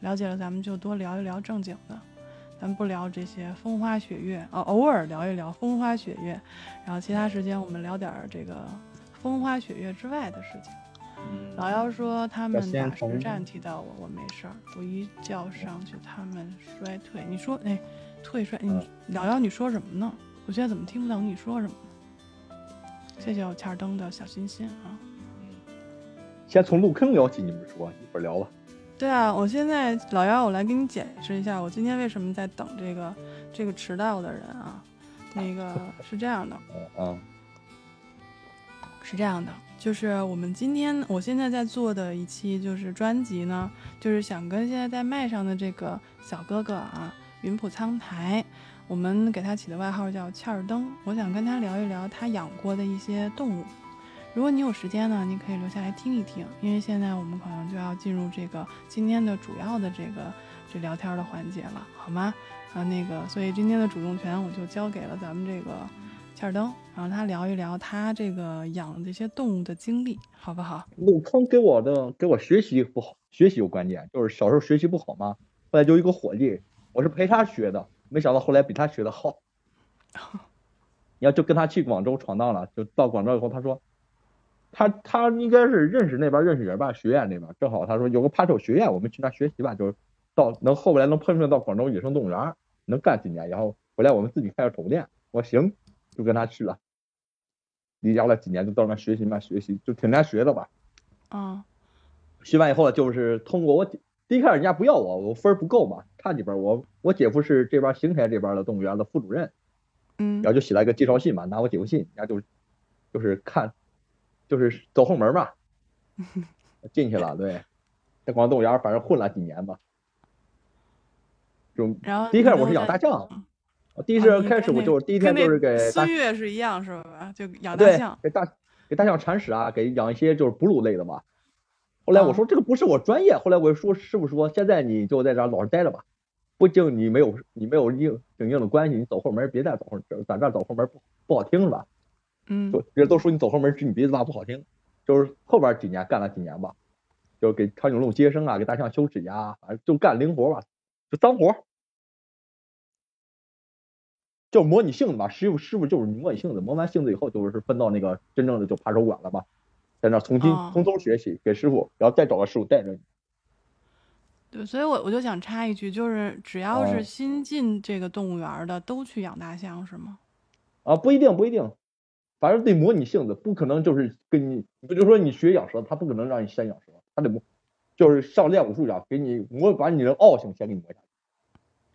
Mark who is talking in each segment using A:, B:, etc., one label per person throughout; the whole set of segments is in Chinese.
A: 了解了，咱们就多聊一聊正经的，咱不聊这些风花雪月，呃，偶尔聊一聊风花雪月，然后其他时间我们聊点儿这个风花雪月之外的事情。
B: 嗯
A: 老妖说他们
B: 先
A: 打
B: 从
A: 实战提到我，我没事儿，我一觉上去他们衰退。你说，哎，退衰，你
B: 嗯
A: 老妖你说什么呢？我现在怎么听不懂你说什么呢？谢谢我恰尔登的小心心啊！
B: 先从入坑聊起，你们说一会儿聊吧。
A: 对啊，我现在老妖，我来给你解释一下，我今天为什么在等这个这个迟到的人啊。那个是这样的，
B: 嗯
A: 是这样的，就是我们今天我现在在做的一期就是专辑呢，就是想跟现在在麦上的这个小哥哥啊，云浦苍苔，我们给他起的外号叫欠儿灯。我想跟他聊一聊他养过的一些动物。如果你有时间呢，你可以留下来听一听，因为现在我们可能就要进入这个今天的主要的这个这聊天的环节了，好吗？啊，那个，所以今天的主动权我就交给了咱们这个切尔登，然后他聊一聊他这个养的这些动物的经历，好不好？
B: 入坑给我的给我学习不好，学习有关键，就是小时候学习不好嘛，后来就一个伙计，我是陪他学的，没想到后来比他学的好。你要就跟他去广州闯荡了，就到广州以后，他说，他他应该是认识那边认识人吧，学院那边正好他说有个扒手学院，我们去那学习吧，就是到能后来能碰上到广州野生动物园，能干几年，然后回来我们自己开个宠物店，我行，就跟他去了。离家了几年，就到那学习嘛，学习就挺难学的吧。
A: 嗯
B: 学完以后就是通过我姐第一开始人家不要我，我分儿不够嘛，差几分儿。我我姐夫是这边邢台这边的动物园的副主任，
A: 嗯
B: 然后就写了一个介绍信嘛，拿我姐夫信，人家就就是看就是走后门嘛， 进去了，对，在广州动物园反正混了几年吧。就
A: 然后
B: 第一开始我
A: 啊你
B: 是
A: 就
B: 养大
A: 在
B: 象，
A: 嗯
B: 我第一
A: 啊
B: 是
A: 你
B: 开
A: 跟
B: 始我
A: 那
B: 就是第一
A: 跟
B: 天就
A: 那
B: 是给大
A: 孙悦是一样是吧？就养大
B: 对，
A: 象，
B: 给大给大象铲屎啊，给养一些就是哺乳类的嘛。
A: 哦
B: 后来我说这个不是我专业，后来我说师傅说现在你就在这儿老实待着吧，毕竟你没有你没有硬挺硬的关系，你走后门儿别再走后这咱这儿走后门儿不不好听是吧？
A: 嗯
B: 就人都说你走后门儿指你鼻子大不好听，就是后边儿几年干了几年吧，就是给长颈鹿接生啊，给大象修指甲啊，反正就干零活吧，就脏活儿，就模拟性子吧。师傅师傅就是模拟性子，磨完性子以后就是分到那个真正的就扒手馆了嘛，在那儿从新
A: 哦
B: 从头学习，给师傅，然后再找个师傅带着你。
A: 对，所以我我就想插一句，就是只要是
B: 哦
A: 新进这个动物园的，都去养大象是吗？
B: 啊，不一定，不一定，反正得模拟性子，不可能就是跟你，比如说你学养蛇，他不可能让你先养蛇，他得模，就是像练武术一样，给你磨，把你的傲性先给你磨下去。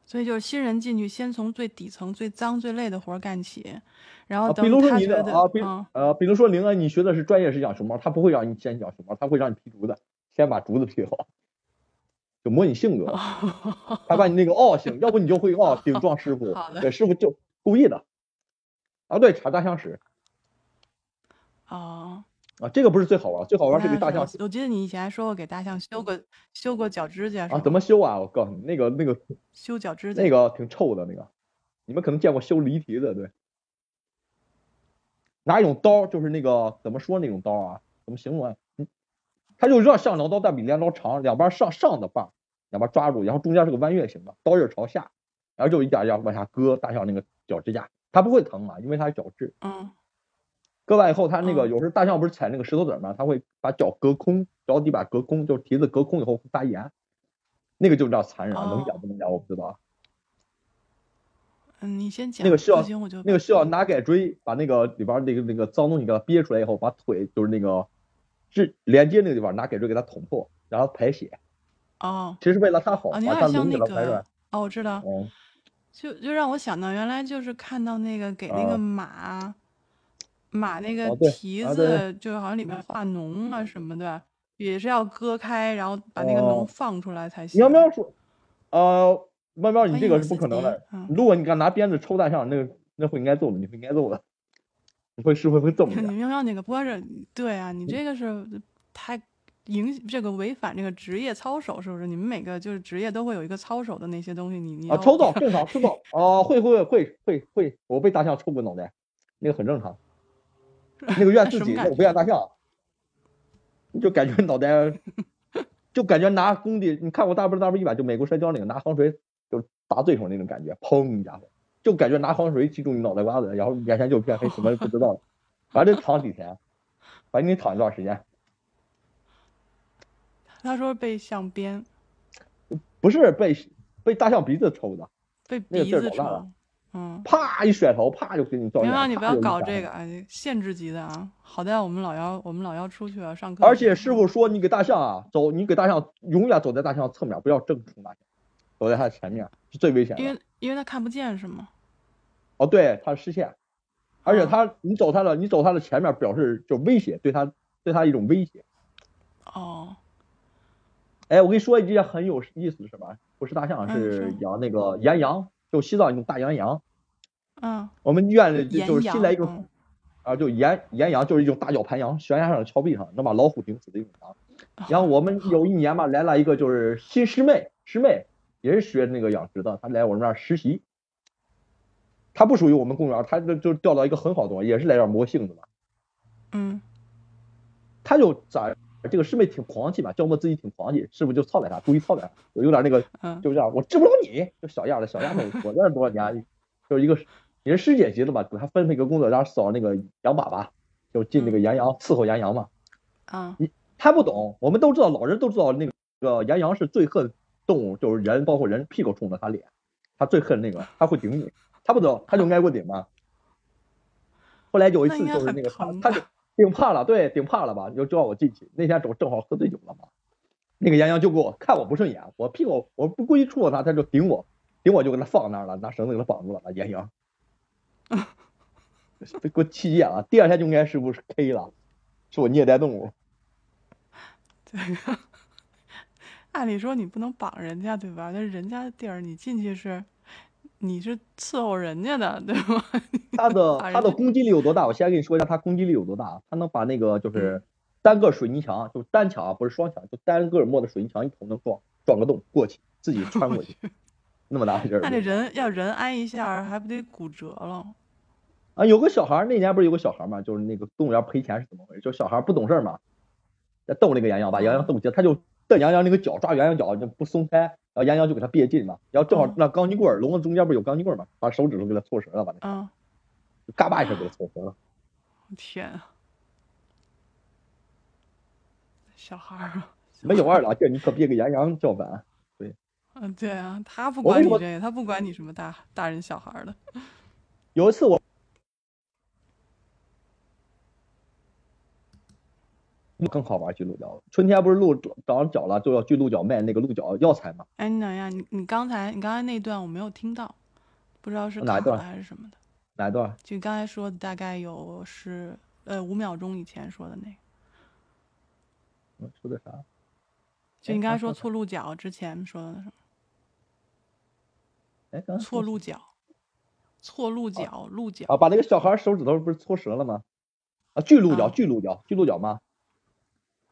A: 所以就是新人进去，先从最底层、最脏、最累的活儿干起，然后
B: 啊，
A: 哦
B: 比
A: 等
B: 如说
A: 他
B: 你
A: 觉
B: 的
A: 得
B: 啊，比
A: 嗯
B: 呃，比如说灵恩，你学的是专业是养熊猫，他不会让你先养熊猫，他会让你劈竹子，先把竹子劈好，就模拟性 格，他把你那个傲性，要不你就会傲，顶撞师傅
A: 好的，
B: 对，师傅就故意的。啊，对，查大象屎
A: 哦，
B: 啊，这个不是最好玩，最好玩是给
A: 那
B: 大象
A: 我记得你以前还说过给大象修过修过脚指甲是
B: 啊，
A: 吗？
B: 怎么修啊？我告诉你，那个那个
A: 修脚指甲？
B: 那个挺臭的那个，你们可能见过修驴蹄的，对。拿一种刀，就是那个怎么说那种刀啊？怎么形容啊？嗯，它就有点像镰刀，但比镰刀长，两边上上的把，两边抓住，然后中间是个弯月形的，刀刃朝下，然后就一点一点往下割，大象那个脚趾甲，它不会疼嘛，因为它是角质。
A: 嗯
B: 割完以后，它那个
A: 嗯
B: 有时候大象不是踩那个石头子儿嘛，它会把脚隔空，脚底板隔空，就是蹄子隔空以后会发炎，那个就叫残忍啊，能
A: 哦
B: 讲不能讲我不知道啊。
A: 嗯，你先讲
B: 那个需要
A: 不行我就
B: 那个需要拿改锥把那个里边儿那个那个脏东西给它憋出来以后，把腿就是那个是连接那个地方拿改锥给它捅破，然后排血，
A: 哦
B: 其实为了它好，
A: 哦，
B: 把
A: 你有
B: 它
A: 点像
B: 脓给
A: 那
B: 它排出来
A: 个。哦，我知道，
B: 嗯，
A: 就就让我想到原来就是看到那个给那个
B: 啊
A: 马、马那个
B: 哦对
A: 蹄
B: 啊对
A: 子，就是好像里面化脓啊什么的，也是要割开，然后把那个脓
B: 哦
A: 放出来才行。
B: 喵喵说，呃，喵喵你
A: 欢
B: 这
A: 迎
B: 个
A: 我
B: 是不
A: 司
B: 可能
A: 机
B: 的。
A: 嗯，
B: 如果你敢拿鞭子抽大象，那个那会应该揍的，你会应该揍的，你会是会会揍你
A: 你
B: 的。
A: 喵喵那个不是对啊，
B: 嗯
A: 你这个是太影这个违反这个职业操守是不是？你们每个就是职业都会有一个操守的那些东西，你你
B: 啊，
A: 要
B: 抽到正常，抽到啊，会会会会会，我被大象抽过脑袋，那个很正常。那个
A: 那
B: 怨 自
A: 什么
B: 己，
A: 感
B: 那我不怨大象，就感觉脑袋，就感觉拿工地，你看过大不大不一百，就美国摔跤那个拿防锤就砸对手那种感觉，砰一下子，就感觉拿防锤击中你脑袋瓜子，然后眼前就一片黑，什么都不知道了，反正就躺几天，反正你躺一段时间，
A: 他说被象鞭，
B: 不是被被大象鼻子抽的，
A: 被
B: 那个
A: 鼻
B: 劲儿
A: 子
B: 老大了
A: 抽。嗯，
B: 啪一甩头，啪就给你照
A: 明
B: 远
A: 浩，
B: 了，
A: 你不
B: 啪
A: 要
B: 就一
A: 搞
B: 下
A: 这
B: 子
A: 个啊，限制级的啊。好在我们老幺，我们老幺出去啊，上课去。
B: 而且师傅说，你给大象啊走，你给大象永远走在大象侧面，不要正冲大象，走在它的前面是最危险
A: 因
B: 的。
A: 为因为他看不见是吗？
B: 哦，对，它是视线，而且
A: 啊
B: 它你走它的，你走它的前面，表示就威胁，对它对它一种威胁。
A: 哦，
B: 哎，我跟你说一句很有意思的事吧，不是大象，
A: 嗯
B: 是
A: 说
B: 羊那个岩羊，就西藏一种大羊羊。
A: 嗯，
B: 我们医院里就
A: 岩
B: 就是
A: 羊
B: 新来一种
A: 嗯
B: 啊，就岩岩羊就是一种大脚盘羊，悬崖上的峭壁上能把老虎顶死的一种羊。然后我们有一年吧，来了一个就是新师妹，师妹也是学那个养殖的，她来我们这儿实习。她不属于我们公园，她就就钓到一个很好的东西，也是来这儿磨性子嘛。
A: 嗯，
B: 她就咋这个师妹挺狂气吧，琢磨自己挺狂气，师傅就操待她，故意操待她，有有点那个
A: 嗯
B: 就这样，我治不了你，就小样儿的小丫头，我认识多少年，就是一个也是师姐级的吧，给她分配一个工作，然后扫那个羊粑粑，就进那个羊羊伺候羊羊嘛。
A: 啊，
B: 他不懂，我们都知道，老人都知道那个羊羊是最恨动物，就是人，包括人屁股冲着他脸，他最恨那个，他会顶你，他不懂，他就挨过顶嘛。后来有一
A: 那
B: 次
A: 应该
B: 就是
A: 很
B: 那个他
A: 疼
B: 他
A: 吧
B: 就顶怕了，对，顶怕了吧，你就知道我进去那天正正好喝醉酒了嘛，那个羊羊就给我看我不顺眼，我屁股我不故意触碰他，他就顶我，顶我就给他放那儿了，拿绳子给他绑住了，羊羊，给我气厌了，第二天就应该是不是 K 了，是我虐待动物。
A: 对。 按理说你不能绑人家对吧？那是人家的地儿，你进去是你是伺候人家的对吗？
B: 它的
A: 把人
B: 它的
A: 家
B: 攻击力有多大？我先跟你说一下它攻击力有多大啊。它能把那个
A: 嗯
B: 就是单个水泥墙，就单墙啊，不是双墙，就单个摸的水泥墙一头能撞撞个洞过去，自己穿 过去，那么大的劲
A: 那这
B: 儿
A: 人要人挨一下儿还不得骨折了？
B: 啊！有个小孩儿那年不是有个小孩儿嘛，就是那个动物园赔钱是怎么回事？就小孩儿不懂事儿嘛，在逗那个羊羊，把羊羊逗急了，他就瞪羊羊那个脚，抓羊羊脚就不松开，然后羊羊就给他别劲嘛，然后正好
A: 嗯
B: 那钢筋棍儿笼子中间不是有钢筋棍儿嘛，把手指头给他搓折了，把那
A: 啊，
B: 就嘎巴一下给他搓折了。
A: 我天啊！小孩儿啊，
B: 没有二两劲儿，你可别给羊羊叫板。 啊
A: 嗯，对啊，他不
B: 我
A: 管
B: 为
A: 你
B: 什么
A: 这个，他不管你什么大大人小孩儿的。
B: 有一次我，更好玩儿去鹿角。春天不是鹿长角了，就要去鹿角卖那个鹿角药材嘛。
A: 哎，你等一下，你你刚才你刚才那段我没有听到，不知道是
B: 哪一
A: 卡了
B: 段
A: 还是什么的。
B: 哪段儿？
A: 就你刚才说的大概有十呃五秒钟以前说的那个，
B: 嗯说的啥？
A: 就
B: 哎
A: 你刚
B: 他
A: 才说
B: 说啥
A: 错鹿角之前说的什
B: 哎，刚
A: 么？
B: 才
A: 错
B: 说
A: 鹿角，错鹿角，鹿角
B: 啊，把那个小孩儿手指头不是搓折了吗？啊，锯鹿角，
A: 啊
B: 锯鹿角，锯鹿角吗？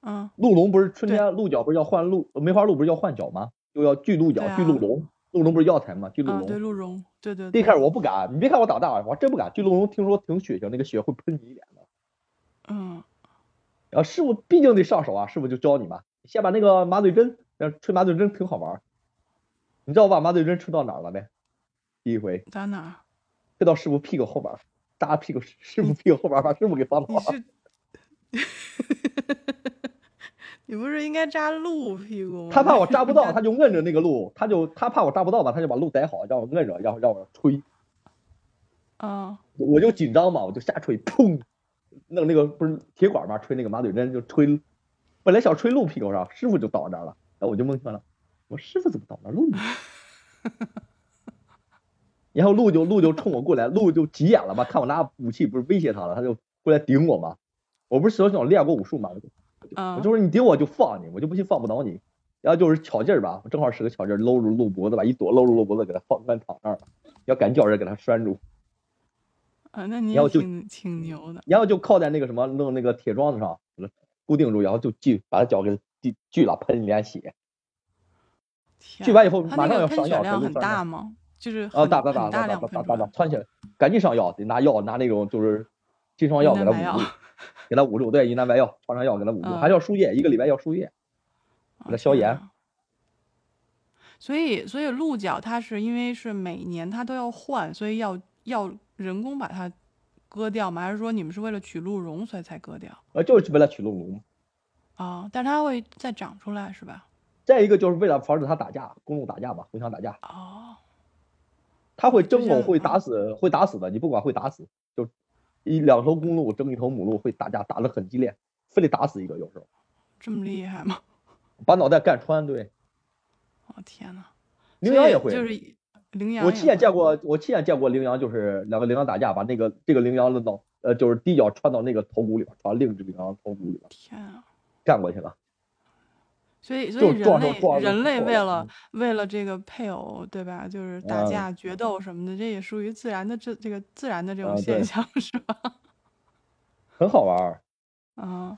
A: 嗯，
B: 鹿茸不是春
A: 对
B: 天鹿角不是要换鹿梅花鹿不是要换角吗？又要锯鹿角
A: 对，啊
B: 锯鹿茸，鹿茸不是药材吗？锯鹿
A: 啊，对，
B: 茸。
A: 鹿茸，对对
B: 第一
A: 对，
B: 开始我不敢，你别看我胆大，我还真不敢。锯鹿茸听说挺血腥，那个血会喷你一脸的。
A: 嗯，
B: 然后师傅毕竟得上手啊，师傅就教你嘛，先把那个麻醉针，呃吹麻醉针挺好玩儿。你知道我把麻醉针吹到哪儿了没？第一回
A: 在哪儿？
B: 吹到师傅屁股后边儿，扎屁股师傅屁股后边儿，把师傅给放倒
A: 你
B: 了。
A: 是 你不是应该扎鹿屁股吗？
B: 他怕我扎不到，
A: 扎
B: 他就摁着那个路，他就他怕我扎不到吧，他就把路逮好，让我摁着，让我让我吹，
A: 啊，
B: 我就紧张嘛，我就瞎吹，砰，弄那个不是铁管嘛，吹那个麻醉针就吹，本来想吹鹿屁股上，师傅就倒那儿了，然后我就蒙圈了，我说师傅怎么倒那儿鹿呢？然后鹿就鹿就冲我过来，鹿就急眼了嘛，看我拿武器不是威胁他了，他就过来顶我嘛。我不是小小练过武术嘛，我就
A: 啊
B: 我就说你顶我就放你，我就不信放不倒你。然后就是巧劲儿吧，我正好使个巧劲儿搂住鹿脖子吧，一躲搂住鹿脖子给他放干躺那儿了，要敢叫人给他拴住。
A: 啊，那你
B: 然
A: 也
B: 后就
A: 挺挺牛的，
B: 然后就靠在那个什么弄那个铁桩子上固定住，然后就锯把他脚给锯锯了，喷一脸血。
A: 天
B: 锯
A: 啊
B: 完以后
A: 它
B: 马
A: 那个
B: 上要
A: 喷
B: 上
A: 血
B: 药，
A: 量
B: 给
A: 很
B: 鹿拴上
A: 大吗？就是
B: 啊，
A: 很
B: 大大大
A: 很
B: 大
A: 量
B: 大
A: 喷
B: 大
A: 出
B: 大
A: 来
B: 大，穿起来，赶紧上药，得拿药拿那种就是金双药
A: 云
B: 给
A: 南白
B: 他捂
A: 药
B: 住，给他捂住，对，云南白药、创伤药给他捂住，
A: 嗯
B: 还要输液，一个礼拜要输液。给它消炎
A: 啊。所以，所以鹿角它是因为是每年它都要换，所以要要人工把它割掉吗？还是说你们是为了取鹿茸所以才割掉
B: 呃，就是为了取鹿茸。
A: 啊？但是它会再长出来是吧？
B: 再一个就是为了防止它打架，公鹿打架嘛，互相打架，
A: 哦，
B: 它会争
A: 就
B: 狗，
A: 像啊
B: 会打死，会打死的。你不管会打死，就一两头公鹿争一头母鹿会打架，打得很激烈，非得打死一个，有时候
A: 这么厉害吗？
B: 把脑袋干穿。对，
A: 我、天哪！
B: 羚
A: 所
B: 羊
A: 以
B: 也会，
A: 就是羚羊。
B: 我亲眼见。过，我亲眼见过羚羊，就是两个羚羊打架，把那个这个羚羊的脑，呃，就是第一脚穿到那个头骨里边，穿到另一只羚羊的头骨里边，
A: 天啊！
B: 干过去了。
A: 所以，所以
B: 就撞
A: 人
B: 上
A: 类
B: 撞上
A: 人类
B: 撞
A: 为
B: 上
A: 了为了这个配偶，对吧？就是打
B: 嗯
A: 架、决斗什么的，这也属于自然的这这个自然的这种
B: 啊
A: 现
B: 对
A: 象，是吧？
B: 很好玩儿。
A: 嗯，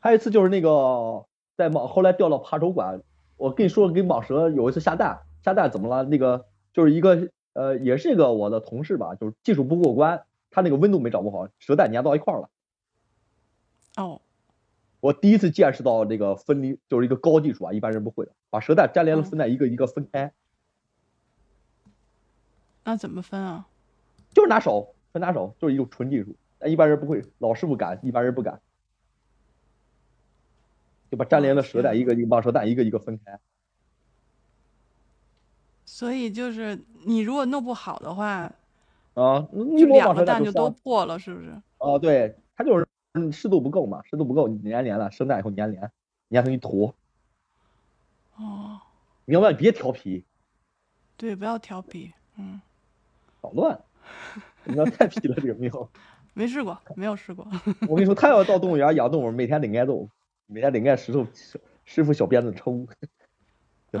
B: 还有一次就是那个在蟒，后来掉到爬虫馆，我跟你说给蟒蛇有一次下蛋，下蛋怎么了？那个就是一个呃，也是一个我的同事吧，就是技术不过关，他那个温度没掌握好，蛇蛋粘到一块儿了。
A: 哦，
B: 我第一次见识到这个分离，就是一个高技术啊，一般人不会的，把蛇蛋粘连了
A: 嗯
B: 分蛋一个一个分开，
A: 那怎么分啊？
B: 就是拿手，纯拿手，就是一种纯技术，但一般人不会，老师傅敢，一般人不敢，就把粘连的蛇
A: 哦
B: 蛋一个一个蟒蛇蛋一个一个分开。
A: 所以就是你如果弄不好的话，
B: 啊，你
A: 就
B: 摸
A: 两
B: 蟒
A: 个
B: 蛇蛋
A: 蛋
B: 就
A: 就
B: 散
A: 都
B: 了
A: 破了，是不是？
B: 哦，对，它就是嗯湿度不够嘛，湿度不够，你粘连了，生蛋以后粘连，粘成一坨，
A: 哦，
B: 明白？别调皮，
A: 对，不要调皮，嗯，
B: 捣乱，你要太皮了这个命。
A: 没试过，没有试过，
B: 我跟你说，他要到动物园养动物，每天得挨揍，每天得挨石头师傅小鞭子抽。 就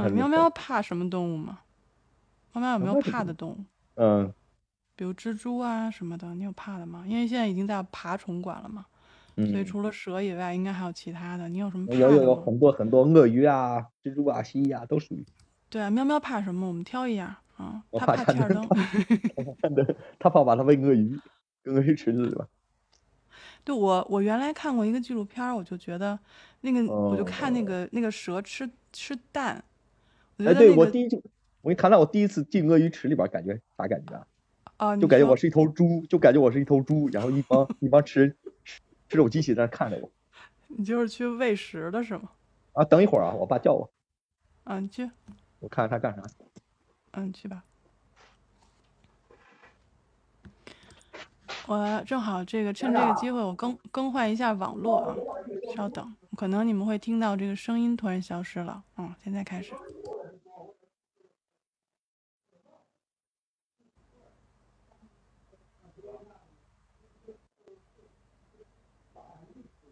A: 嗯，
B: 很
A: 喵
B: 入
A: 喵
B: 手，
A: 怕什么动物吗？喵喵有没
B: 喵
A: 有
B: 喵是
A: 怕
B: 动
A: 的动物？
B: 嗯，
A: 比如蜘蛛啊什么的，你有怕的吗？因为现在已经在爬虫馆了嘛，所以
B: 嗯，
A: 除了蛇以外，应该还有其他的。你有什么怕
B: 有有
A: 的
B: 有
A: 吗？
B: 很多很多鳄鱼啊、蜘蛛啊、蜥蜴啊，都属于。
A: 对啊，喵喵怕什么？我们挑一样啊。
B: 我
A: 它
B: 怕
A: 怕
B: 它
A: 天儿灯，
B: 他怕把它喂鳄鱼，跟鳄鱼池子里边。
A: 对我，我原来看过一个纪录片儿，我就觉得那个，我就看那
B: 哦
A: 个那个蛇吃吃蛋，我觉
B: 哎，
A: 得
B: 对
A: 那
B: 我
A: 个
B: 第一次，我跟你谈谈我第一次进鳄鱼池里边，感觉啥感觉啊？
A: 啊，
B: 就
A: 你
B: 感觉我
A: 说
B: 是一头猪，就感觉我是一头猪，然后一帮一帮吃人吃吃肉机器在那看着我
A: 你就是去喂食的是吗？
B: 啊！等一会儿啊，我爸叫我，
A: 嗯、你去，
B: 我看看他干啥。
A: 嗯，去吧。我正好这个趁这个机会，我更更换一下网络啊，稍等，可能你们会听到这个声音突然消失了。嗯，现在开始。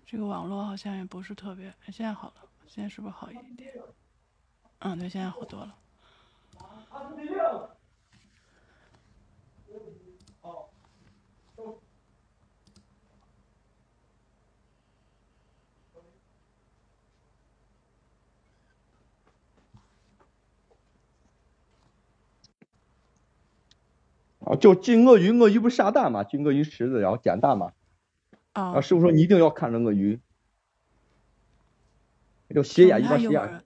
A: 这个网络好像也不是特别，哎现在好了，现在是不是好一点？嗯，对，现在好多了。
B: 啊，就进鳄鱼，鳄鱼不是下蛋嘛，进鳄鱼池子，然后捡蛋嘛。
A: 啊
B: 然后，师傅说你一定要看着鳄鱼，就斜眼一
A: 他
B: 般斜
A: 一会
B: 眼
A: 儿，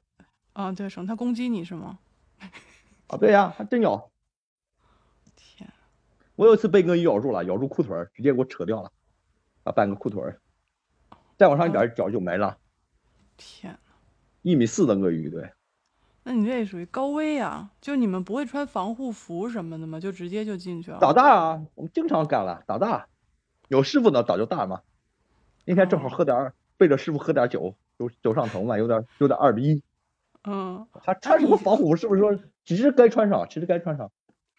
A: 啊，对，省他攻击你是吗？
B: 啊，对呀、还真咬。
A: 天，
B: 我有一次被鳄鱼咬住了，咬住裤腿儿，直接给我扯掉了，啊，半个裤腿儿，再往上一点儿脚就没了，
A: 天，
B: 一米四的鳄鱼，对，
A: 那你这也属于高危啊！就你们不会穿防护服什么的吗？就直接就进去了？
B: 打大啊，我们经常干了打大，有师傅呢早就大嘛。那天正好喝点儿，背着师傅喝点儿酒，酒酒上头嘛，有点有点二逼，
A: 嗯
B: 还穿什么防护服？是不是说其实该穿上，其实该穿上，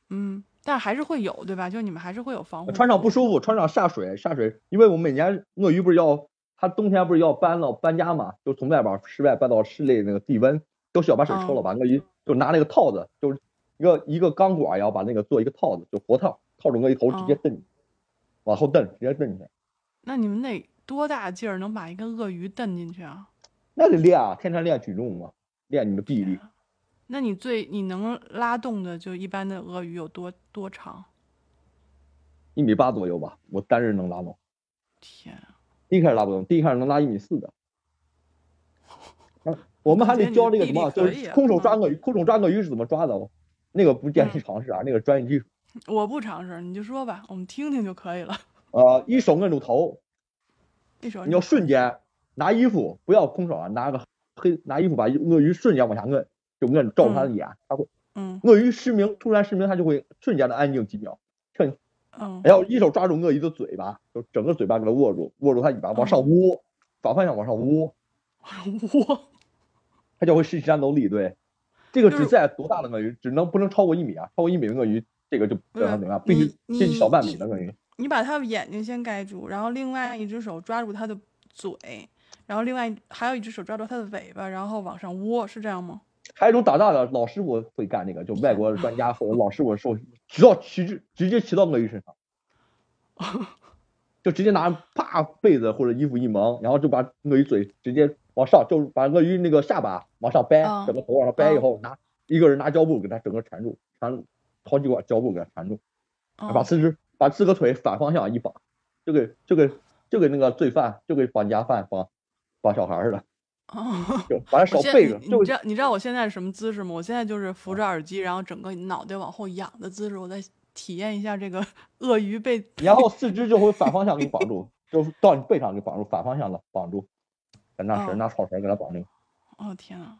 A: 嗯，但还是会有对吧？就你们还是会有防护服。
B: 穿上不舒服，穿上下水下水，因为我们每年鳄鱼不是要它冬天不是要搬到搬家嘛，就从外边室外搬到室内那个地温，都需要把水抽了，
A: 嗯
B: 把鳄鱼就拿那个套子，就是一个一个钢管儿，然后把那个做一个套子，就活套，套住鳄鱼头直接
A: 嗯
B: 蹬，往后蹬，直接蹬进去。
A: 那你们得多大劲儿能把一个鳄鱼蹬进去啊？
B: 那得练啊，天天练举重嘛，练你的臂力。
A: 那你最你能拉动的就一般的鳄鱼有多多长？
B: 一米八左右吧，我单人能拉动。
A: 天啊，
B: 第一开始拉不动，第一开始能拉一米四的，我们还
A: 感觉你的
B: 得教这个
A: 臂
B: 什么，
A: 力
B: 就
A: 可以
B: 是
A: 啊
B: 空手抓
A: 嗯
B: 鳄鱼，空手抓鳄鱼是怎么抓的哦？那个不建议
A: 嗯
B: 尝试啊，那个专业技术
A: 我不尝试，你就说吧，我们听听就可以了。
B: 啊，一手摁住头，
A: 一手
B: 你要
A: 你
B: 瞬间拿衣服，不要空手啊，拿个黑拿衣服把鳄鱼瞬间往下摁，就摁照着它的眼，它会
A: 嗯
B: 鳄鱼失明，突然失明，它就会瞬间的安静几秒。
A: 嗯
B: 然后一手抓住鳄鱼的嘴巴，就整个嘴巴给它握住，握住它尾巴往上
A: 嗯
B: 窝，反方向往上窝，
A: 我
B: 它就会失去战斗力。对，这个
A: 就
B: 只
A: 是
B: 在多大的鳄鱼，只能不能超过一米啊，超过一米的鳄鱼，这个就不让它
A: 不是
B: 怎么样，必须
A: 你
B: 必须小
A: 你
B: 半米的鳄鱼。
A: 你把他的眼睛先盖住，然后另外一只手抓住他的嘴，然后另外还有一只手抓住他的尾巴，然后往上窝，是这样吗？
B: 还有一种打架的老师傅会干这个，就外国专家或者老师傅手骑到骑直直接骑到鳄鱼身上， 就直接拿啪被子或者衣服一蒙，然后就把鳄鱼嘴直接往上，就是把鳄鱼那个下巴往上掰，
A: 嗯
B: 整个头往上掰以后，拿一个人拿胶布给它整个缠住，缠好几管胶布给它缠住，
A: 嗯
B: 把四肢把四个腿反方向一绑，就给就给就给那个罪犯就给绑架犯绑绑小孩似的，
A: 哦，
B: 就把他
A: 我
B: 手
A: 现
B: 背着，
A: 你
B: 就嗯
A: 你知道你知道我现在是什么姿势吗？我现在就是扶着耳机，然后整个脑袋往后仰的姿势，我在体验一下这个 鳄鱼被
B: 然后四肢就会反方向给你绑住， 就是到你背上给绑住，反方向的绑住，再拿
A: 哦
B: 绳拿草绳给它绑住，
A: 哦天呐，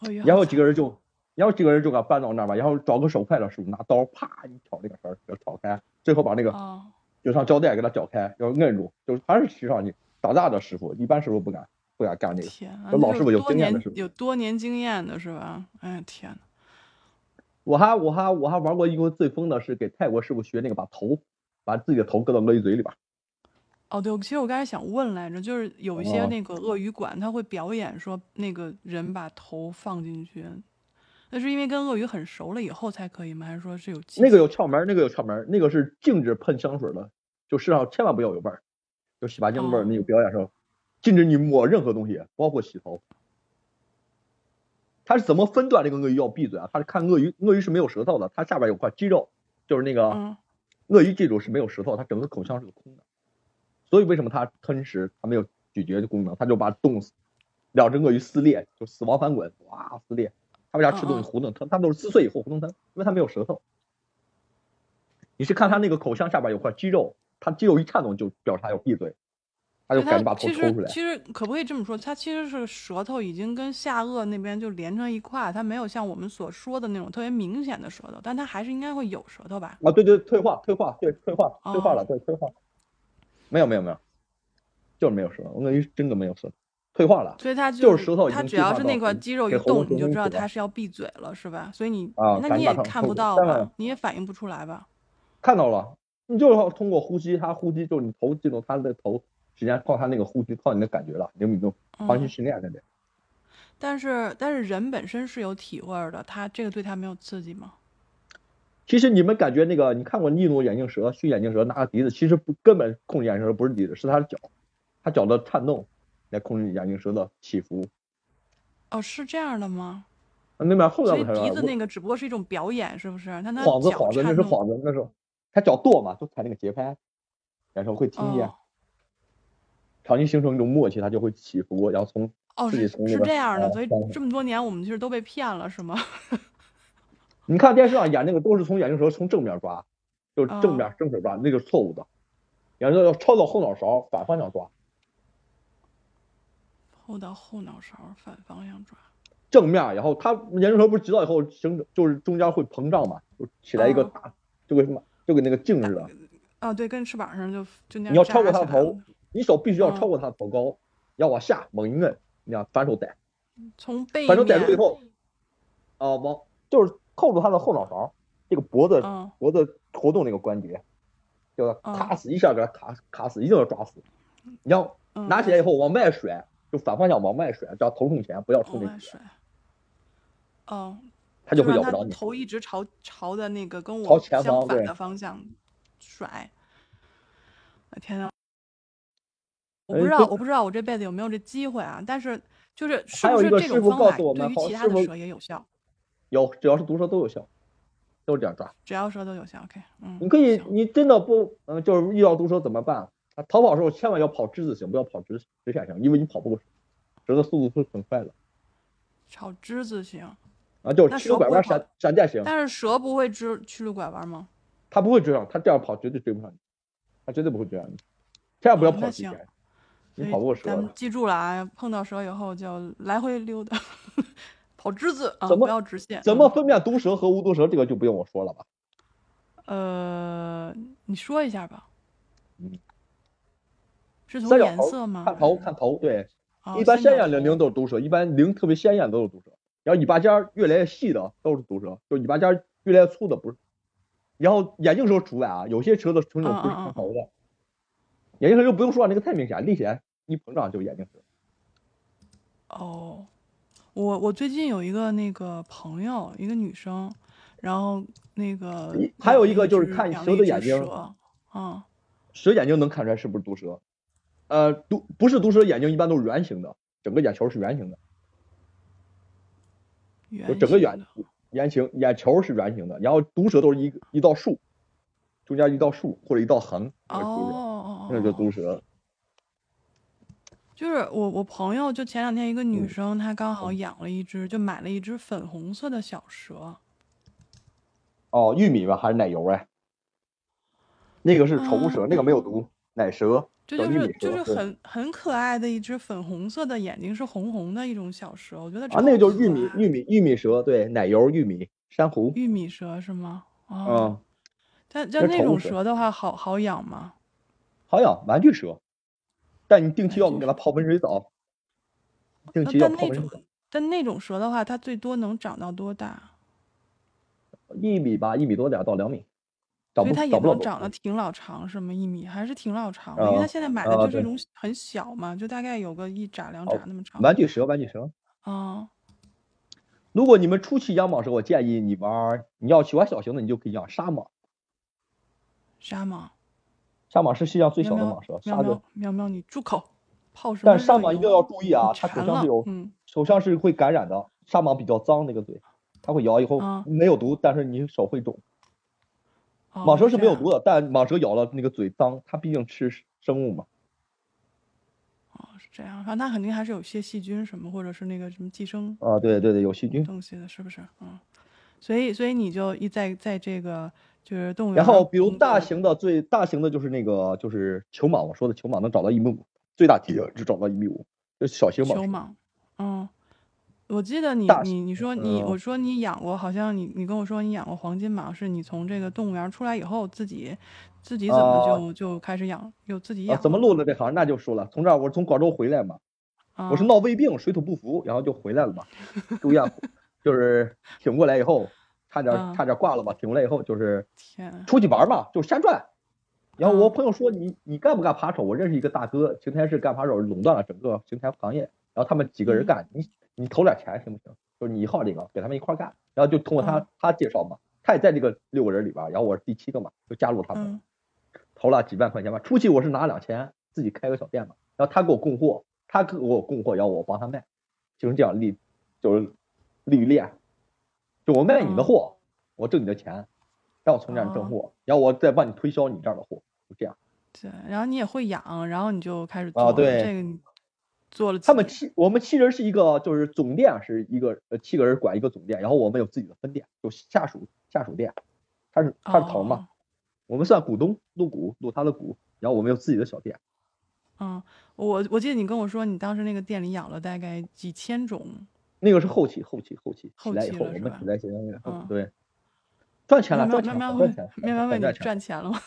A: 鳄鱼好
B: 然后几
A: 惨
B: 个人就，然后几个人就给它搬到那儿吧，然后找个手快的师傅拿刀啪一挑那个绳儿给它挑开，最后把那个
A: 哦
B: 就像胶带给它绞开，要摁住，就是还是骑上去。打大的师傅，一般师傅不敢不敢干这个，
A: 天啊，
B: 这
A: 那
B: 老
A: 就
B: 师傅
A: 是
B: 有
A: 多
B: 经验的
A: 年
B: 师傅
A: 有多年经验的是吧？哎天呐，
B: 我还我还我还玩过一个最疯的是给泰国师傅学那个把头，把自己的头搁到鳄鱼嘴里边儿。
A: 哦对，其实我刚才想问来着，就是有一些
B: 哦
A: 那个鳄鱼馆，他会表演说那个人把头放进去，那是因为跟鳄鱼很熟了以后才可以吗？还是说是有技
B: 那个
A: 巧
B: 有窍门儿，那个有窍门儿，那个是禁止喷香水儿的，就身上千万不要有味儿，就洗发精味儿。
A: 哦
B: 那个表演时候，禁止你抹任何东西，包括洗头。他是怎么分段这个鳄鱼要闭嘴啊？他是看鳄鱼，鳄鱼是没有舌头的，它下边有块肌肉，就是那个
A: 嗯
B: 鳄鱼记住是没有舌头，它整个口腔是个空的，所以为什么它吞食它没有咀嚼的功能，它就把冻死，两只鳄鱼撕裂，就死亡翻滚，哇撕裂。它为啥吃东
A: 嗯嗯
B: 西囫囵吞？它都是撕碎以后囫囵吞，因为它没有舌头。你是看它那个口腔下边有块肌肉，它肌肉一颤动就表示它要闭嘴，它就
A: 就
B: 赶
A: 哎它
B: 紧把头
A: 其
B: 抽
A: 实
B: 出来。
A: 其实可不可以这么说？它其实是舌头已经跟下颚那边就连成一块，它没有像我们所说的那种特别明显的舌头，但它还是应该会有舌头吧？
B: 啊，对对，退化，退化，对，退化，退化
A: 哦
B: 了，对，退化。没有没有没有，就是没有舌头，鳄鱼真的没有舌头，退化了。
A: 所以它
B: 就是舌头已
A: 它
B: 经
A: 只
B: 进
A: 要
B: 化
A: 是
B: 到
A: 那块
B: 给
A: 肌肉
B: 给
A: 一
B: 喉咙
A: 动，你就
B: 中
A: 知道
B: 止了
A: 它是要闭嘴了，是吧？所以你
B: 啊
A: 那
B: 咱
A: 你
B: 马
A: 也
B: 上
A: 看
B: 抽
A: 不
B: 搐
A: 到
B: 当
A: 吧
B: 然？
A: 你也反应不出来吧？
B: 看到了，你就是要通过呼吸，它呼吸就是你头进入它的头，时间靠它那个呼吸，靠你的感觉了，灵敏度，长期
A: 嗯，
B: 训练的得。
A: 但是但是人本身是有体味儿的，它这个对它没有刺激吗？
B: 其实你们感觉那个，你看过逆怒眼镜蛇、虚眼镜蛇拿个笛子，其实不根本控制眼镜蛇不是笛子，是它的脚，它脚的颤动来控制眼镜蛇的起伏。
A: 哦，是这样的吗？
B: 那边后
A: 所
B: 面
A: 以
B: 我才
A: 笛
B: 说
A: 子那个只不过是一种表演，是不是？但它
B: 幌子，
A: 脚
B: 幌子，那
A: 颤
B: 是
A: 动，
B: 幌子，那是他脚跺嘛，就踩那个节拍，然后会听见
A: 哦，
B: 长期形成一种默契，它就会起伏，然后从
A: 哦，
B: 自己
A: 是
B: 从那
A: 是
B: 个
A: 这样的，
B: 啊
A: 所以
B: 方向
A: 这么多年我们其实都被骗了，是吗？
B: 你看电视上演那个都是从眼镜蛇从正面抓，就是正
A: 哦
B: 面正手抓，那个是错误的，眼镜蛇要抄到后脑勺反方向抓，
A: 后到后脑勺反方向抓，
B: 正面，然后它眼镜蛇不是挤到以后形就是中间会膨胀嘛，就起来一个
A: 哦
B: 大，就跟什么就跟那个镜似的，
A: 啊，对，跟翅膀上就就那样
B: 你要超
A: 扎
B: 过它的
A: 起来了
B: 头，你手必须要
A: 嗯
B: 超过它的头高，要往下猛一摁，你要反手逮。
A: 从背
B: 反正逮
A: 面，
B: 住以后，啊、往就是扣住他的后脑勺，这个脖子
A: 嗯，
B: 脖子活动那个关节，就要
A: 嗯
B: 卡死，一下给他卡卡死，一定要抓死。你要
A: 嗯
B: 拿起来以后往外甩，就反方向往外甩，只要头冲前，不要
A: 往
B: 冲那
A: 外
B: 个，
A: 甩。哦，
B: 他就会
A: 让
B: 咬
A: 他
B: 不着你。
A: 头一直朝朝的那个跟
B: 朝
A: 我
B: 前
A: 相
B: 方
A: 反
B: 对
A: 的方向甩。我天呐，我
B: 哎
A: 不知道，
B: 就
A: 我不知道我这辈子有没有这机会啊！但是就是是
B: 还
A: 不
B: 有一
A: 是
B: 个
A: 这
B: 师
A: 种
B: 傅
A: 方
B: 告
A: 法
B: 诉我
A: 对
B: 们
A: 于
B: 好
A: 其他
B: 师
A: 的
B: 傅
A: 蛇也有效？
B: 有只要是毒蛇都有效，都是这样抓。
A: 只要蛇都有效，OK，嗯，
B: 你可以
A: 行，
B: 你真的不，嗯，就是遇到毒蛇怎么办？啊，逃跑的时候千万要跑之字形，不要跑直直线型，因为你跑不过，蛇的速度是很快的。
A: 炒之字形，
B: 啊，就
A: 那
B: 是七
A: 蛇
B: 个拐
A: 不会
B: 弯
A: 跑
B: 闪闪电型，
A: 但是蛇不会知曲率拐弯吗？
B: 他不会追上，他这样跑绝对追不上你，他绝对不会追上你，千万不要
A: 哦那
B: 跑极
A: 行
B: 限，
A: 所
B: 你
A: 以
B: 跑不过蛇
A: 咱们
B: 的。
A: 记住了啊，碰到蛇以后就来回溜达， 跑之字啊，
B: 怎么
A: 不要直线。
B: 怎么分辨毒蛇和无毒蛇？这个就不用我说了吧？
A: 嗯？呃，你说一下吧。
B: 嗯，
A: 是从
B: 三角
A: 颜
B: 头
A: 色吗？
B: 看头，看头，对，
A: 哦
B: 一般
A: 三
B: 鲜
A: 角
B: 艳玲
A: 头
B: 玲都是毒蛇，一般鳞特别鲜艳的都是毒蛇，然后尾巴尖儿越来越细的都是毒蛇，就尾巴尖儿越来越粗的不是。然后眼镜蛇除外啊，有些蛇的品种不
A: 嗯
B: 是
A: 嗯嗯
B: 看头的，眼镜蛇就不用说了，啊那个太明显，立起来一膨胀就是眼镜蛇。
A: 哦，我我最近有一个那个朋友，一个女生，然后那个
B: 一还
A: 养
B: 有
A: 了
B: 一个就是
A: 只
B: 看
A: 养
B: 蛇
A: 了一
B: 的
A: 只
B: 眼睛
A: 蛇嗯，
B: 蛇眼睛能看出来是不是毒蛇。呃，毒不是毒蛇眼睛一般都是圆形的，整个眼球是圆形的，就
A: 圆
B: 整个
A: 形
B: 眼
A: 的
B: 圆形眼球是圆形的，然后毒蛇都是一个一道竖，中间一道竖或者一道横，
A: 哦
B: 那是毒蛇，
A: 哦，
B: 那就是
A: 哦
B: 毒蛇。
A: 就是我我朋友就前两天一个女
B: 嗯
A: 生，她刚好
B: 嗯
A: 养了一只，就买了一只粉红色的小蛇，
B: 哦，玉米吧还是奶油哎？那个是宠
A: 啊
B: 物蛇，那个没有毒，奶蛇
A: 这
B: 叫
A: 就
B: 玉米
A: 是就
B: 蛇
A: 是
B: 对
A: 很很可爱的一只粉红色的，眼睛是红红的一种小蛇，我觉得超
B: 啊，那个就是
A: 可
B: 玉米
A: 爱。
B: 玉米玉米蛇，对，奶油玉米珊瑚，
A: 玉米蛇是吗？哦，
B: 嗯，
A: 但但
B: 那
A: 那
B: 宠
A: 种
B: 物蛇
A: 蛇的话好好养吗？
B: 好养玩具蛇，但你定期
A: 玩具
B: 要
A: 啊
B: 给它泡温水澡，定
A: 那
B: 期要
A: 但
B: 泡
A: 那
B: 温水
A: 种
B: 澡。
A: 但那种蛇的话，它最多能长到多大？
B: 一米吧，一米多点儿到两米，长
A: 所以
B: 不
A: 它也
B: 长不了
A: 能
B: 多
A: 长
B: 少
A: 得挺老长，是吗？一米还是挺老长的，因为它
B: 啊
A: 现在买的
B: 啊，
A: 就是一
B: 对，哦
A: 种很小嘛，就大概有个一拃两拃
B: 好，
A: 那么长。
B: 玩具蛇，玩具蛇。
A: 哦，
B: 如果你们初期养蟒蛇，我建议你玩儿，你要喜欢小型的，你就可以养沙蟒。
A: 沙蟒，
B: 沙蟒是世界上最
A: 喵
B: 小的
A: 喵
B: 蟒蛇，
A: 喵
B: 沙子。
A: 喵喵喵，你住口！泡什么
B: 但沙
A: 热
B: 蟒一定
A: 油？
B: 要注意
A: 你
B: 啊，它
A: 馋
B: 口腔是
A: 了，
B: 有
A: 嗯
B: 手上是会感染的，沙蟒比较脏那个嘴，它会咬以后
A: 啊，
B: 没有毒，但是你手会肿。蟒
A: 哦，
B: 蛇是
A: 这
B: 没有
A: 样
B: 毒的，但蟒蛇咬了那个嘴脏，它毕竟吃生物嘛。
A: 哦，是这样，啊，那肯定还是有些细菌什么，或者是那个什么寄生
B: 啊，对对对，有细菌。
A: 东西的，是不是？嗯，所以所以你就一在在这个就是动物园
B: 然
A: 儿
B: 后比如
A: 工作
B: 大
A: 嗯了，
B: 型的最大型的就是那个就是球蟒，我说的球蟒能找到一米五，最大体只找到一米五，这小型蟒
A: 球
B: 蛇。
A: 蟒，嗯。我记得你
B: 大型
A: 你你说你我
B: 嗯
A: 说你养过，好像你你跟我说你养过黄金蟒，是你从这个动物园儿出来以后自己自己怎么
B: 啊
A: 就就开始养，又自己
B: 啊，
A: 养
B: 怎么
A: 了
B: 入了这行？那就说了，从这儿我从广州回来嘛，我是
A: 啊？
B: 闹胃病，水土不服，然后就回 来了嘛，住院，就是挺过来以后，差点
A: 啊，
B: 差点挂了嘛，挺过来以后就是
A: 天
B: 出去玩儿嘛，就瞎转。然后我
A: 啊，
B: 朋友说你你干不干扒手？我认识一个大哥，邢台市干扒手垄断了整个邢台行业，然后他们几个人
A: 嗯
B: 干，你你投点钱行不行？就是你一号这个，给他们一块儿干，然后就通过
A: 啊
B: 他他介绍嘛，他也在这个六个人里边儿，然后我是第七个嘛，就加入他们了，
A: 嗯
B: 投了几万块钱吧。初期我是拿两千，自己开个小店嘛，然后他给我供货，他给我供货，然后我帮他卖，就是这样利，就是利链，就我卖你的
A: 啊
B: 货，我挣你的钱，让我从这儿挣
A: 哦，
B: 货，然后我再帮你推销你这儿的货，就这样。
A: 对，然后你也会养，然后你就开始
B: 啊，
A: 做了，
B: 对，
A: 这个你做了
B: 他
A: 几
B: 们
A: 年？
B: 七，我们七人是一个，就是总店是一个，呃，七个人管一个总店，然后我们有自己的分店，有下属下属店，他是他是头儿嘛，
A: 哦，
B: 我们算股东，入股入他的股，然后我们有自己的小店，
A: 嗯，我我记得你跟我说，你当时那个店里养了大概几千种，
B: 那个是后期后期后期起
A: 后
B: 来以
A: 期
B: 后，
A: 了
B: 我
A: 是
B: 们
A: 吧？
B: 起来起来以后，
A: 嗯，
B: 对，赚钱
A: 喵
B: 了，
A: 喵
B: 赚
A: 喵喵
B: 钱了，很
A: 问
B: 赚钱，
A: 喵喵
B: 很
A: 问
B: 赚
A: 你
B: 钱，
A: 赚钱了吗？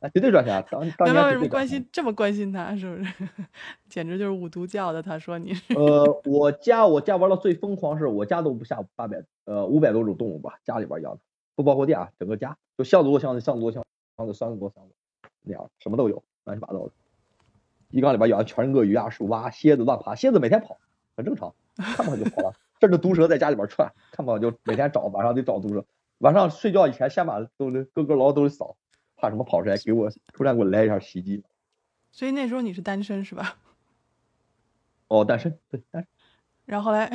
B: 啊，绝对赚钱啊，当当
A: 喵喵
B: 年
A: 为什么
B: 绝对赚
A: 关
B: 钱了。
A: 心这么关心他？是不是？ 简直就是五毒教的。他说你是
B: 呃，我家我家玩的最疯狂是我家都不下八百呃五百多种动物吧，家里边养的，不包括店啊，整个家就箱子多箱子，箱子多箱子，箱子多箱子，那样什么都有，乱七八糟的。鱼缸里边养的全是鳄鱼啊、树蛙、蝎子乱爬，蝎子每天跑，很正常，看不到就跑了。甚至毒蛇在家里边窜，看不到就每天找，晚上得找毒蛇。晚上睡觉以前先把都得各个牢都得扫，怕什么跑出来给我突然给我来一下袭击。
A: 所以那时候你是单身是吧？
B: 哦，单身对单身。
A: 然后后来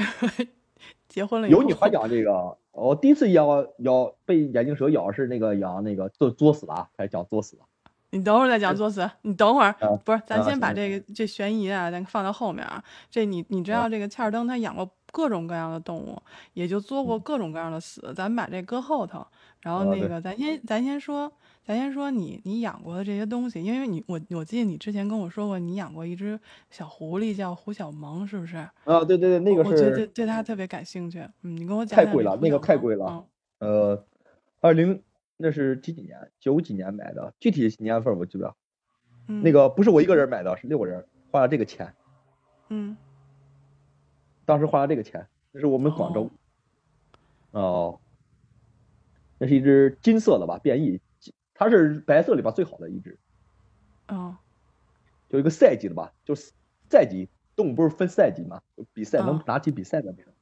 A: 结婚了以
B: 有你还
A: 后，
B: 养这个，我第一次咬咬被眼镜蛇咬是那个养那个作作死了啊，还讲作死了，
A: 你等会儿再讲作死，你等会儿
B: 嗯啊
A: 不是，咱
B: 啊
A: 先
B: 行
A: 把
B: 行
A: 这
B: 行
A: 个这悬疑啊，咱放到后面啊。这你你知
B: 行
A: 道这个切尔登他养过各种各样的动物，也就做过
B: 嗯
A: 各种各样的死。咱们把这搁后头，然后
B: 啊，
A: 那
B: 对，
A: 个咱先咱先说，咱先说你你养过的这些东西，因为你我我记得你之前跟我说过，你养过一只小狐狸叫胡小萌，是不是？
B: 啊，对对对，那
A: 我
B: 个
A: 我觉得
B: 是
A: 对对它特别感兴趣。嗯，你跟我讲
B: 太
A: 讲
B: 贵
A: 这
B: 了，
A: 胡
B: 那个
A: 小
B: 太
A: 萌。
B: 贵了。
A: 嗯
B: 呃，二零那是几几年？九几年买的，具体几年份儿我记不了。
A: 嗯
B: 那个不是我一个人买的，是六个人花了这个钱，
A: 嗯，
B: 当时花了这个钱。那是我们广
A: 哦
B: 州哦，那是一只金色的吧，变异，金它是白色里边最好的一只，
A: 哦
B: 就一个赛级的吧，就是赛级动物不是分赛级嘛，就比赛能
A: 啊
B: 拿起比赛的那种，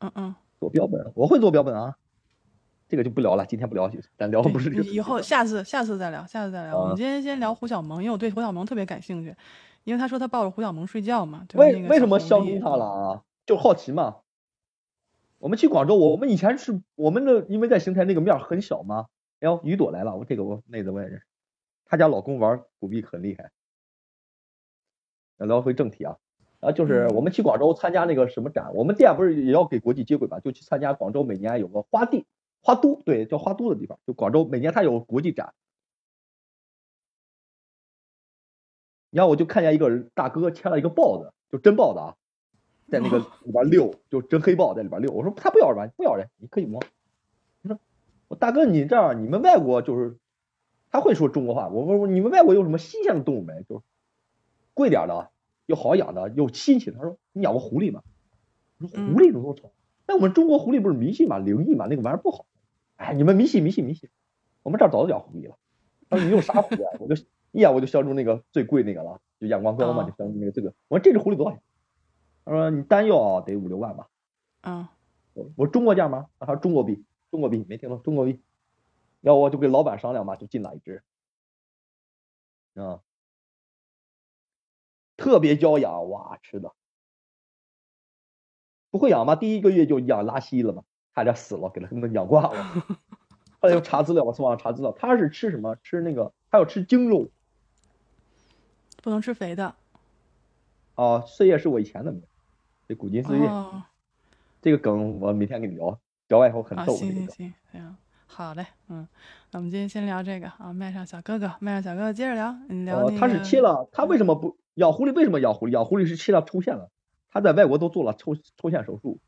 A: 嗯嗯，
B: 做标本，我会做标本啊，这个就不聊了，今天不聊，咱聊的哦不
A: 对，
B: 是这
A: 以
B: 个主
A: 以
B: 题
A: 后
B: 了
A: 下次下次再聊，下次再聊。我们
B: 啊。
A: 今天先聊胡小萌，因为我对胡小萌特别感兴趣，因为他说他抱着胡小萌睡觉嘛，就是
B: 为
A: 那个
B: 为
A: 小
B: 什么
A: 狐
B: 相中
A: 狸。
B: 它了
A: 嗯
B: 啊？就好奇嘛。我们去广州，我们以前是我们的，因为在邢台那个面儿很小嘛。然后雨朵来了，我这个我妹子我也认识，她家老公玩古币很厉害。聊回正题啊，然后就是
A: 嗯
B: 我们去广州参加那个什么展，我们店不是也要给国际接轨嘛，就去参加广州每年有个花地花都，对，叫花都的地方，就广州每年它有国际展。然后我就看见一个人大哥牵了一个豹子，就真豹子啊，在那个
A: 哦，
B: 里边溜，就真黑豹在里边溜。我说他不要人，不要人，你可以摸。他说我大哥，你这样，你们外国就是他会说中国话。我问你们外国有什么新鲜的动物没？就是贵点儿的，又好养的，又新奇的。他说你养过狐狸吗？我说狐
A: 嗯
B: 狸有多丑？那我们中国狐狸不是迷信嘛，灵异嘛，那个玩意儿不好。哎，你们迷信迷信迷信，我们这儿早就养狐狸了。他说你用啥狐啊？我就一眼我就相中那个最贵那个了，就眼光标嘛，就
A: 哦
B: 相中那个最贵。我说这只狐狸多少钱？他说你单要得五六万吧。
A: 嗯
B: 我我中国价吗？啊，他说中国币，中国币，没听懂，中国币。要我就跟老板商量吧，就进了一只，啊、特别娇养，哇，吃的不会养嘛，第一个月就养拉稀了嘛，差点死了，给他们养挂了。后来又查资料，我从网上查资料，它是吃什么？吃那个，它要吃精肉
A: 不能吃肥的。
B: 啊。岁月是我以前的名，这古今岁月
A: 哦，
B: 这个梗，我每天跟你聊，聊完以后很
A: 啊，
B: 逗，
A: 行
B: 这个
A: 行
B: 梗。
A: 行，行，好嘞，嗯，那我们今天先聊这个啊，麦上小哥哥，麦上小哥哥接着聊，你聊
B: 哦，
A: 那
B: 他是
A: 个，
B: 切了，他为
A: 嗯，
B: 什么不养狐狸？为什么养狐狸？养狐狸是切了抽线了，他在外国都做了抽抽线手术。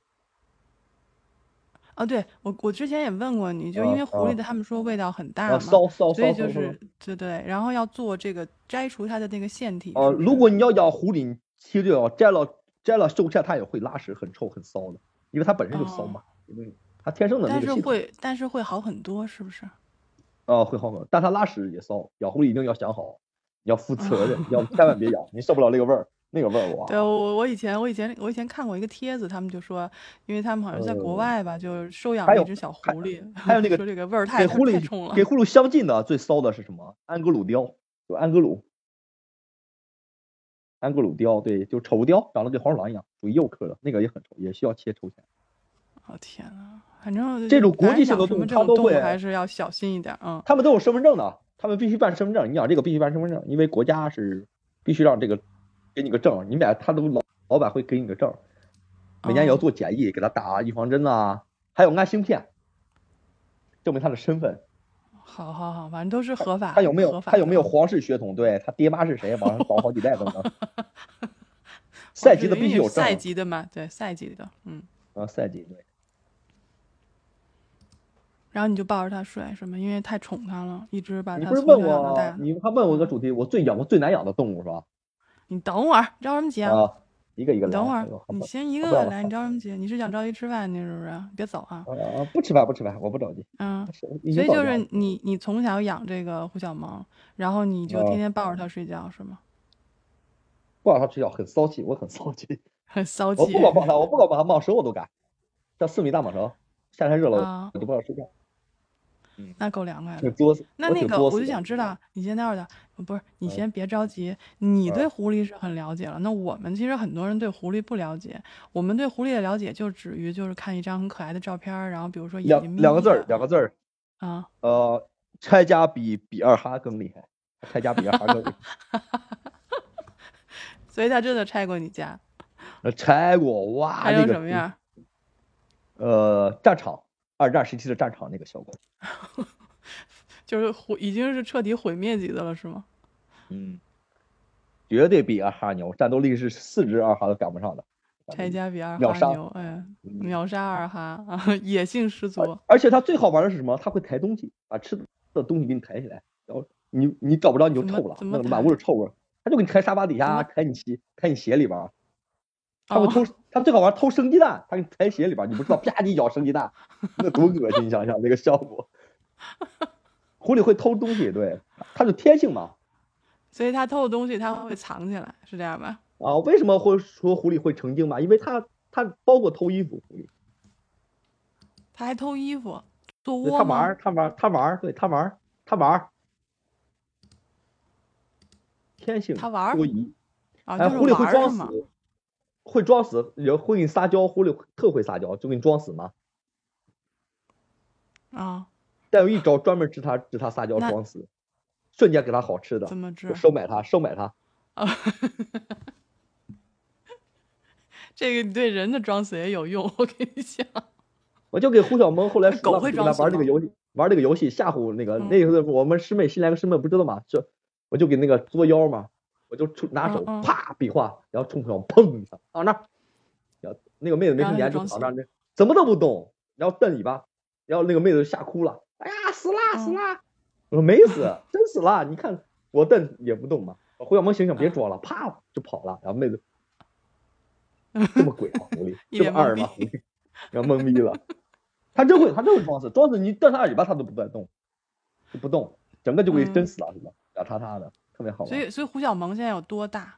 A: 啊，对我我之前也问过你，就因
B: 啊
A: 为狐狸
B: 啊
A: 的他们说味道很
B: 啊，
A: 大嘛，
B: 骚骚
A: 所以
B: 骚
A: 就
B: 骚骚！
A: 是对对，然后要做这个摘除它的那个腺体，
B: 呃，
A: 是不
B: 如
A: 是？
B: 果你要养狐狸，其实就要摘了摘了抽线，它也会拉屎，很臭很骚的，因为它本身就骚
A: 哦，
B: 嘛，因为它天生的那
A: 但
B: 个
A: 是
B: 系统
A: 会但是会好很多，是不是？
B: 啊会好很多，但它拉屎也骚。养狐狸一定要想好，你要负 责任，要
A: 啊。
B: 千万别养，你受不了那个味儿，那个味 儿
A: 对，
B: 哇，
A: 我我以前我以前我以前看过一个帖子，他们就说，因为他们好像在国
B: 呃，
A: 外吧，就收养
B: 还
A: 了一
B: 有
A: 只小
B: 还
A: 狐狸，
B: 还有那个
A: 说这个味儿太
B: 给狐
A: 太
B: 狸
A: 冲了。
B: 给狐狸相近的最骚的是什么？安格鲁雕，就安格鲁。安格鲁雕，对，就丑雕，长得跟黄鼠狼一样，属于幼科的，那个也很丑，也需要切抽签。
A: 哦天呐，反正
B: 这种
A: 反
B: 国
A: 正
B: 际性
A: 养
B: 的
A: 什
B: 动
A: 么
B: 物，
A: 这
B: 它
A: 种
B: 都
A: 动
B: 会，
A: 物还是要小心一点儿，嗯，
B: 它们都有身份证的，它们必须办身份证。你养这个必须办身份证，因为国家是必须让这个给你个证儿，你买它都老老板会给你个证儿，每年也要
A: 哦
B: 做检疫，给它打预防针啊，还有安芯片，证明它的身份。
A: 好好好，反正都是合
B: 他
A: 法
B: 有没有
A: 合
B: 他
A: 法
B: 有
A: 的
B: 没有
A: 啊。
B: 皇室血统？对他爹妈是谁？往上倒好几代 怎么着？
A: 皇
B: 赛
A: 室血
B: 级的
A: 哦因为
B: 必须
A: 也是
B: 有
A: 赛
B: 证
A: 级的嘛，对，赛级的，嗯，
B: 啊，赛级对。
A: 然后你就抱着它睡是吗？因为太宠它了，一直把
B: 你
A: 它
B: 不是
A: 啊从
B: 问
A: 小养到
B: 我，
A: 大，
B: 你还问我个
A: 嗯，
B: 主题，我最养过最难养的动物是吧？
A: 你等会儿，你着什么急啊？
B: 啊，一个一个
A: 你
B: 来，
A: 等会
B: 哎
A: 儿，
B: 呦，还
A: 你
B: 不
A: 先一
B: 还
A: 个
B: 不
A: 个
B: 让我
A: 来，你着什么急？你是想着急吃饭去是不是？别走啊，
B: 啊不吃饭不吃饭，我不着急，
A: 嗯，
B: 是已
A: 所以就
B: 经早就养
A: 是
B: 了
A: 你你从小养这个胡小萌，然后你就天
B: 啊，
A: 天抱着它睡觉是吗？
B: 不让它吃药很骚气，我很骚气，
A: 很骚
B: 哦我不
A: 气
B: 管抱它，我不管把它蟒蛇我都敢，叫四米大蟒蛇，夏天热了
A: 啊。
B: 我就不让它睡觉，嗯，
A: 那够凉快
B: 挺
A: 的。
B: 作死，
A: 那
B: 我
A: 那
B: 挺
A: 个，
B: 作
A: 我
B: 死
A: 就
B: 的，
A: 想知道，你先待会儿的，呃不是你
B: 嗯
A: 先别着急，你对
B: 嗯
A: 狐狸是很了解了。那我们其实很多人对狐狸不了解，我们对狐狸的了解就止于就是看一张很可爱的照片儿，然后比如说眼
B: 两
A: 睛眯
B: 两个
A: 眯
B: 字
A: 的
B: 儿，
A: 啊
B: 两个字儿。
A: 啊，
B: 呃，拆家比比二哈更厉害，拆家比二哈更厉害。
A: 所以他真的拆过你家，
B: 那拆过，哇，
A: 拆
B: 那
A: 成
B: 啊个嗯
A: 什么
B: 图
A: 样？
B: 呃，战场，二战时期的战场那个效果。
A: 就是毁，已经是彻底毁灭级的了，是吗？
B: 嗯，绝对比二哈牛，战斗力是四只二哈都赶不上的。
A: 拆家比二
B: 秒
A: 哈
B: 杀
A: 牛，哎，
B: 嗯
A: 秒杀二哈啊，野性十足。
B: 而且它最好玩的是什么？它会抬东西，把吃的东西给你抬起来，然后你你找不着你就
A: 怎么
B: 臭了，
A: 怎么
B: 那个满
A: 抬
B: 屋是臭味儿，它就给你抬沙发底
A: 怎么
B: 下，抬你鞋，抬你鞋里边儿。它会
A: 哦，
B: 偷，它最好玩，偷生鸡蛋，它给你抬鞋里边儿，你不知道，啪你一咬生鸡蛋，那多恶心！你想想那个效果。狐狸会偷东西，对，它是天性嘛。
A: 所以他偷的东西他会藏起来，是这样吧？
B: 啊，为什么会说狐狸会成精嘛？因为它它包括偷衣服，狐狸。
A: 他还偷衣服做
B: 对
A: 窝
B: 他玩
A: 吗？
B: 儿，他玩儿，他玩儿，对他玩儿，他玩儿，天性
A: 他玩儿
B: 多疑，
A: 啊，
B: 哎，
A: 就是
B: 狐狸
A: 玩
B: 会
A: 儿
B: 装
A: 是吗？
B: 死，会装死，人会给你撒娇，狐狸会特会撒娇，就给你装死嘛。
A: 啊，
B: 但有一招专门治他治他撒娇
A: 那
B: 装死，瞬间给他好吃的
A: 怎，么治
B: 就？收买他，收买他。
A: 啊，这个你对人的装死也有用，我跟你讲。
B: 我就给胡小萌后来
A: 那
B: 说
A: 狗
B: 了
A: 会
B: 就跟
A: 装
B: 他
A: 死
B: 玩这个
A: 吗
B: 游戏，玩这个游戏吓唬那个
A: 嗯
B: 那时候我们师妹新来个师妹不知道嘛，就我就给那个作妖嘛，我就出拿手
A: 嗯嗯
B: 啪比划，然后冲上砰一下躺那儿，然后那个妹子没
A: 然后
B: 听
A: 他
B: 见
A: 就
B: 就躺
A: 装
B: 那儿，那怎么都不动，然后瞪尾巴，然后那个妹子就吓哭了，哎呀死啦死
A: 嗯
B: 啦，我说没死，真死啦，你看我瞪也不动嘛，胡小萌醒醒别
A: 嗯
B: 装了，啪就跑了，然后妹 子这么鬼啊狐狸，
A: 一
B: 这
A: 脸
B: 么
A: 懵
B: 二吗狐狸，然后懵逼了。他真会，他真会装死，装死你瞪他尾巴，他都不带动，就不动，整个就给
A: 嗯
B: 真死了，是吧？傻叉叉的，特别好
A: 所
B: 玩。
A: 以，所以胡小萌现在有多大？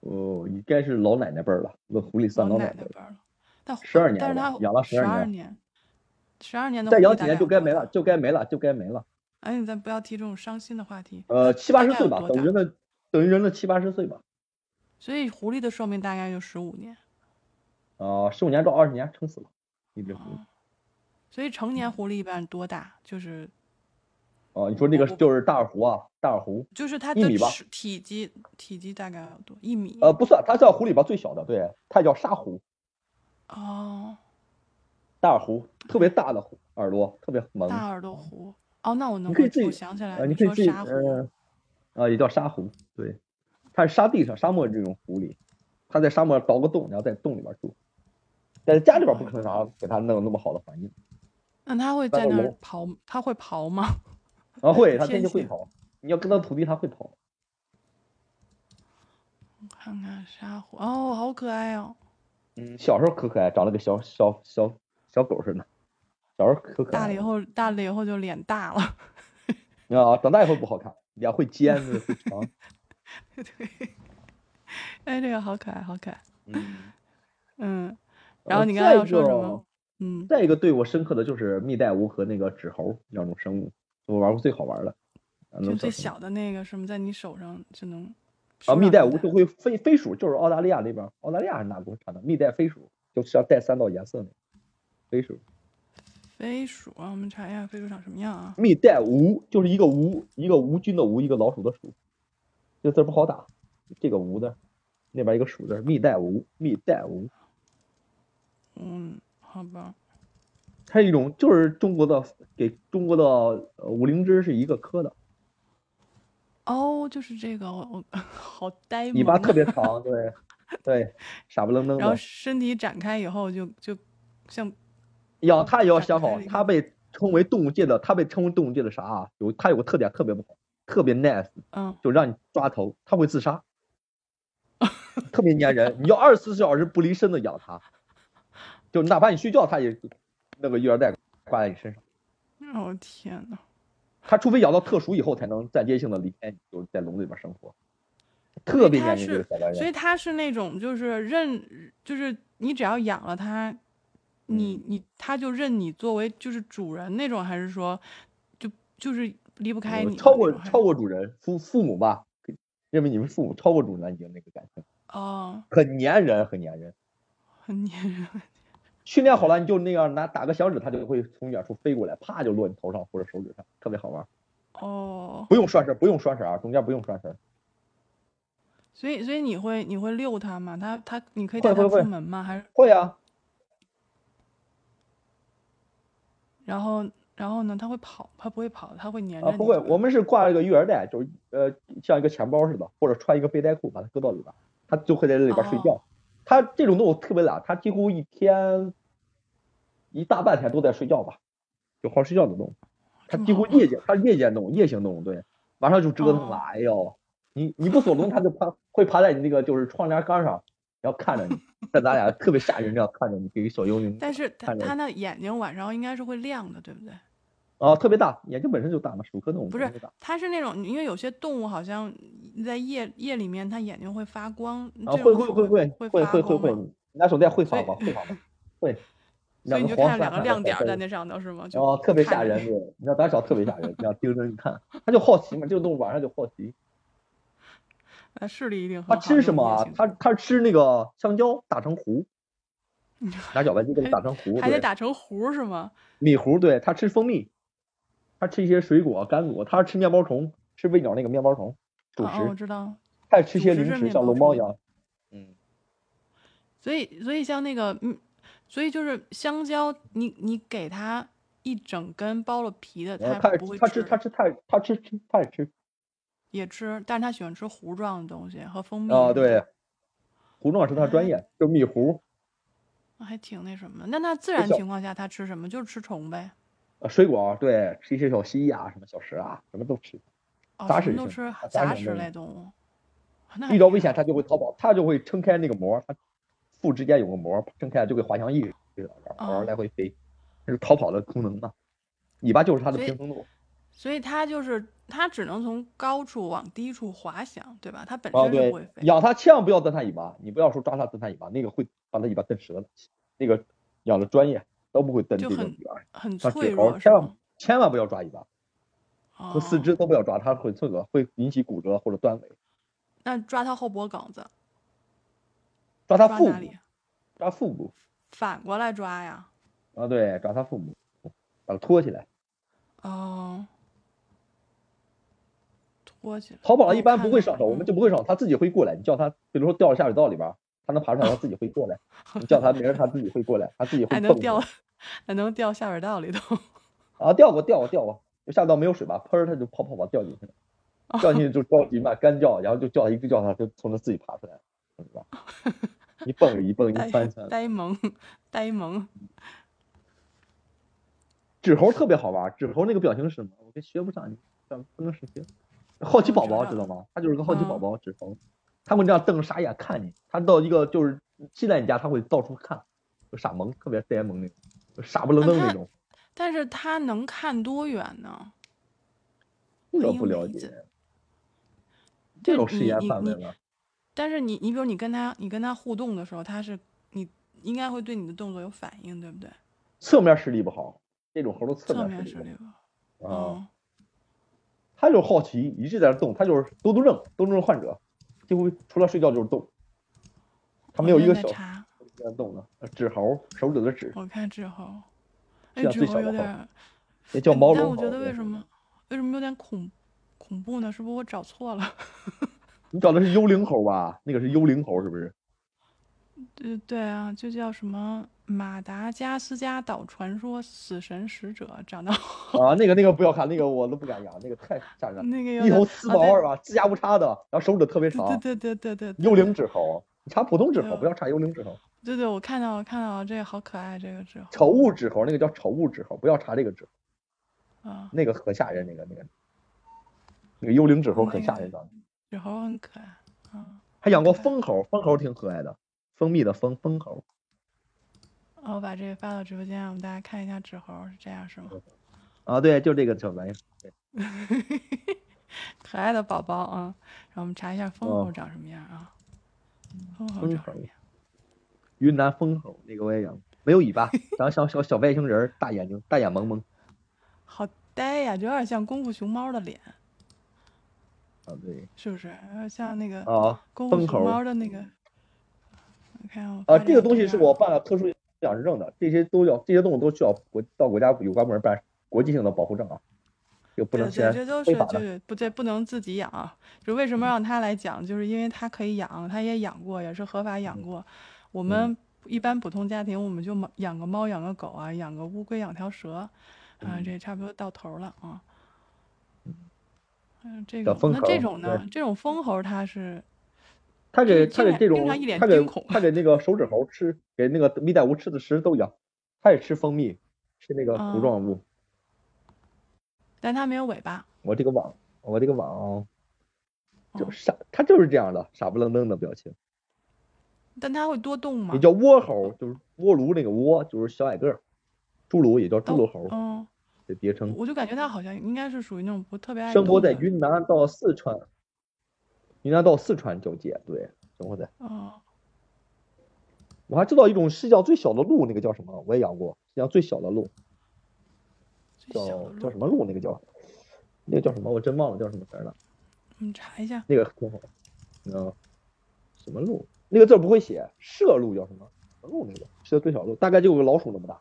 B: 哦，应该是老奶奶辈儿了，那狐狸算
A: 老
B: 老
A: 奶
B: 奶辈
A: 奶
B: 儿
A: 辈儿
B: 了，
A: 了，但胡
B: 12
A: 但
B: 年
A: 是
B: 了
A: 他
B: 养了12
A: 二年，十二年的
B: 再
A: 狐狸大
B: 养几
A: 概
B: 年就
A: 有
B: 该
A: 多
B: 没
A: 大
B: 了，。就该没了，就该没了。
A: 哎，你咱不要提这种伤心的话题。
B: 呃，七八
A: 大
B: 十
A: 概
B: 岁
A: 有
B: 吧，
A: 多
B: 等
A: 大
B: 于人的等于人的七八十岁吧。
A: 所以狐狸的寿命大概就十五年，
B: 啊、十五年到二十年撑死了，一只狐
A: 啊
B: 狸。
A: 所以成
B: 嗯
A: 年狐狸一般多大？就是
B: 哦、你说这个
A: 我
B: 就是大耳狐啊，大耳狐。
A: 就是它
B: 一
A: 的
B: 米吧
A: 尺体积体积大概有多一米？
B: 呃，不算，它叫狐狸吧，最小的，对，它叫沙狐，
A: 哦，
B: 大耳狐，特别大的狐，耳朵特别萌。
A: 大耳朵狐。哦，那我能
B: 你可以
A: 会
B: 自
A: 我
B: 己
A: 想起来
B: 呃，
A: 你
B: 你可以
A: 说
B: 自己
A: 沙狐，
B: 呃，啊，也叫沙狐，对，它是沙地上沙漠这种狐狸，它在沙漠凿个洞，然后在洞里边住，但是家里边不可能啥给它弄那么好的环境，
A: 那它会
B: 大
A: 在
B: 耳
A: 那儿
B: 龙
A: 刨，它会刨吗？
B: 啊会，它
A: 天
B: 天气会
A: 性
B: 跑，你要跟它土地它会跑，
A: 看看沙狐，哦，好可爱哦，
B: 嗯，小时候可可爱，长得跟小小小小狗似的，小时候可可
A: 大了
B: 爱
A: 以后大了以后就脸大了。
B: 了啊，长大以后不好看，脸会尖，会长，
A: 对，哎，这个好可爱，好可爱。
B: 嗯，
A: 嗯，
B: 呃
A: 然后你刚才
B: 再
A: 要
B: 一
A: 说什
B: 个
A: 么？嗯，
B: 再一个对我深刻的就是蜜袋鼯和那个纸猴两种生物，我玩过最好玩的，啊那
A: 就
B: 种
A: 最
B: 生物
A: 小的那个什么，在你手上就能
B: 啊，蜜袋鼯就
A: 就
B: 会飞飞鼠，就是澳大利亚那边儿，澳大利亚还是哪国产的蜜袋飞鼠，就是要带三道颜色那个飞鼠。
A: 飞鼠啊，我们查一下飞鼠长什么样啊？
B: 蜜袋鼯就是一个无，一个无菌的无，一个老鼠的鼠，这字儿不好打，这个无的，那边一个鼠字儿，蜜袋鼯，蜜袋鼯，
A: 嗯，好吧，
B: 它是一种就是中国的给中国的呃五灵芝是一个科的，
A: 哦，就是这个，我 我好呆
B: 尾
A: 萌
B: 巴特
A: 啊。
B: 别 长，对对，傻不愣登
A: 然后
B: 的。
A: 身体展开以后就就像哦
B: 养它也要想
A: 展开
B: 好
A: 了一，个
B: 它被称为动物界的，它被称为动物界的啥啊？有它有个特点特别不好，特别 nice。
A: 嗯，
B: 就让你抓头，它会 自杀，特别粘人。你要二十四小时不离身的养它，就哪怕你睡觉，它也那个育儿袋挂在你身上。
A: 哦天呐，
B: 它除非养到特殊以后，才能间接性的离开你，就是在笼子里边生活。
A: 所
B: 特
A: 以
B: 别
A: 它
B: 粘人这个
A: 是
B: 小白
A: 所
B: 人，
A: 以它是那种就是认，就是你只要养了它，
B: 嗯
A: 你你它就认你作为就是主人那种，还是说就就是离不开
B: 呃
A: 你的
B: 超
A: 那
B: 过
A: 种还是
B: 超过主人父父母吧，认为你们父母超过主人已经那个感情，
A: 哦，
B: 很粘人，很粘人。
A: 很粘人。
B: 训练好了，你就那样拿打个响指，它就会从远处飞过来，啪就落你头上或者手指上，特别好玩。
A: 哦，
B: 不用拴绳，不用拴绳啊，中间不用拴绳。
A: 所以所以你会你会遛它吗？它它你可以
B: 会
A: 带它
B: 会
A: 出
B: 会
A: 门吗？还是
B: 会啊，
A: 然后然后呢，它会跑，它不会跑，它会粘着
B: 啊，
A: 哎你
B: 不会，
A: 走
B: 我们是挂了一个育儿袋，就是呃像一个钱包似的，或者穿一个背带裤把它搁到里边儿，它就会在这里边儿睡
A: 哦
B: 觉。它这种动物特别懒，它几乎一天一大半天都在睡觉吧，就好好睡觉的动物。
A: 这
B: 它
A: 么
B: 几乎
A: 好
B: 夜间，它是夜间动物，夜行动物，对，晚上就折腾了。
A: 哦
B: 哎呦，你你不锁笼，它就爬，会爬在你那个就是窗帘杆上，然后看着你，像咱俩特别吓人这样看着你，给一小幽灵
A: 但是它
B: 看着
A: 它那眼睛晚上应该是会亮的，对不对？
B: 啊，特别大，眼睛本身就大嘛，鼠科动物
A: 不是
B: 本身就大，
A: 它是那种，因为有些动物好像在夜夜里面，它眼睛会发光。这
B: 啊，会
A: 种会
B: 会会会会
A: 发
B: 会
A: 光
B: 会会
A: 吗，
B: 拿手电会
A: 所
B: 发
A: 以
B: 光，会发 光，会。
A: 所以
B: 两
A: 你
B: 个
A: 就
B: 黄
A: 看
B: 闪
A: 两个亮
B: 闪的小
A: 点儿
B: 灯
A: 在
B: 儿
A: 那上头是吗？就
B: 哦，特别
A: 看
B: 吓
A: 着
B: 人，
A: 你
B: 对， 你知道胆小特别吓人，你要盯着你看，它就好奇嘛，这个动物晚上就好 奇，
A: 呃，视力一定很
B: 它
A: 好。
B: 吃什么
A: 啊
B: 啊？？它它吃那个香蕉打 成糊，拿小白鸡给它打成糊，
A: 还得
B: 对，
A: 打成糊儿是 吗？
B: 米糊，对，它吃蜂蜜，它吃一些水果干果，它吃面包虫，吃喂鸟那个面包虫主
A: 哦，我
B: 食，
A: 知道。
B: 它也吃
A: 主
B: 些
A: 食
B: 零
A: 是
B: 食，
A: 面
B: 像
A: 包
B: 龙猫
A: 虫
B: 一样，嗯，
A: 所以，所以像那个，嗯，所以就是香蕉，你你给它一整根包了皮的，
B: 然后
A: 它
B: 它也
A: 不会
B: 它吃它吃它也它吃吃它也吃，
A: 也吃，但是它喜欢吃糊状的东西和蜂蜜
B: 啊，
A: 是不是
B: 对，，糊弄是他专
A: 嗯
B: 业，就是蜜糊、
A: 那还挺那什么的。那它自
B: 我
A: 然
B: 小
A: 情况下它吃什么？就是吃虫呗。
B: 呃、水果，对，吃一些小蜥蜴啊，什么小蛇啊，什么都吃。
A: 哦，
B: 杂
A: 什么
B: 食
A: 都
B: 性
A: 吃
B: 啊，杂
A: 杂
B: 食
A: 食
B: 动物
A: 类动物。哦那还
B: 遇到
A: 挺
B: 危险，
A: 好
B: 它就会逃跑，它就会撑开那个膜，它腹之间有个膜，撑开就会滑翔翼似的，然后
A: 哦
B: 来回飞，这是逃跑的功能嘛。尾巴就是它的
A: 所以
B: 平衡度。
A: 所以它就是它只能从高处往低处滑翔，对吧？它本
B: 啊，
A: 身是
B: 对
A: 不会，飞。
B: 养它千万不要蹬它尾巴，你不要说抓它蹬它尾巴，那个会把它尾巴蹬折的。那个养的专业都不会蹬这
A: 就
B: 种
A: 很
B: 尾巴，
A: 很
B: 像
A: 脆
B: 水猴
A: 弱是
B: 千万
A: 吗？
B: 千万不要抓尾巴
A: 哦
B: 和，四肢都不要抓，它会脆弱，会引起骨折或者断尾。
A: 那抓它后脖梗子，
B: 抓它
A: 抓
B: 腹
A: 哪
B: 部，
A: 里？
B: 抓腹部
A: 反过来抓呀。
B: 啊，对，抓它腹部，把它拖起来。
A: 哦，拖起来。
B: 逃跑
A: 哦
B: 了一般
A: 看
B: 不会
A: 到
B: 上
A: 了
B: 手，我
A: 嗯
B: 们就不会上手，它自己会过来。你叫它，比如说掉到下水道里边儿，它能爬出来，它自己 会过来。你叫它名儿，它自己会过来，它自己会
A: 还
B: 蹦
A: 能
B: 出
A: 掉
B: 来。，
A: 还能掉下水道里头。
B: 啊，掉过，掉过，掉过。就下水道没有水吧，喷儿它就跑跑跑掉进去了，
A: 哦
B: 掉进去就着急嘛，干叫，然后就叫它一直叫它，就从那自己爬出来了，是吧？ 一蹦一蹦一
A: 呆
B: 翻一翻。
A: 呆萌，呆萌。
B: 纸猴特别好玩儿，
A: 嗯
B: 纸猴那个表情是什么？我跟学不上，你咱不能是学。好奇
A: 嗯
B: 宝
A: 知
B: 宝
A: 道
B: 知道吗？他就是个好奇宝
A: 嗯
B: 宝，纸猴，他会这样瞪着傻眼看你。他到一个就是进来你家，他会到处看，就傻萌，特别呆萌那种，就傻不愣
A: 那
B: 登那
A: 它
B: 种。
A: 但是它能看多远呢？
B: 这个
A: 应
B: 不了
A: 理
B: 解
A: 解，
B: 这
A: 就
B: 种试
A: 你
B: 验
A: 你
B: 范围
A: 你
B: 了。
A: 但是你，你比如你跟它，你跟它互动的时候，它是你应该会对你的动作有反应，对不对？
B: 侧面视力不好，这种猴的侧
A: 侧
B: 面
A: 面
B: 视
A: 视力
B: 力
A: 吧。
B: 不好啊。
A: 嗯，
B: 他就是好奇，一直在那动，他就是多动症，多动症患者，几乎除了睡觉就是动，他
A: 我
B: 没有一
A: 现
B: 个
A: 在
B: 小时
A: 查，
B: 在那动的。纸猴，手指的指，
A: 我看之后，哎，
B: 像
A: 之
B: 最
A: 后
B: 小
A: 有
B: 的猴
A: 点儿，
B: 也叫
A: 嗯
B: 毛
A: 但
B: 绒
A: 我
B: 猴。
A: 觉得为什么为什么有点恐恐怖呢？是不是我找错了？
B: 你找的是幽灵猴吧？那个是幽灵猴是不是？
A: 对对啊，就叫什么马达加斯加岛传说死神使者，长到
B: 啊，那个那个不要看，那个我都不敢养，那个太吓人了。
A: 那个有
B: 一
A: 点
B: 头四
A: 啊
B: 毛是吧？指甲无差的，然后手指特别
A: 对
B: 长，
A: 对对对对对
B: 幽灵纸猴。你查普通纸
A: 对
B: 猴，不要查幽灵纸猴。
A: 对对，我看到了看到了，这个好可爱，这个之后
B: 丑物纸猴那个叫丑物纸猴，不要查这个纸猴，
A: 啊，
B: 那个可吓人，那个那个那个幽灵纸猴很吓人的。
A: 之后很可爱。
B: 还养过蜂猴，蜂猴挺可爱的，蜂蜜的蜂蜂猴。
A: 啊，我把这个发到直播间，让我们大家看一下纸猴是这样是吗？
B: 啊，对，就这个小玩意儿。
A: 可爱的宝宝啊，让我们查一下烽
B: 哦
A: 猴长什么样啊？烽猴长
B: 烽
A: 什
B: 猴
A: 么样？
B: 云南蜂猴那个我也养过，没有尾巴， 长得像小小外星人儿，大眼睛，大眼蒙蒙。
A: 好呆呀，就有点像功夫熊猫的脸，
B: 啊，对。
A: 是不是？有点像那个
B: 啊，
A: 功夫熊
B: 烽猴
A: 猫的那个。我看我
B: 啊，
A: 发
B: 这
A: 两
B: 个东西
A: 张
B: 是
A: 啊
B: 我办了特殊养殖证的，这些都要这些动物都需要国到国家有关部门办国际性的保护证啊，这个不
A: 对
B: 能
A: 对，
B: 先
A: 这都
B: 非
A: 是
B: 法
A: 就
B: 的。
A: 是不对，不能自己养。就为什
B: 嗯
A: 么让他来讲，就是因为他可以养，他也养过，也是合法
B: 嗯
A: 养过。我们一般普通家庭，我们就猫养个猫、养个狗啊，养个乌龟、养条蛇。啊，
B: 嗯
A: 这差不多到头了啊。嗯，这
B: 小
A: 个
B: 封
A: 那这
B: 口
A: 种呢？这种封猴它是
B: 他
A: 就
B: 给
A: 是经
B: 他
A: 常
B: 给这
A: 经
B: 种
A: 常一脸
B: 他给
A: 惊恐
B: 他给那个手指猴吃，给那个蜜袋鼯吃的食都一样，他也吃蜂蜜，吃那个糊
A: 啊
B: 状物。
A: 但它没有尾巴。
B: 我这个网，我这个网就
A: 哦
B: 傻，他就是这样的傻不愣登的表情。
A: 但它会多动吗
B: 也？叫窝猴，就是窝炉那个窝，就是小矮个儿。侏儒也叫
A: 但
B: 侏儒猴
A: 嗯，
B: 的别称，
A: 我就感觉它好像应该是属于那种不特别爱
B: 生活
A: 动
B: 在
A: 的
B: 云南到四川，云南到四川交界，对，生活在。
A: 哦
B: 我还知道一种世界上最小的鹿，那个叫什么？我也养过，世界上最小的鹿
A: 最
B: 叫
A: 小的
B: 叫
A: 鹿，
B: 什么鹿？那个叫那个叫什么？我真忘了叫什么词儿了。
A: 你嗯查一下。
B: 那个挺好，嗯，什么鹿？那个字儿不会写，麝鹿叫什么？什么鹿那个世界最小鹿，大概就有个老鼠那么大，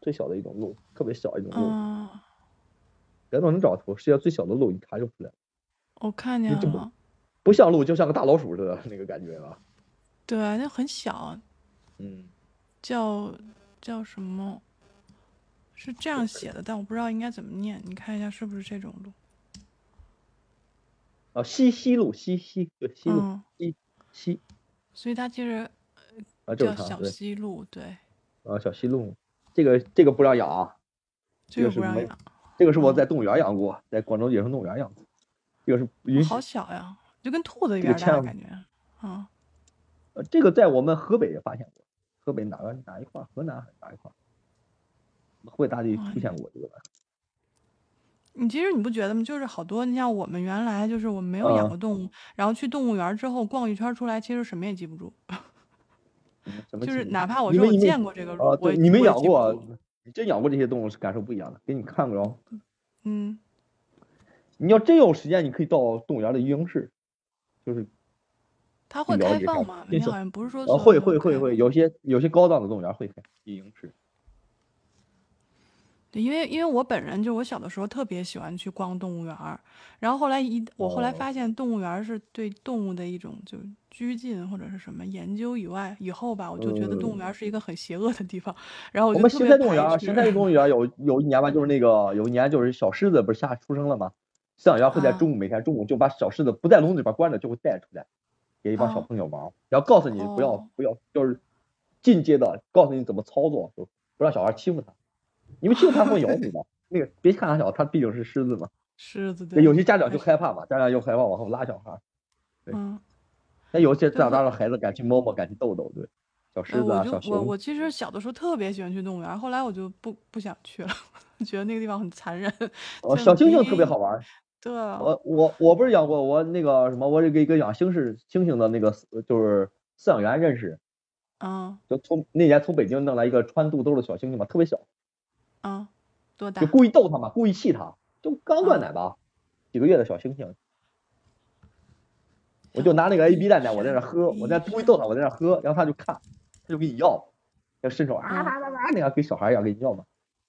B: 最小的一种鹿，特别小一种鹿。
A: 嗯，
B: 人都能找出，世界最小的鹿一查就出来了，
A: 我看见
B: 你这不
A: 了，
B: 不像鹿，就像个大老鼠似的那个感觉啊。
A: 对，那很小，
B: 嗯，
A: 叫叫什么？是这样写的，但我不知道应该怎么念。你看一下是不是这种鹿？
B: 啊，西西鹿，西西对西鹿，
A: 嗯，
B: 西西
A: 所以它其实
B: 啊，这
A: 叫
B: 是它
A: 小
B: 对
A: 溪鹿，对，
B: 啊，小西鹿，这个这个不让养啊，
A: 这
B: 这
A: 个
B: 个
A: 不
B: 是
A: 让
B: 没
A: 养，
B: 这个是我
A: 嗯
B: 在动物园养过，在广州野生动物园养过，这个是允许
A: 哦好小呀，就跟兔子一
B: 这
A: 样大
B: 个
A: 的
B: 呛
A: 感觉。嗯，
B: 呃，这个在我们河北也发现过，河北哪个哪一块儿？河南还是哪一块儿？河北大地
A: 哎
B: 出现过这个吧？
A: 你其实你不觉得吗？就是好多，你像我们原来就是我们没有养
B: 嗯
A: 过动物，然后去动物园儿之后逛一圈儿出来，其实什么也记不住。
B: 你们什么
A: 就
B: 情
A: 是
B: 况
A: 哪怕我
B: 你
A: 说我
B: 们你们
A: 见过这个鹿
B: 啊，，
A: 我
B: 对，
A: 也
B: 你没
A: 我也
B: 养
A: 记不
B: 过啊
A: 住。，
B: 你真养过这些动物是感受不一样的，给你看过着。
A: 嗯，
B: 你要真有时间，你可以到动物园的育婴室，就是
A: 它
B: 去
A: 会
B: 了
A: 开
B: 解一下
A: 放吗？
B: 这
A: 你
B: 是
A: 好像不是说
B: 啊，
A: 所
B: 会
A: 有都
B: 会会
A: 开
B: 会，有些有些高档的动物园会开育婴室。
A: 对，因为因为我本人就我小的时候特别喜欢去逛动物园儿，然后后来一我后来
B: 哦
A: 发现动物园儿是对动物的一种就拘禁或者是什么研究以外，以后吧我就觉得动物园儿是一个很邪恶的地方，然后我
B: 嗯我
A: 就
B: 们
A: 特
B: 邢
A: 别
B: 台动物园
A: 排
B: 儿，
A: 斥
B: 邢台 动物园儿有有一年吧，就是那个有一年就是小狮子不是下出生了吗？饲养员会
A: 啊
B: 在中午每天中午就把小狮子不在笼子里边关着，就会带出来给一帮小
A: 啊
B: 朋友玩儿，然后告诉你不要
A: 哦
B: 不要，就是进阶的告诉你怎么操作，就不让小孩欺负它。你们欺负它会咬 你的。那个别看它小，它毕竟是狮子嘛。
A: 狮子
B: 那
A: 对，
B: 有些家长
A: 还
B: 就是害怕嘛，家长又害怕往后拉小孩儿。对
A: 嗯。
B: 那有些
A: 对
B: 长
A: 我
B: 大的孩子敢去摸摸，敢去逗逗，对，小
A: 呃，
B: 狮子
A: 我
B: 啊，
A: 就
B: 小
A: 我
B: 熊
A: 我其实小的时候特别喜欢去动物园儿，后来我就不不想去了， 觉得那个地方很残忍，
B: 哦，
A: 就
B: 小猩猩特
A: 明
B: 别
A: 明
B: 好玩儿。哦
A: 对，
B: 我呃我我不是养过，我那个什么，我有一个养猩是猩猩的那个饲就是饲养员认识，
A: 嗯
B: 就从那年从北京弄来一个穿肚兜的小猩猩嘛，特别小，
A: 嗯，多
B: 就
A: 大？
B: 故意逗它嘛，故意气它，就刚断
A: 啊
B: 奶吧，几个月的小猩猩，我就拿那个 A B 蛋奶，我在那喝，我在故意逗它，我在那喝，然后它就看，它就给你要，要伸手啊啊啊啊那样给小孩一样给你要嘛，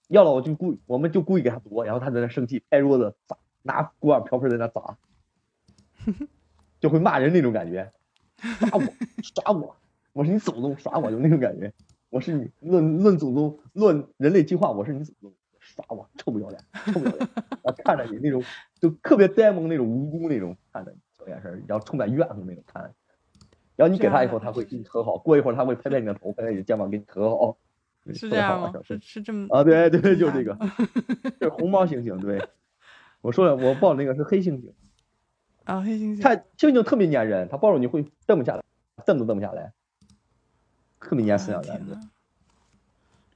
B: 要了我就故意我们就故意给它夺，然后它在那生气，拍桌子砸，拿锅碗瓢盆在那砸，就会骂人那种感觉，耍我耍我，我是你祖宗耍我就那种感觉，我是你论论祖宗论人类进化，我是你祖宗耍我臭不要脸臭不要脸，我看着你那种就特别呆萌那种无辜那种看着你小眼神儿，然后充满怨恨那种看着你。然后你
A: 这
B: 给他
A: 样
B: 以后，
A: 的
B: 他会跟你和好。过一会儿，他会拍拍你的头，拍拍你的肩膀，给你和好。嗯
A: 是
B: 特
A: 这
B: 别好
A: 样
B: 玩
A: 吗
B: 小？
A: 是
B: 猩
A: 是这么
B: 啊，对对，
A: 么
B: 就
A: 大
B: 这
A: 的
B: 个，这是红毛猩猩。对，我说了，我抱那个是黑猩猩。
A: 啊，黑猩猩
B: 它猩猩特别粘人，它抱着你会蹬不下来，蹬都蹬不下来，特别粘饲
A: 啊，
B: 养
A: 天
B: 员的
A: 呐。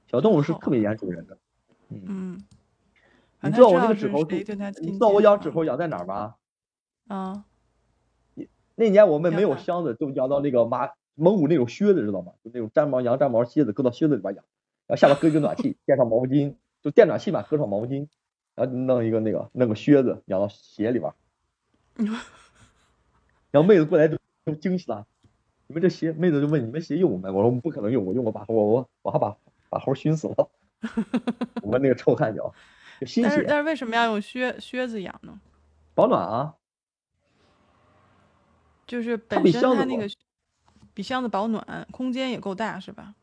B: 小动物是
A: 好
B: 特别粘主人的。嗯，
A: 嗯，
B: 你
A: 反
B: 知
A: 正
B: 道我
A: 知
B: 那
A: 道
B: 个纸
A: 是
B: 猴
A: 谁
B: 是，
A: 对他
B: 你
A: 亲
B: 知道我
A: 近
B: 养纸
A: 啊
B: 猴养在哪儿吗？
A: 啊
B: 那年我们没
A: 养
B: 有
A: 哪儿
B: 箱子，就养到那个马蒙古那种靴子，知道吗？就那种粘毛羊、粘毛蝎子，搁到靴子里边养，然后下边搁一个暖气，垫上毛巾，就电暖气嘛，搁上毛巾，然后弄一个那个弄个靴子养到 鞋里边儿。然后妹子过来就就惊喜了，你们这鞋，妹子就问你们鞋用不？我说我们不可能用，我用我把我我我还把把猴熏死 了。我们那个臭汗脚，就新
A: 但是
B: 鞋
A: 但是为什么要用靴靴子养呢？
B: 保暖啊，
A: 就是
B: 它
A: 本
B: 比
A: 身
B: 箱
A: 它
B: 子
A: 那
B: 薄
A: 个比箱子保暖，空间也够大是吧？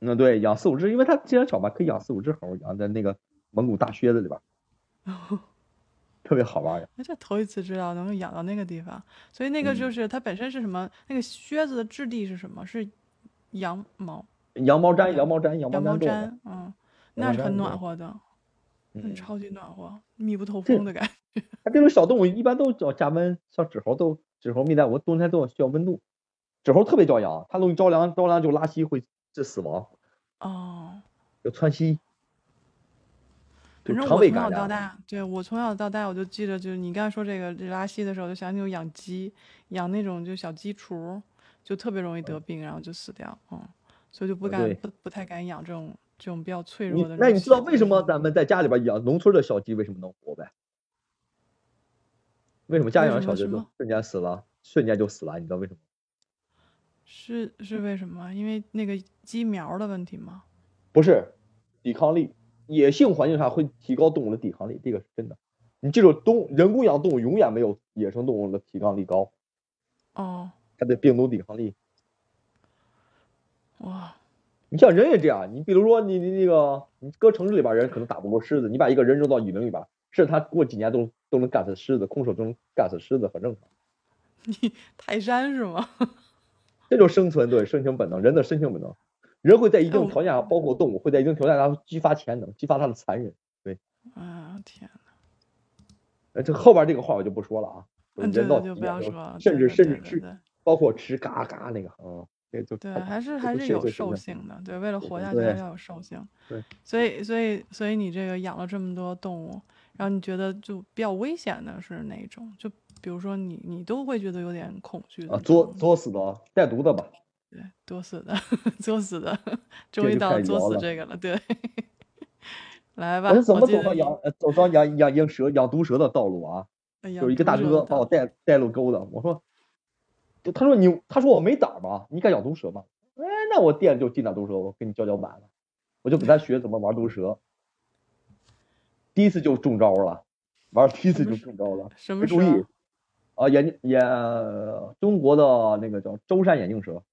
B: 嗯，对，养四五只，因为它既然小嘛，可以养四五只猴儿，养在那个蒙古大靴子里边儿，
A: 哦
B: 特别好玩儿呀。
A: 哎，这头一次知道能够养到那个地方，所以那个就
B: 嗯
A: 是它本身是什么？那个靴子的质地是什么？是羊毛，
B: 羊毛毡，羊毛毡，羊毛
A: 羊毛
B: 毡做的，
A: 毡，嗯，
B: 羊
A: 那
B: 毛
A: 是很
B: 毡做
A: 暖
B: 的。
A: 和的，那
B: 嗯，
A: 超级暖和，密不透
B: 这
A: 风的感觉。
B: 它这种小动物一般都叫加温，像纸猴都纸猴、蜜袋鼯、冬天都需要温度。纸猴特别着凉，它容易着凉，着凉就拉稀会致死亡，
A: 哦，
B: 就窜稀，就
A: 反正
B: 肠
A: 我
B: 胃
A: 从
B: 感
A: 小到
B: 染。
A: 大，对我从小到大，我就记得，就是你刚才说这个这拉稀的时候，我就想起我养鸡，养那种就小鸡雏，就特别容易得病，然后就死掉，嗯，所以就不
B: 呃
A: 敢
B: 对
A: 不不太敢养这种这种比较脆弱
B: 你
A: 的这
B: 那
A: 种
B: 你知道
A: 小
B: 为
A: 的
B: 什么
A: 生物。
B: 咱们在家里边养农村的小鸡为什么能活呗？为什么家
A: 为
B: 养
A: 什
B: 的小
A: 么
B: 鸡
A: 什
B: 就
A: 么？
B: 瞬间死了，瞬间就死了？你知道为什么吗？
A: 是是为什么？因为那个鸡苗儿的问题吗？
B: 不是抵抗力，野性环境下会提高动物的抵抗力，这个是真的。你记住，动人工养动物永远没有野生动物的抵抗力高，
A: 哦，
B: 它的病毒抵抗力。
A: 哇，
B: 你像人也这样，你比如说你你那个，你搁城市里边人可能打不过狮子，你把一个人扔到雨林里边，是他过几年都都能干死狮子，空手都能干死狮子，很正常。
A: 泰山是吗？
B: 这就是生存，对，生存本能，人的生存本能。人会在一
A: 哎，
B: 定
A: 我
B: 条件下，包括动物会在一定条件下激发潜能，激发它的残忍。对，
A: 啊天，
B: 呃，这后边这个话我就不说了啊，就是
A: 嗯，对
B: 人
A: 对，
B: 到
A: 就
B: 极
A: 不
B: 点
A: 要
B: 就
A: 说了，
B: 甚
A: 对对
B: 至甚
A: 对
B: 至
A: 对
B: 是
A: 对
B: 包括吃嘎嘎那个，嗯，这就
A: 对，
B: 太大，
A: 还是
B: 这
A: 还
B: 不
A: 是
B: 涉
A: 有
B: 及神
A: 兽
B: 经。
A: 性的，对，为了活下去还
B: 对
A: 是要有兽性。
B: 对，
A: 所以，所以，所以你这个养了这么多动物，然后你觉得就比较危险的是哪一种？就比如说你，你都会觉得有点恐惧的
B: 啊，
A: 那种
B: 作
A: 吗，
B: 作死的带毒的吧，
A: 对，作死的，作死的，终
B: 这
A: 于
B: 就
A: 到
B: 太
A: 了作
B: 聊
A: 死
B: 了。
A: 这个了，对，来
B: 我是
A: 吧，
B: 怎
A: 我
B: 么
A: 记
B: 走
A: 得
B: 到养
A: 你
B: 呃走上养养养蛇养毒蛇的道路啊？
A: 呃
B: 有
A: 养
B: 一
A: 毒
B: 个大
A: 蛇的
B: 哥把
A: 道
B: 我
A: 理，
B: 带带路沟的，我说，就他说你，他说我没胆儿吧？你敢咬毒蛇吗？哎，那我店就进点毒蛇，我跟你教教板吧。我就给他学怎么玩毒蛇，第一次就中招了，玩儿第一
A: 什
B: 次
A: 么
B: 就
A: 蛇？
B: 中招了，
A: 什
B: 没
A: 么
B: 注意
A: 蛇？
B: 啊，眼眼中国的那个叫舟山眼镜蛇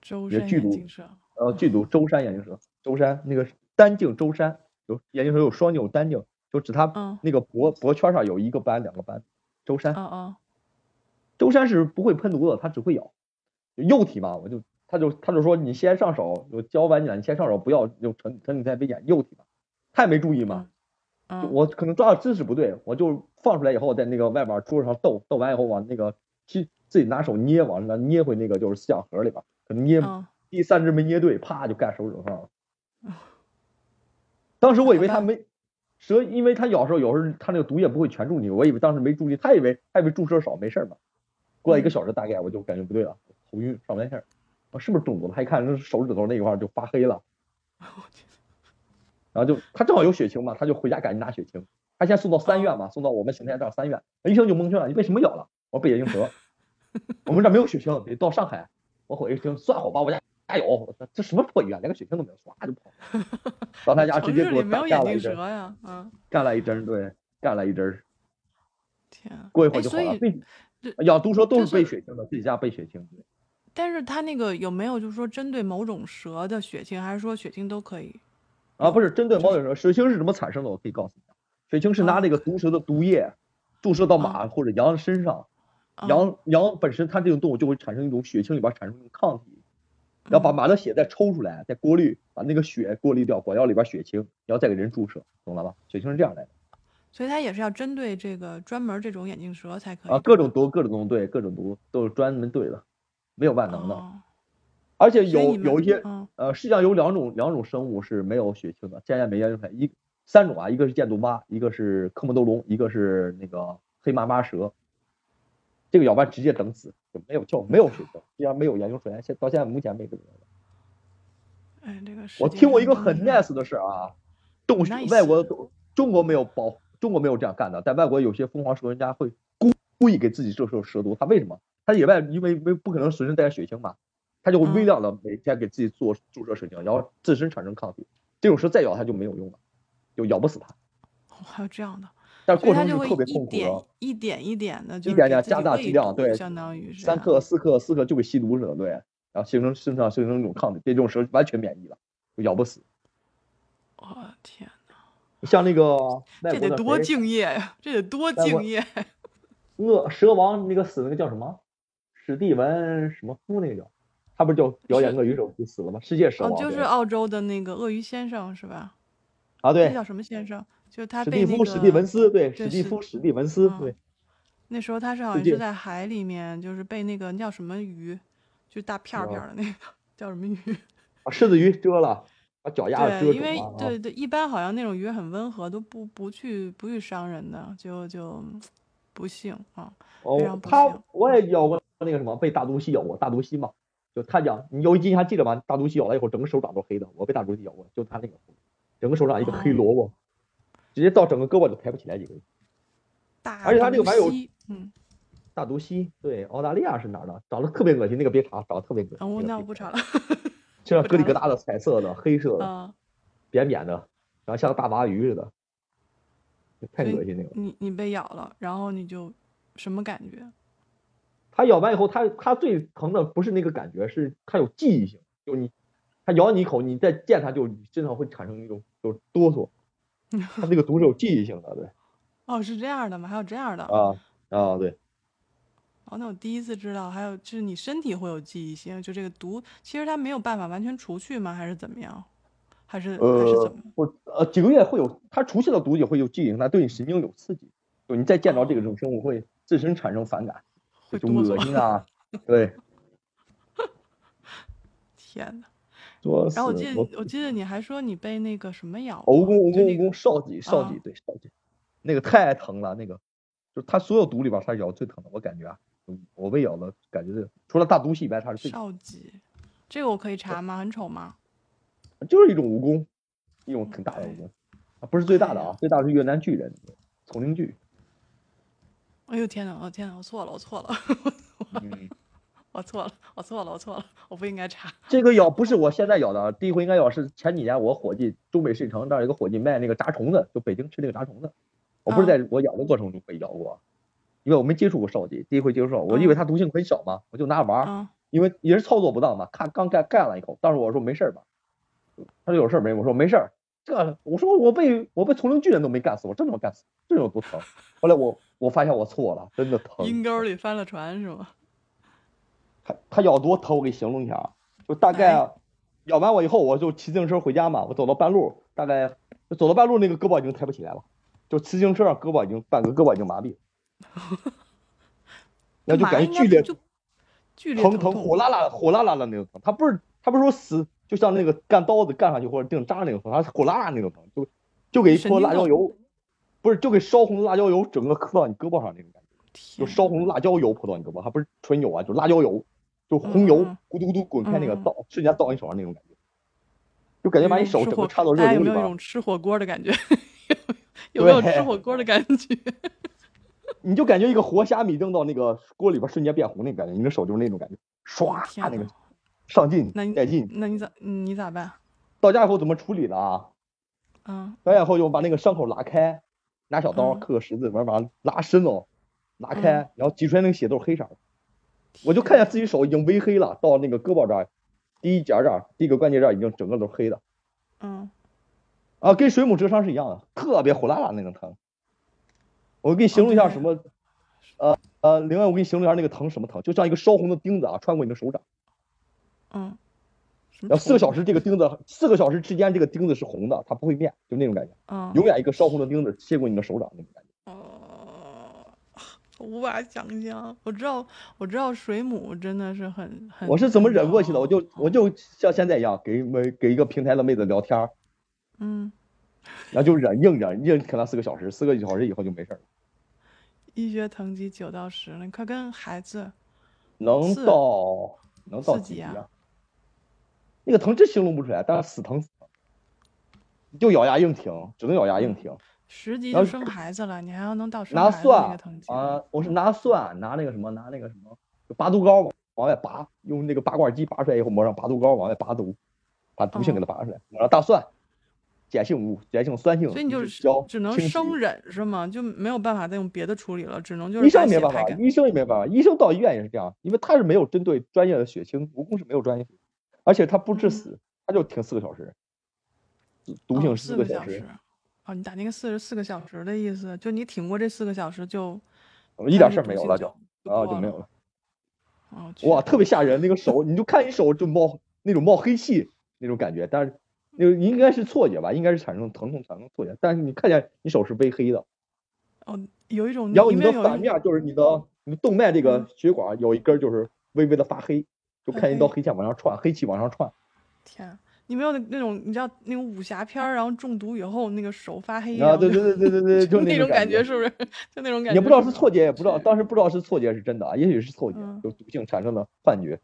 A: 舟
B: 也
A: 山
B: 剧
A: 眼
B: 毒，
A: 镜蛇。
B: 呃，剧
A: 哦，
B: 毒舟山眼镜蛇，舟山那个单镜舟山有眼镜蛇有双镜有单镜，就指它
A: 嗯，
B: 那个脖脖圈儿上有一个斑两个斑，舟山。
A: 哦哦，
B: 舟山是不会喷毒的，它只会咬，就幼体嘛，我就他就他就说你先上手，我教完你了，你先上手，不要就成成你太危险，幼体嘛，他也没注意嘛，
A: 嗯
B: 就
A: 嗯，
B: 我可能抓到姿势不对，我就放出来以后，在那个外边儿桌子上逗逗完以后，往那个去自己拿手捏，往那捏回那个就是饲养盒里边儿，可能捏
A: 嗯，
B: 第三只没捏对，啪就盖手指头上了。
A: 啊
B: 当时我以
A: 好
B: 为它
A: 吧，
B: 没蛇，因为它咬的时候有时候它那个毒液不会全中你，我以为当时没注意，他以为他以为注射少没事儿嘛。过了一个
A: 嗯，
B: 小时，大概我就感觉不对了，头晕上不来气儿，我是不是中毒了？他一看手指头那一块儿就发黑了，
A: 我天，
B: 然后就他正好有血清嘛，他就回家赶紧拿血清。他先送到三
A: 哦
B: 院嘛，送到我们邢台这儿三院，医生就蒙圈了，你被什么咬了？我说被野生 蛇，我们这儿没有血清，得到上海。我回去听，算好吧，我家家有，我操，这什么破医院，连个血清都没有，唰就跑了。 到他家直
A: 城
B: 接
A: 市
B: 给我
A: 里没有
B: 干
A: 眼
B: 干了
A: 镜
B: 一针，
A: 蛇呀，嗯，
B: 干了一针，对，干了一针，
A: 天啊，
B: 过一会
A: 哎，
B: 儿就
A: 所
B: 好了。
A: 以
B: 被
A: 这
B: 养毒蛇都
A: 就是
B: 被
A: 是，
B: 血清的，自己家被血清。
A: 但是它那个有没有就是说针对某种蛇的血清，还是说血清都可以
B: 啊，不
A: 有？
B: 是针对
A: 就
B: 猫
A: 是
B: 眼蛇，血清是怎么产生的？我可以告诉你，血清是拿
A: 啊
B: 这个毒蛇的毒液注射到
A: 啊
B: 马或者羊身上，
A: 啊
B: 羊羊本身它这种动物就会产生一种血清里边产生一种抗体，然后把
A: 嗯
B: 马的血再抽出来，再过滤，把那个血过滤掉，管药里边血清，然后再给人注射，懂了吧？血清是这样来的
A: 所以它也是要针对这个专门儿这种眼镜蛇才可
B: 啊，
A: 以，对
B: 各种
A: 吧？
B: 毒各种毒对各种毒都是专门对的，没有万能的。
A: 哦，
B: 而且
A: 所以你
B: 有有
A: 们，
B: 一些，
A: 嗯
B: 呃，世界上有两种两种生物是没有血清的，现在没研究出来。一三种啊，一个是箭毒蛙，一个是科莫多龙，一个是那个黑麻麻蛇。这个咬完直接等死，就没有就没有血清，既然没有研究出来，现到现在目前没这个研究。
A: 哎，这个世
B: 我
A: 界
B: 听过一
A: 上
B: 个
A: 真的
B: 很
A: 是
B: nice 的事儿啊，动物学外
A: nice，
B: 国中国没有保中国没有这样干的，在外国有些疯狂蛇人家会故故意给自己注射蛇毒，他为什么？他野外因为没不可能随身带着血清嘛，他就会微
A: 嗯，
B: 量的每天给自己做注射血清，然后自身产生抗体，这种蛇再咬它就没有用了，就咬不死它，
A: 哦还有这样的，
B: 但是
A: 所以
B: 过
A: 它
B: 程
A: 就是会
B: 特别
A: 一
B: 痛苦
A: 点
B: 的，
A: 一点一点的，就
B: 一
A: 是
B: 点
A: 给
B: 点
A: 自
B: 加
A: 己
B: 大剂
A: 喂
B: 量，
A: 毒，
B: 对，
A: 相当于是
B: 三
A: 啊，
B: 克、四克、四克就给吸毒似的，对，然后形成身上形成一种抗体，对这种蛇完全免疫了，就咬不死。
A: 我天呐，
B: 你像那个
A: 这
B: 外国
A: 得
B: 的
A: 多
B: 谁
A: 敬业呀，这得多
B: 外国
A: 敬业。
B: 恶蛇王那个死那个叫什么？史蒂文什么夫那个叫，他不是就表演
A: 是
B: 鳄鱼手就死了吗？世界蛇
A: 哦
B: 王、，
A: 就是
B: 对
A: 澳洲的那个鳄鱼先生是吧？
B: 啊，
A: 那
B: 对，
A: 叫什么先生？就是他
B: 史
A: 被
B: 蒂
A: 那
B: 夫
A: 个
B: 史蒂文斯，对，
A: 对
B: 史蒂
A: 是
B: 夫史蒂文斯，对
A: 嗯，那时候他是好
B: 世
A: 像是
B: 界
A: 在海里面，就是被那个那叫什么鱼，就是大
B: 哦
A: 片儿片儿的那个 叫什么鱼？
B: 把啊狮子鱼蛰了，把脚丫子
A: 对，因
B: 蛰肿
A: 为
B: 了，啊然后
A: 对对，一般好像那种鱼很温和，都不不去不去伤人的，就就不幸啊。非
B: 哦
A: 常，不
B: 他
A: 幸
B: 我也咬过那个什么，被大毒蜥咬过，大毒蜥嘛，就他讲，你有一集你还记得吗？大毒蜥咬了以后，整个手掌都黑的，我被大毒蜥咬过，就他那个，整个手掌一个黑
A: 哦
B: 萝卜，直接到整个胳膊都抬不起来几个。
A: 大
B: 而且它这个
A: 毒
B: 玩意儿有
A: 蜥嗯，
B: 大毒蜥，对，澳大利亚是哪儿的？长得特别恶心，那个别查，长得特别恶心。
A: 啊我
B: 这个
A: 那
B: 别
A: 我不
B: 查
A: 查了，
B: 就像
A: 不
B: 疙里
A: 查了
B: 疙瘩的，彩色的、黑色的、
A: 啊，
B: 扁扁的，然后像大鲅鱼似的，太
A: 所以
B: 恶心那个。
A: 你你被咬了，然后你就什么感觉？
B: 它咬完以后，它它最疼的不是那个感觉，是它有记忆性，就你它咬你一口，你再见它就你身上会产生那种就是 哆嗦，它那个毒是有记忆性的，对
A: 哦，是这样的吗？还有这样的？
B: 啊啊对，
A: 哦，那我第一次知道，还有就是你身体会有记忆性，就这个毒，其实它没有办法完全除去吗？还是怎么样？还是还是怎
B: 呃
A: 么？
B: 我呃几个月会有它除去了毒也会有记忆性，它对你神经有刺激，就你再见着这个种生物会自身产生反感，
A: 哦会
B: 这
A: 哆
B: 种恶
A: 嗦？
B: 心 啊，对，
A: 天呐。
B: 作死
A: 然后我记
B: 啊我
A: 得我记得你还说你被那个什么咬
B: 蜈
A: 过，
B: 蚣，蜈
A: 就
B: 蚣，
A: 那
B: 蜈蚣，少脊，少
A: 啊
B: 脊，对，少脊，那个太疼了，那个就是它所有毒里边儿，它咬最疼的，我感觉啊，我被咬了，感觉是除了大毒蜥以外，它是最疼
A: 少脊，这个我可以查吗？很丑吗？
B: 的，就是一种蜈蚣，一种挺大的蜈蚣，啊，不是最大的
A: 哎
B: 啊
A: 呀，
B: 最大的是越南巨人，丛林 巨，
A: 哎呦天呐，我、天呐，我错了，我错了，
B: 嗯，
A: 我错了，我错了，我错了，我不应该查。
B: 这个咬不是我现在咬的，啊，第一回应该咬是前几年我伙计中北市城那儿有个伙计卖那个炸虫子，就北京吃那个炸虫子，我不是
A: 啊
B: 在我咬的过程中被咬过，因为我没接触过少脊，第一回接触少，我以为
A: 啊
B: 它毒性很小嘛，我就拿玩儿。
A: 嗯，
B: 因为也是操作不当嘛，咔刚干干了一口，当时我说没事儿吧，他说有事儿没？我说没事儿，这我说我被我被丛林巨人都没干死，我真他妈干死，这有多疼？后来我我发现我错了，真的疼。
A: 阴沟里翻了船是吗？
B: 它它咬多疼，我给你形容一下啊，就大概啊
A: 哎
B: 咬完我以后，我就骑自行车回家嘛，我走到半路，大概就走到半路那个胳膊已经抬不起来了，就骑自行车上胳膊已经半个胳膊已经 麻痹了，然后就
A: 马
B: 感
A: 应
B: 觉
A: 该
B: 剧烈
A: 就剧烈
B: 疼
A: 疼
B: 疼
A: 痛
B: 火辣辣的火辣辣的那种疼，他不是他不是说死，就像那个干刀子干上去或者钉扎那种疼，他是火辣辣那种疼，就就给一
A: 神
B: 泼
A: 经
B: 辣椒
A: 痛
B: 油，不是就给烧红辣椒油整个磕到你胳膊上那种感觉，就
A: 天
B: 烧红辣椒油泼到你胳膊，还不是纯油啊，就辣椒油，就红油
A: 嗯
B: 咕嘟咕嘟滚开那个
A: 嗯嗯
B: 倒，瞬间倒你手上那种感觉，就感觉把
A: 有
B: 你
A: 一种
B: 手
A: 吃
B: 整
A: 火
B: 个插到热
A: 大家
B: 油
A: 有
B: 里
A: 没
B: 边
A: 有一
B: 儿，
A: 种吃火锅的感觉？ 有没有吃
B: 对
A: 火锅的感 觉？
B: 你就感觉一个活虾米扔到那个锅里边儿瞬间变红那种感觉，你的手就是那种感觉，唰
A: 天
B: 那个
A: 呐
B: 上劲
A: 那你
B: 带劲，
A: 那你咋你咋办？
B: 到家以后怎么处理的啊？
A: 嗯，
B: 表演后就把那个伤口拉开，拿小刀
A: 嗯
B: 刻个十字，完把它拉伸哦，拉开，然后挤出来那个血都是黑色的。我就
A: 天
B: 看见自己手已经微黑了，到那个胳膊这儿，第一节这儿，第一个关节这儿已经整个都是黑的
A: 嗯，
B: 啊，跟水母蛰伤是一样的，特别火辣辣那种疼。我给你形容一下
A: 哦对
B: 什么，呃呃，另外我给你形容一下那个疼什么疼，就像一个烧红的钉子啊，穿过你的手掌，
A: 嗯，什么
B: 然后四个
A: 虫
B: 小时这个钉子，四个小时之间这个钉子是红的，它不会变，就那种感觉，
A: 嗯，
B: 永远一个烧红的钉子切过你的手掌那种感觉。
A: 哦，我无法想象。我知道，我知道水母真的是很很。
B: 我是怎么
A: 很
B: 忍过去的？我
A: 疼
B: 就我就像现在一样，给每给一个平台的妹子聊天儿，
A: 嗯，
B: 然后就忍硬忍硬啃了四个小时，四个小时以后就没事儿了，
A: 医学等级九到十呢，快跟孩子
B: 能
A: 四
B: 到能到
A: 四
B: 几
A: 级
B: 级
A: 啊
B: 啊？那个疼真形容不出来，但是死疼死疼，就咬牙硬挺，只能咬牙硬
A: 嗯
B: 挺
A: 十级
B: 然
A: 就
B: 后
A: 生孩子了，你还要能到生孩
B: 拿
A: 子那个
B: 蒜
A: 等级？
B: 啊！我是拿蒜，拿那个什么，拿那个什么，就拔毒膏往外拔，用那个拔罐机拔出来以后，抹上拔毒膏往外拔毒，把毒
A: 哦
B: 性给它拔出来，抹上大蒜。碱性物、碱性酸性，
A: 所以你
B: 一
A: 就
B: 直
A: 是
B: 浇
A: 只能
B: 清洗
A: 生忍是吗？就没有办法再用别的处理了，只能就是
B: 医生
A: 把
B: 也
A: 血
B: 没办
A: 排
B: 法，
A: 干。
B: 医生也没办法，医生到医院也是这样，因为他是没有针对专业的血清，蜈蚣是没有专业血清，而且他不致
A: 嗯
B: 死，他就停四个小时，毒
A: 哦
B: 性
A: 四
B: 个
A: 个小
B: 时，
A: 时。哦，你打那个四十四个小时的意思，就你挺过这四个小时就
B: 我一点事儿没有了
A: 了
B: 就，
A: 就
B: 啊
A: 过
B: 就没
A: 了
B: 有了。
A: 哦，去
B: 哇，特别吓人，那个手你就看你手就冒那种冒黑气那种感觉，但是那个应该是错觉吧，应该是产生疼痛产生错觉，但是你看见你手是微黑的，
A: 哦，有一种
B: 然后
A: 一
B: 你的
A: 面有一嗯
B: 反
A: 种
B: 面就是你的你的动脉这个血管有一根儿就是微微的发黑，就
A: 发
B: 看一 道
A: 黑
B: 黑线往上窜，黑气往上窜。
A: 天，啊你没有那那种你知道那种武侠片儿，然后中毒以后那个手发黑，然
B: 啊，
A: 后
B: 对
A: 就
B: 对对对对对，就
A: 就那
B: 种
A: 感
B: 觉。
A: 是不是？就那种感觉，
B: 也不知道是错觉，也不知道当时不知道是错觉是真的啊，也许是错觉
A: 嗯，
B: 有毒性产生的幻觉。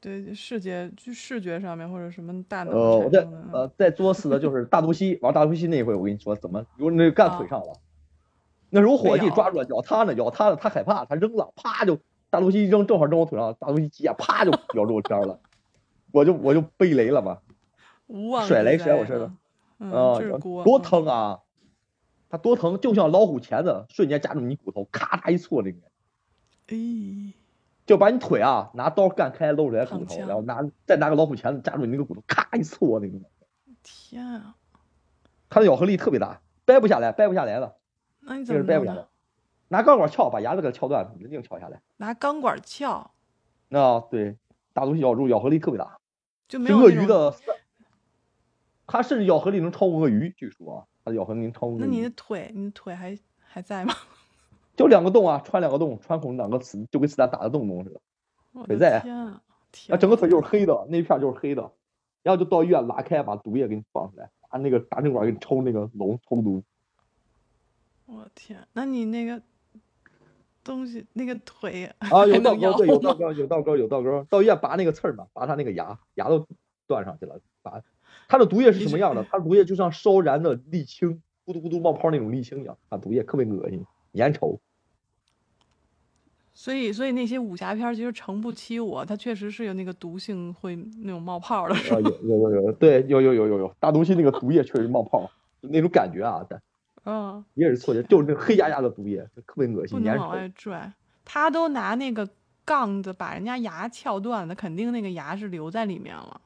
A: 对视觉就视觉上面或者什么大脑
B: 呃，我
A: 产
B: 在
A: 生的
B: 呃在作死的就是大毒溪，玩大毒溪那一回，我跟你说怎么，如果那干腿
A: 啊
B: 上了，那时候
A: 被
B: 伙计
A: 咬
B: 抓住了，咬他呢，咬他了，他害怕，他扔了，啪就大毒溪一扔，正好扔我腿上，大毒溪急眼，啪就咬住我边儿了，我就我就被雷了嘛，
A: 无妄
B: 甩
A: 之
B: 雷
A: 灾
B: 甩我身上
A: 啊，嗯，
B: 啊
A: 这是，锅
B: 多
A: 嗯
B: 疼啊！他多疼，就像老虎钳子瞬间夹住你骨头，咔嚓一戳里面。
A: 哎。
B: 就把你腿啊拿刀干开，露出来骨
A: 躺
B: 头，
A: 枪
B: 然后拿再拿个老虎钳子夹住你那个骨头，咔一搓那种。
A: 天啊，
B: 它的咬合力特别大，掰不下来，掰不下来了，
A: 那你怎
B: 这
A: 么
B: 是掰不
A: 弄
B: 下
A: 的
B: 来？。拿钢管撬，把牙子给它撬断，硬撬下来。
A: 拿钢管撬
B: 啊，对，大东西咬住咬合力特别大，
A: 就没
B: 是
A: 有
B: 鳄
A: 那
B: 鱼
A: 种。
B: 的三，它甚至咬合力能超过鳄鱼，据说啊，它的咬合力能超过
A: 那
B: 鳄
A: 你的
B: 鱼。
A: 腿，你的腿还还在吗？
B: 就两个洞啊，穿两个洞，穿孔两个子，就跟子弹打的洞洞似的。
A: 我
B: 腿
A: 的
B: 在啊
A: 天啊，天
B: 啊，整个
A: 啊
B: 腿就是黑的，那一片就是黑的，然后就到医院拉开，把毒液给你放出来，拿那个打针管给你抽那个脓抽毒。
A: 我天，啊那你那个东西，那个腿
B: 啊，有
A: 还
B: 倒
A: 能
B: 钩，对，
A: 摇
B: 有倒钩，有倒钩，有倒钩。到医院拔那个刺儿嘛，拔他那个牙，牙都断上去了。拔它的毒液是
A: 你
B: 什么
A: 这
B: 样的？它的毒液就像烧燃的沥青，咕嘟咕嘟冒泡那种沥青一样，啊，毒液特别恶心，粘稠。
A: 所以，所以那些武侠片儿其实诚不欺我，它确实是有那个毒性，会那种冒泡儿的，是
B: 啊，
A: 吧？
B: 有有有有，对，有有有有有，大毒蜥那个毒液确实冒泡，就那种感觉啊，但
A: 嗯，
B: 也是错觉，就是那个黑压压的毒液，特别恶
A: 不
B: 心，
A: 能
B: 粘
A: 往
B: 稠。
A: 外拽。他都拿那个杠子把人家牙撬断了，肯定那个牙是留在里面了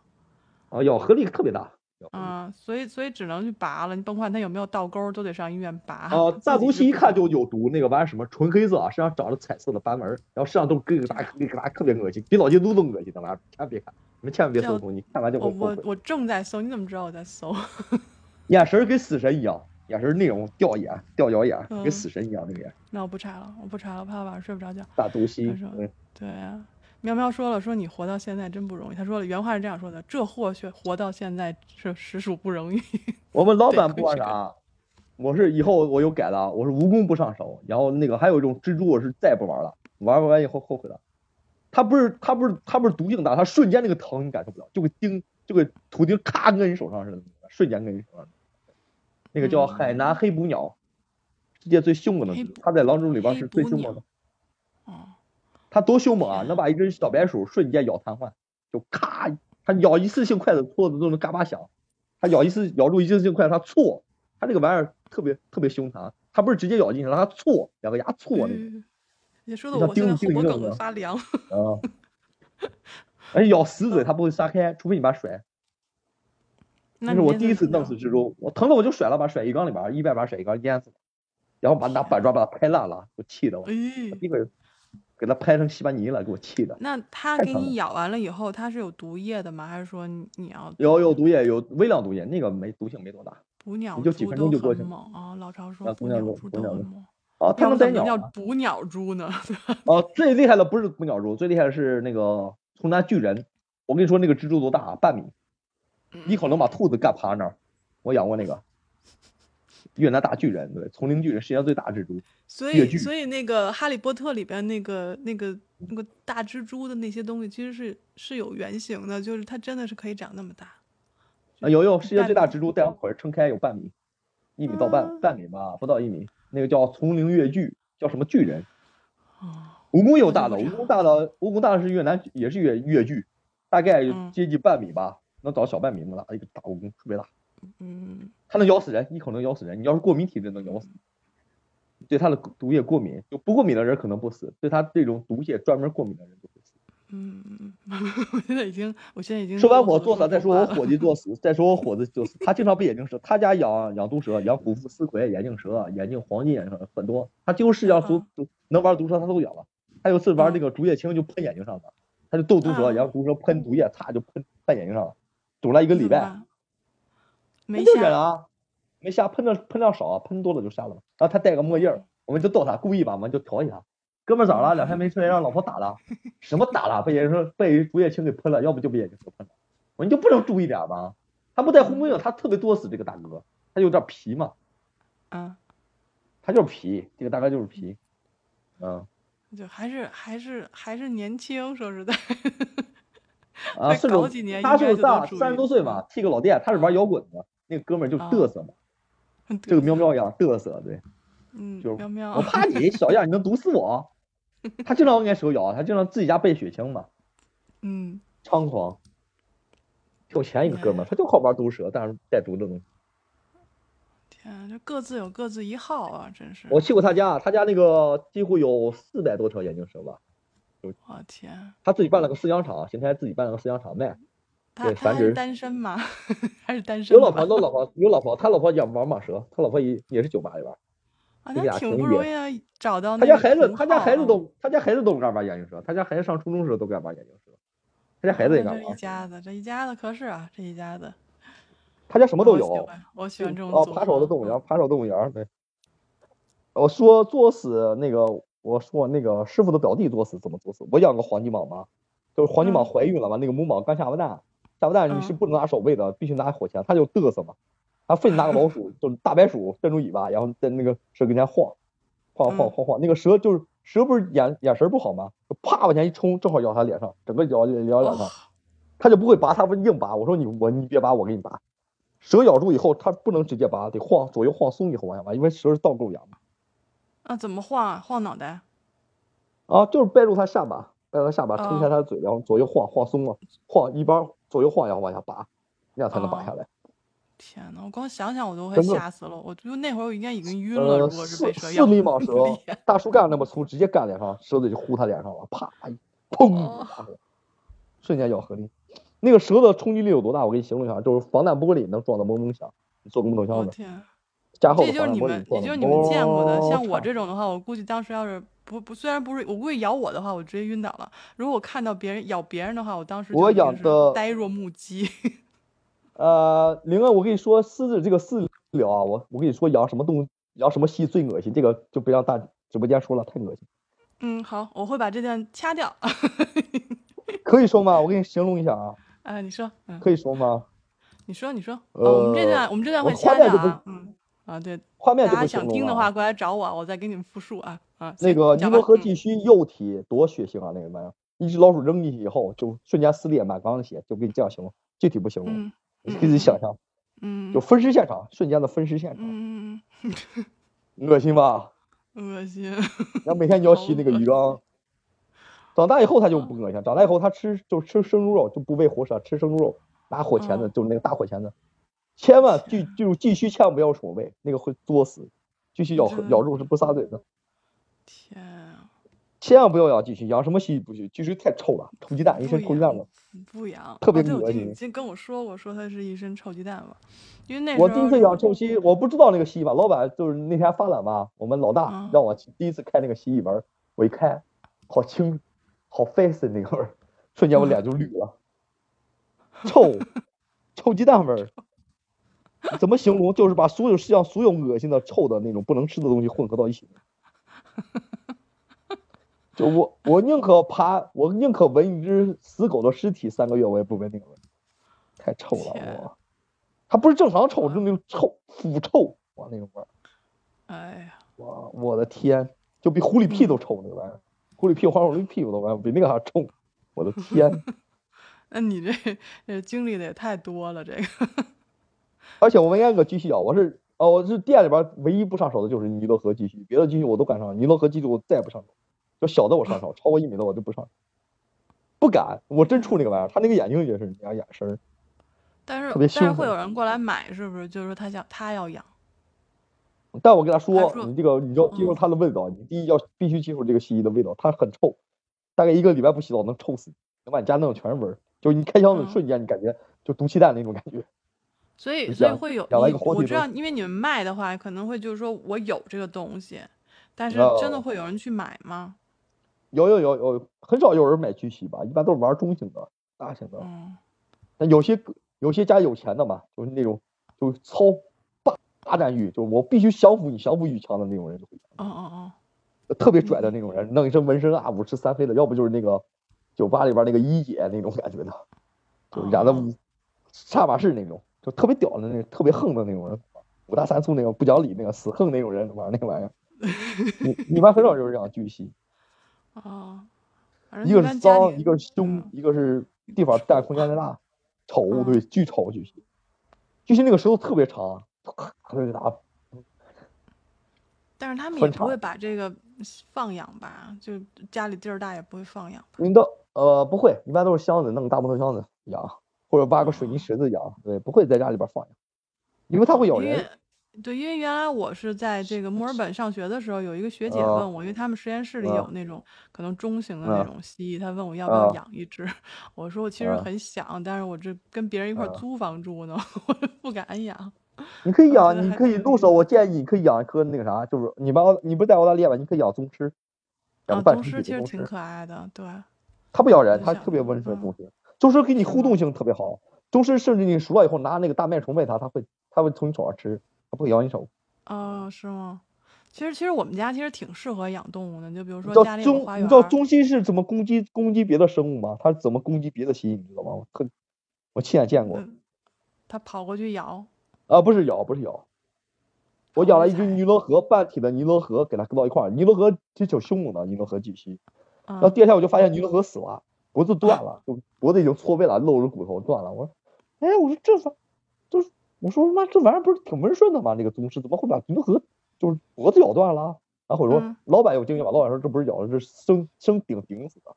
B: 啊，咬合力特别大。咬合力
A: 啊、所以所以只能去拔了。你甭管他有没有倒钩儿，都得上医院拔。
B: 啊，
A: 自
B: 大
A: 己
B: 毒
A: 是
B: 蜥一
A: 不
B: 看
A: 能
B: 就有毒，那个玩意儿什么纯黑色啊，身上长着彩色的斑纹儿，然后身上都是疙瘩疙瘩，特别恶心，比脑筋都更恶心那玩意儿，千万别看，你们千万别
A: 这
B: 搜
A: 样
B: 索，你看完就
A: 我
B: 会后
A: 哦我
B: 悔。
A: 我正在搜，你怎么知道我在搜？
B: 眼神儿跟死神一样，眼神儿那种吊眼、吊脚眼，
A: 嗯
B: 跟死神一样那个眼。
A: 那我不查了，我不查了，怕晚上睡不着觉。
B: 大毒蜥，
A: 他说
B: 嗯，
A: 对啊，喵喵说了，说你活到现在真不容易。他说了，原话是这样说的：这货却活到现在是实属不容易。
B: 我们老
A: 对
B: 板
A: 会
B: 不管
A: 是的
B: 啥，我是以后我又改了，我是无功不上手，然后那个还有一种蜘蛛，我是再也不玩了，玩完以后后悔了。它不是它不是它不是毒性大，它瞬间那个疼你感受不了，就跟钉就跟图钉咔跟你手上似的，瞬间跟你手上似的。那个叫海南黑捕鸟，世界最凶猛的
A: 嗯黑
B: 蜘蛛
A: 捕，
B: 它在狼蛛里边
A: 黑
B: 是最
A: 捕
B: 凶
A: 鸟
B: 猛的。
A: 哦，
B: 它多凶猛啊！
A: 天
B: 能把一只小白鼠瞬间咬瘫痪，就咔，它咬一次性筷子戳的都能嘎巴响。它咬一次咬住一次性筷子，它错，它这个玩意儿特别特别凶残，它不是直接咬进去了，它错，两个牙错那种
A: 嗯也说的
B: 像
A: 我现在喉
B: 钉钉一
A: 咙
B: 样
A: 梗
B: 的
A: 都发 凉。
B: 啊。而且咬死嘴它不会撒开，除非你把它甩。
A: 那
B: 那
A: 你
B: 是我
A: 那
B: 第一次
A: 怎么
B: 弄死
A: 着
B: 蜘蛛，我疼了我就甩了，把它甩鱼缸里边儿，一边把它甩鱼缸淹死了，然后把拿板砖把它拍烂了，我气的我，我
A: 哎，
B: 一会儿给它拍成西班尼了，给我气的。
A: 那它
B: 太
A: 给
B: 疼
A: 你
B: 了
A: 咬完了以后，它是有毒液的吗？还是说你你要
B: 有有毒液，有微量毒液，那个没毒性没多大。
A: 捕鸟
B: 你就几
A: 蛛
B: 分
A: 都
B: 钟就过
A: 很
B: 去了
A: 猛啊？老常说
B: 啊
A: 捕
B: 捕鸟
A: 鸟蛛
B: 蛛捕
A: 都
B: 鸟
A: 很
B: 蛛
A: 猛，
B: 啊，
A: 要
B: 他
A: 不
B: 们
A: 怎
B: 逮
A: 么能
B: 鸟
A: 叫
B: 啊！
A: 捕鸟蛛呢？
B: 啊，最厉害的不是捕鸟蛛，最厉害的是那个冲山巨人。我跟你说，那个蜘蛛多大啊？半米，
A: 嗯
B: 一口能把兔子干趴那儿。我养过那个越南大巨人，对，丛林巨人，世界上最大的蜘蛛。
A: 所
B: 越
A: 以，
B: 剧
A: 所以那个《哈利波特》里边那个、那个、那个大蜘蛛的那些东西，其实是是有原型的，就是它真的是可以长那么大。
B: 啊，有有，世界
A: 半
B: 最大
A: 米
B: 蜘蛛带上腿儿撑开有半米，一米到半
A: 嗯
B: 半米吧，不到一米。那个叫丛林越剧，叫什么巨人？
A: 哦，
B: 蜈蚣有
A: 我就
B: 大
A: 不
B: 的，
A: 知
B: 蜈
A: 道
B: 蚣大的，蜈蚣大的是越南也是越越剧，大概
A: 嗯
B: 接近半米吧，能找小半米那么大，一个大蜈蚣特别大。
A: 嗯，
B: 它能咬死人，一口能咬死人。你要是过敏体质能咬死，对它的毒液过敏，就不过敏的人可能不死，对它这种毒液专门过敏的人就会死。
A: 嗯嗯嗯， 我现在已经，我现在已经
B: 说完
A: 嗯我
B: 我作死，再说我伙计作死，再说我伙计作死。他经常被眼镜蛇，他家养养毒蛇，养虎腹丝葵、眼镜蛇、眼镜黄金眼镜蛇很多。他几乎是养毒毒能玩毒蛇，他都养了。他有次玩那个竹叶青就喷眼睛上了，他就斗毒蛇，
A: 啊
B: 然后毒蛇喷毒液，擦就喷喷眼睛上了，堵了一个礼拜。，
A: 嗯没
B: 就
A: 下
B: 忍了啊，没瞎喷的喷量少啊，喷多了就瞎了嘛。然后他戴个墨镜儿，我们就逗他，故意嘛，我们就调戏他。哥们儿咋了？两天没睡，让老婆打了？什么打了？被眼睛被竹叶青给喷了，要不就被眼镜蛇喷了。我说你就不能注意点儿吗？他不戴护目镜，他特别作死。这个大哥，他有点皮嘛，
A: 啊，
B: 他就是皮，这个大哥就是皮。嗯
A: 就还是还是还是年轻，说实 在，
B: 啊，
A: 再
B: 四
A: 搞
B: 种
A: 几年
B: 他
A: 应该
B: 是
A: 就
B: 大
A: 能注
B: 三十
A: 意
B: 多岁嘛，剃个老店，他是玩摇滚的。那个哥们儿就
A: 啊
B: 嘚瑟嘛，就
A: 对
B: 跟喵喵一样嘚瑟，对。
A: 嗯，
B: 就是
A: 喵喵
B: 我，怕你小样，你能毒死 我？他经常给手咬，他经常自己家备血清嘛，
A: 嗯，
B: 猖狂。有钱一个哥
A: 哎
B: 们儿，他就好玩毒蛇，但是带毒的东西。
A: 天啊，这各自有各自一号啊，真是，
B: 我去过他家，他家那个几乎有四百多条眼镜蛇吧，
A: 我天，
B: 他自己办了个饲养场，邢台自己办了个饲养场卖，
A: 他
B: 对
A: 他
B: 繁
A: 还是
B: 殖
A: 单身吗？ 还是单身？
B: 有老婆，都老婆有老婆，他老婆养王蟒蛇，他老婆也也是酒吧里边儿，
A: 啊，
B: 这
A: 那
B: 俩
A: 挺
B: 情
A: 不
B: 侣
A: 容易啊找到
B: 他
A: 那
B: 家
A: 个
B: 孩子
A: 同
B: 他家
A: 好
B: 孩子
A: 啊
B: 都他家孩子都不敢玩眼镜蛇，他家孩子上初中时候都敢玩眼镜蛇，他家孩子也
A: 哦那
B: 敢
A: 这一
B: 玩，
A: 家子，这一家子可是啊，这一家子
B: 他家什
A: 我
B: 么都
A: 喜
B: 有。
A: 欢，我喜欢这种
B: 哦，
A: 组
B: 扒手的
A: 合
B: 动物
A: 嗯
B: 园，扒手动物园，对。我说作死那个，我说那个师傅的表弟作死怎么作死？我养个黄金蟒嘛，就是黄金蟒
A: 嗯
B: 怀孕了嘛，那个母蟒刚下完蛋，下完蛋你是
A: 嗯
B: 不能拿手喂的，必须拿火钳，它就嘚瑟嘛，它非得拿个老鼠，就是大白鼠伸出尾巴，然后在那个蛇跟前晃，晃晃
A: 嗯
B: 晃晃，那个蛇就是蛇不是眼眼神不好吗？就啪往前一冲，正好咬它脸上，整个咬咬脸上
A: 哦，
B: 它就不会拔，它不是硬拔。我说你我你别拔，我给你拔。蛇咬住以后，它不能直接拔，得晃左右晃松以后往下拔，因为蛇是倒钩牙嘛。
A: 啊，怎么晃啊？晃脑袋？
B: 啊，就是掰住它下巴，掰住它下巴，撑
A: 哦
B: 开它的嘴，然后左右晃晃松了，晃一边左右晃，然后往下拔，那样才能拔下
A: 哦
B: 来。
A: 天呐，我光想想我都快
B: 真的
A: 吓死了，我就那会儿我应该已经晕了，
B: 呃，
A: 如果是
B: 四
A: 被蛇
B: 四
A: 咬。
B: 厘蟒蛇
A: 脸，
B: 大树干那么粗，直接干脸上，蛇嘴就呼它脸上了，啪，一砰，
A: 哦
B: 拔出来瞬间咬合力。那个蛇的冲击力有多大？我给你形容一下，就是防弹玻璃能撞得嗡嗡响，你做个木头箱
A: 我
B: 子，
A: 天，
B: 加厚
A: 哦这
B: 的哦
A: 就是
B: 防弹
A: 你们，也
B: 玻璃撞得
A: 就是你们见过的。像我
B: 嚓
A: 这种的话，我估计当时要是不不，虽然不是我估计咬我的话，我直接晕倒了。如果我看到别人咬别人的话，我当时就
B: 我
A: 已经
B: 养
A: 是
B: 的
A: 呆若木鸡。
B: 呃，玲儿，我跟你说，狮子这个饲料啊，我我跟你说，养什么动物，养什么蜥最恶心，这个就不让大直播间说了，太恶心。
A: 嗯，好，我会把这段掐掉。
B: 可以说吗？我给你形容一下啊，
A: 啊，你说，嗯，
B: 可以说吗？
A: 你说，你说。哦，我们这
B: 呃
A: 段我们这段
B: 我
A: 会
B: 画
A: 掐
B: 面
A: 掉
B: 就不
A: 啊。嗯，啊，对，
B: 画面
A: 大
B: 就不
A: 家
B: 形
A: 想
B: 容
A: 听的
B: 了
A: 话，
B: 啊。
A: 过来找我，我再给你们复述啊啊。
B: 那
A: 行
B: 个尼
A: 讲
B: 罗
A: 吧
B: 河
A: 嗯
B: 地区幼体多血腥啊，那个玩意儿，一只老鼠扔进去以后，就瞬间撕裂满缸的血，就给你这样形容，具体不形容，
A: 嗯
B: 你自己想象，
A: 嗯，
B: 就分尸现场，瞬间的分尸现场，
A: 嗯，
B: 恶心吧？
A: 恶心。
B: 然后每天你要
A: 好
B: 洗那个
A: 恶
B: 鱼缸。长大以后他就不恶心，长大以后他吃就吃生猪肉，就不喂活蛇，吃生猪肉，拿火钳子，
A: 嗯
B: 就是那个大火钳子，千万就就必须千万不要手喂，那个会作死，继续咬合
A: 真的
B: 咬肉是不撒嘴的，
A: 天啊，
B: 千万不要养继续，养什么蜥蜴不许，继续太臭了，臭鸡蛋，一
A: 不
B: 身臭
A: 养
B: 鸡蛋了。
A: 不养。
B: 特别
A: 哦对，我
B: 恶
A: 记得你
B: 心
A: 今跟我说，我说它是一身臭鸡蛋嘛，因为那
B: 我
A: 时
B: 第一
A: 候
B: 次
A: 是
B: 养臭蜥，我不知道那个蜥蜴吧，老板就是那天发懒嘛，我们老
A: 嗯
B: 大让我去第一次开那个蜥蜴门儿，我一开，好清，好 fancy 那个味儿，瞬间我脸就绿了，臭，臭鸡蛋味儿，怎么形容？就是把所有世界上所有恶心的、臭的那种不能吃的东西混合到一起。就我，我宁可爬，我宁可闻一只死狗的尸体三个月，我也不闻那个味儿，太臭了
A: 天
B: 我。它不是正常臭，就那种臭腐臭哇那种味儿，
A: 哎呀，
B: 哇我的天，就比狐狸屁都臭那玩意儿，狐狸屁、黄鼠狸屁股都玩意儿比那个还臭，我的天！
A: 那你这这经历的也太多了，这个
B: 而且我没挨个鸡须咬，我是哦，我是店里边唯一不上手的就是尼罗河鸡须，别的鸡须我都敢上，尼罗河鸡须我再也不上手，就小的我上手，超过一米的我就不上手，不敢，我真怵那个玩意儿，它那个眼睛也是那样眼神儿，
A: 但是
B: 特别
A: 但是
B: 凶
A: 会
B: 狠
A: 有人过来买，是不是？就是说他想他要养，
B: 但我跟他
A: 还
B: 说
A: 说，
B: 你这个你要接
A: 嗯
B: 受它的味道，你第一要必须接受这个蜥蜴的味道，它很臭，大概一个礼拜不洗澡能臭死你，能把你家弄得全是味儿，就是你开箱
A: 嗯
B: 子瞬间你感觉就毒气弹那种感觉。
A: 所以
B: 就
A: 所以
B: 养
A: 会有
B: 养了一
A: 你
B: 个活
A: 我
B: 体
A: 知
B: 的
A: 道，因为你们卖的话，可能会就是说我有这个东西，但是真的
B: 哦
A: 会有人去买吗？
B: 有有有有，很少有人买去洗吧，一般都是玩中型的、大型的。
A: 嗯，
B: 但有些有些家有钱的嘛，就是那种就是操霸霸占欲，就是我必须降服你，降服欲强的那种人就会
A: 哦哦
B: 特别拽的那种人，弄一身纹身啊，五十三黑的，要不就是那个酒吧里边那个一姐那种感觉的，就是染的
A: 哦
B: 杀马式那种，就特别屌的那种特别横的那种人，五大三粗那个不讲理那个死横那种人玩那个玩意儿。你你们很少有人这样巨细，
A: 哦哦，反正
B: 一个
A: 般
B: 是
A: 家
B: 脏，
A: 里
B: 一个是凶
A: 嗯，
B: 一个是地方占空间太大，丑，对，巨丑巨细，巨细那个舌头特别长，咔咔就打，
A: 但是他们也
B: 很
A: 不会
B: 长
A: 把这个放养吧？就家里地儿大也不会放养吧。
B: 你的呃不会，一般都是箱子，弄个大木头箱子养，或者挖个水泥池子养，对，不会在家里边放养，因为它会咬
A: 因
B: 人
A: 为。对，因为原来我是在这个墨尔本上学的时候，有一个学姐
B: 啊
A: 问我，因为他们实验室里
B: 啊
A: 有那种可能中型的那
B: 啊
A: 种蜥蜴，她问我要不要
B: 啊
A: 养一只， 我说我其实
B: 啊
A: 很想，但是我这跟别人一块儿
B: 啊
A: 租房住呢， 我不敢养。
B: 你可以
A: 我觉
B: 养，
A: 得
B: 你
A: 还
B: 可以
A: 挺有
B: 入
A: 意
B: 手，
A: 思
B: 我建议你可以养一颗那个啥，就是你们澳，你不是在澳大利亚吧？你可以养宗师，养
A: 啊，
B: 个半
A: 宗
B: 成
A: 师其实
B: 品的宗
A: 挺
B: 师，
A: 可爱的，对，哦
B: 它不咬人，
A: 挺
B: 它
A: 小
B: 特别
A: 的
B: 温顺的
A: 嗯
B: 宗师，宗师跟你
A: 是
B: 互
A: 吗
B: 动性特别好，宗师甚至你熟了以后拿那个大面虫喂它，它会它会从你手上吃，它不会咬你手。嗯
A: 哦，是吗？其实其实我们家其实挺适合养动物的，就比如
B: 你
A: 说
B: 知
A: 家
B: 道
A: 里有个
B: 中
A: 花
B: 你
A: 园
B: 知道
A: 儿，
B: 中西是怎么攻击攻击别的生物吗？它是怎么攻击别的蜥蜴，你知道吗？我特我亲眼见过。
A: 嗯，它跑过去咬，
B: 啊，不是咬，不是咬。
A: 跑
B: 我养
A: 过
B: 了
A: 去
B: 一只
A: 踩，
B: 尼罗河，半体的尼罗河，给它搁到一块儿。尼罗河这挺凶猛的，尼罗河巨蜥。然后
A: 嗯，
B: 第二天我就发现尼罗河死了，脖子断了，就脖子已经错位了，露着骨头断了。我说，哎，我说这玩，就是我说妈这玩意儿不是挺温顺的吗？这个宗师怎么会把尼罗河就是脖子咬断了？然后我说
A: 嗯
B: 老板有经验吧？老板说这不是咬的，这是生生顶顶死的。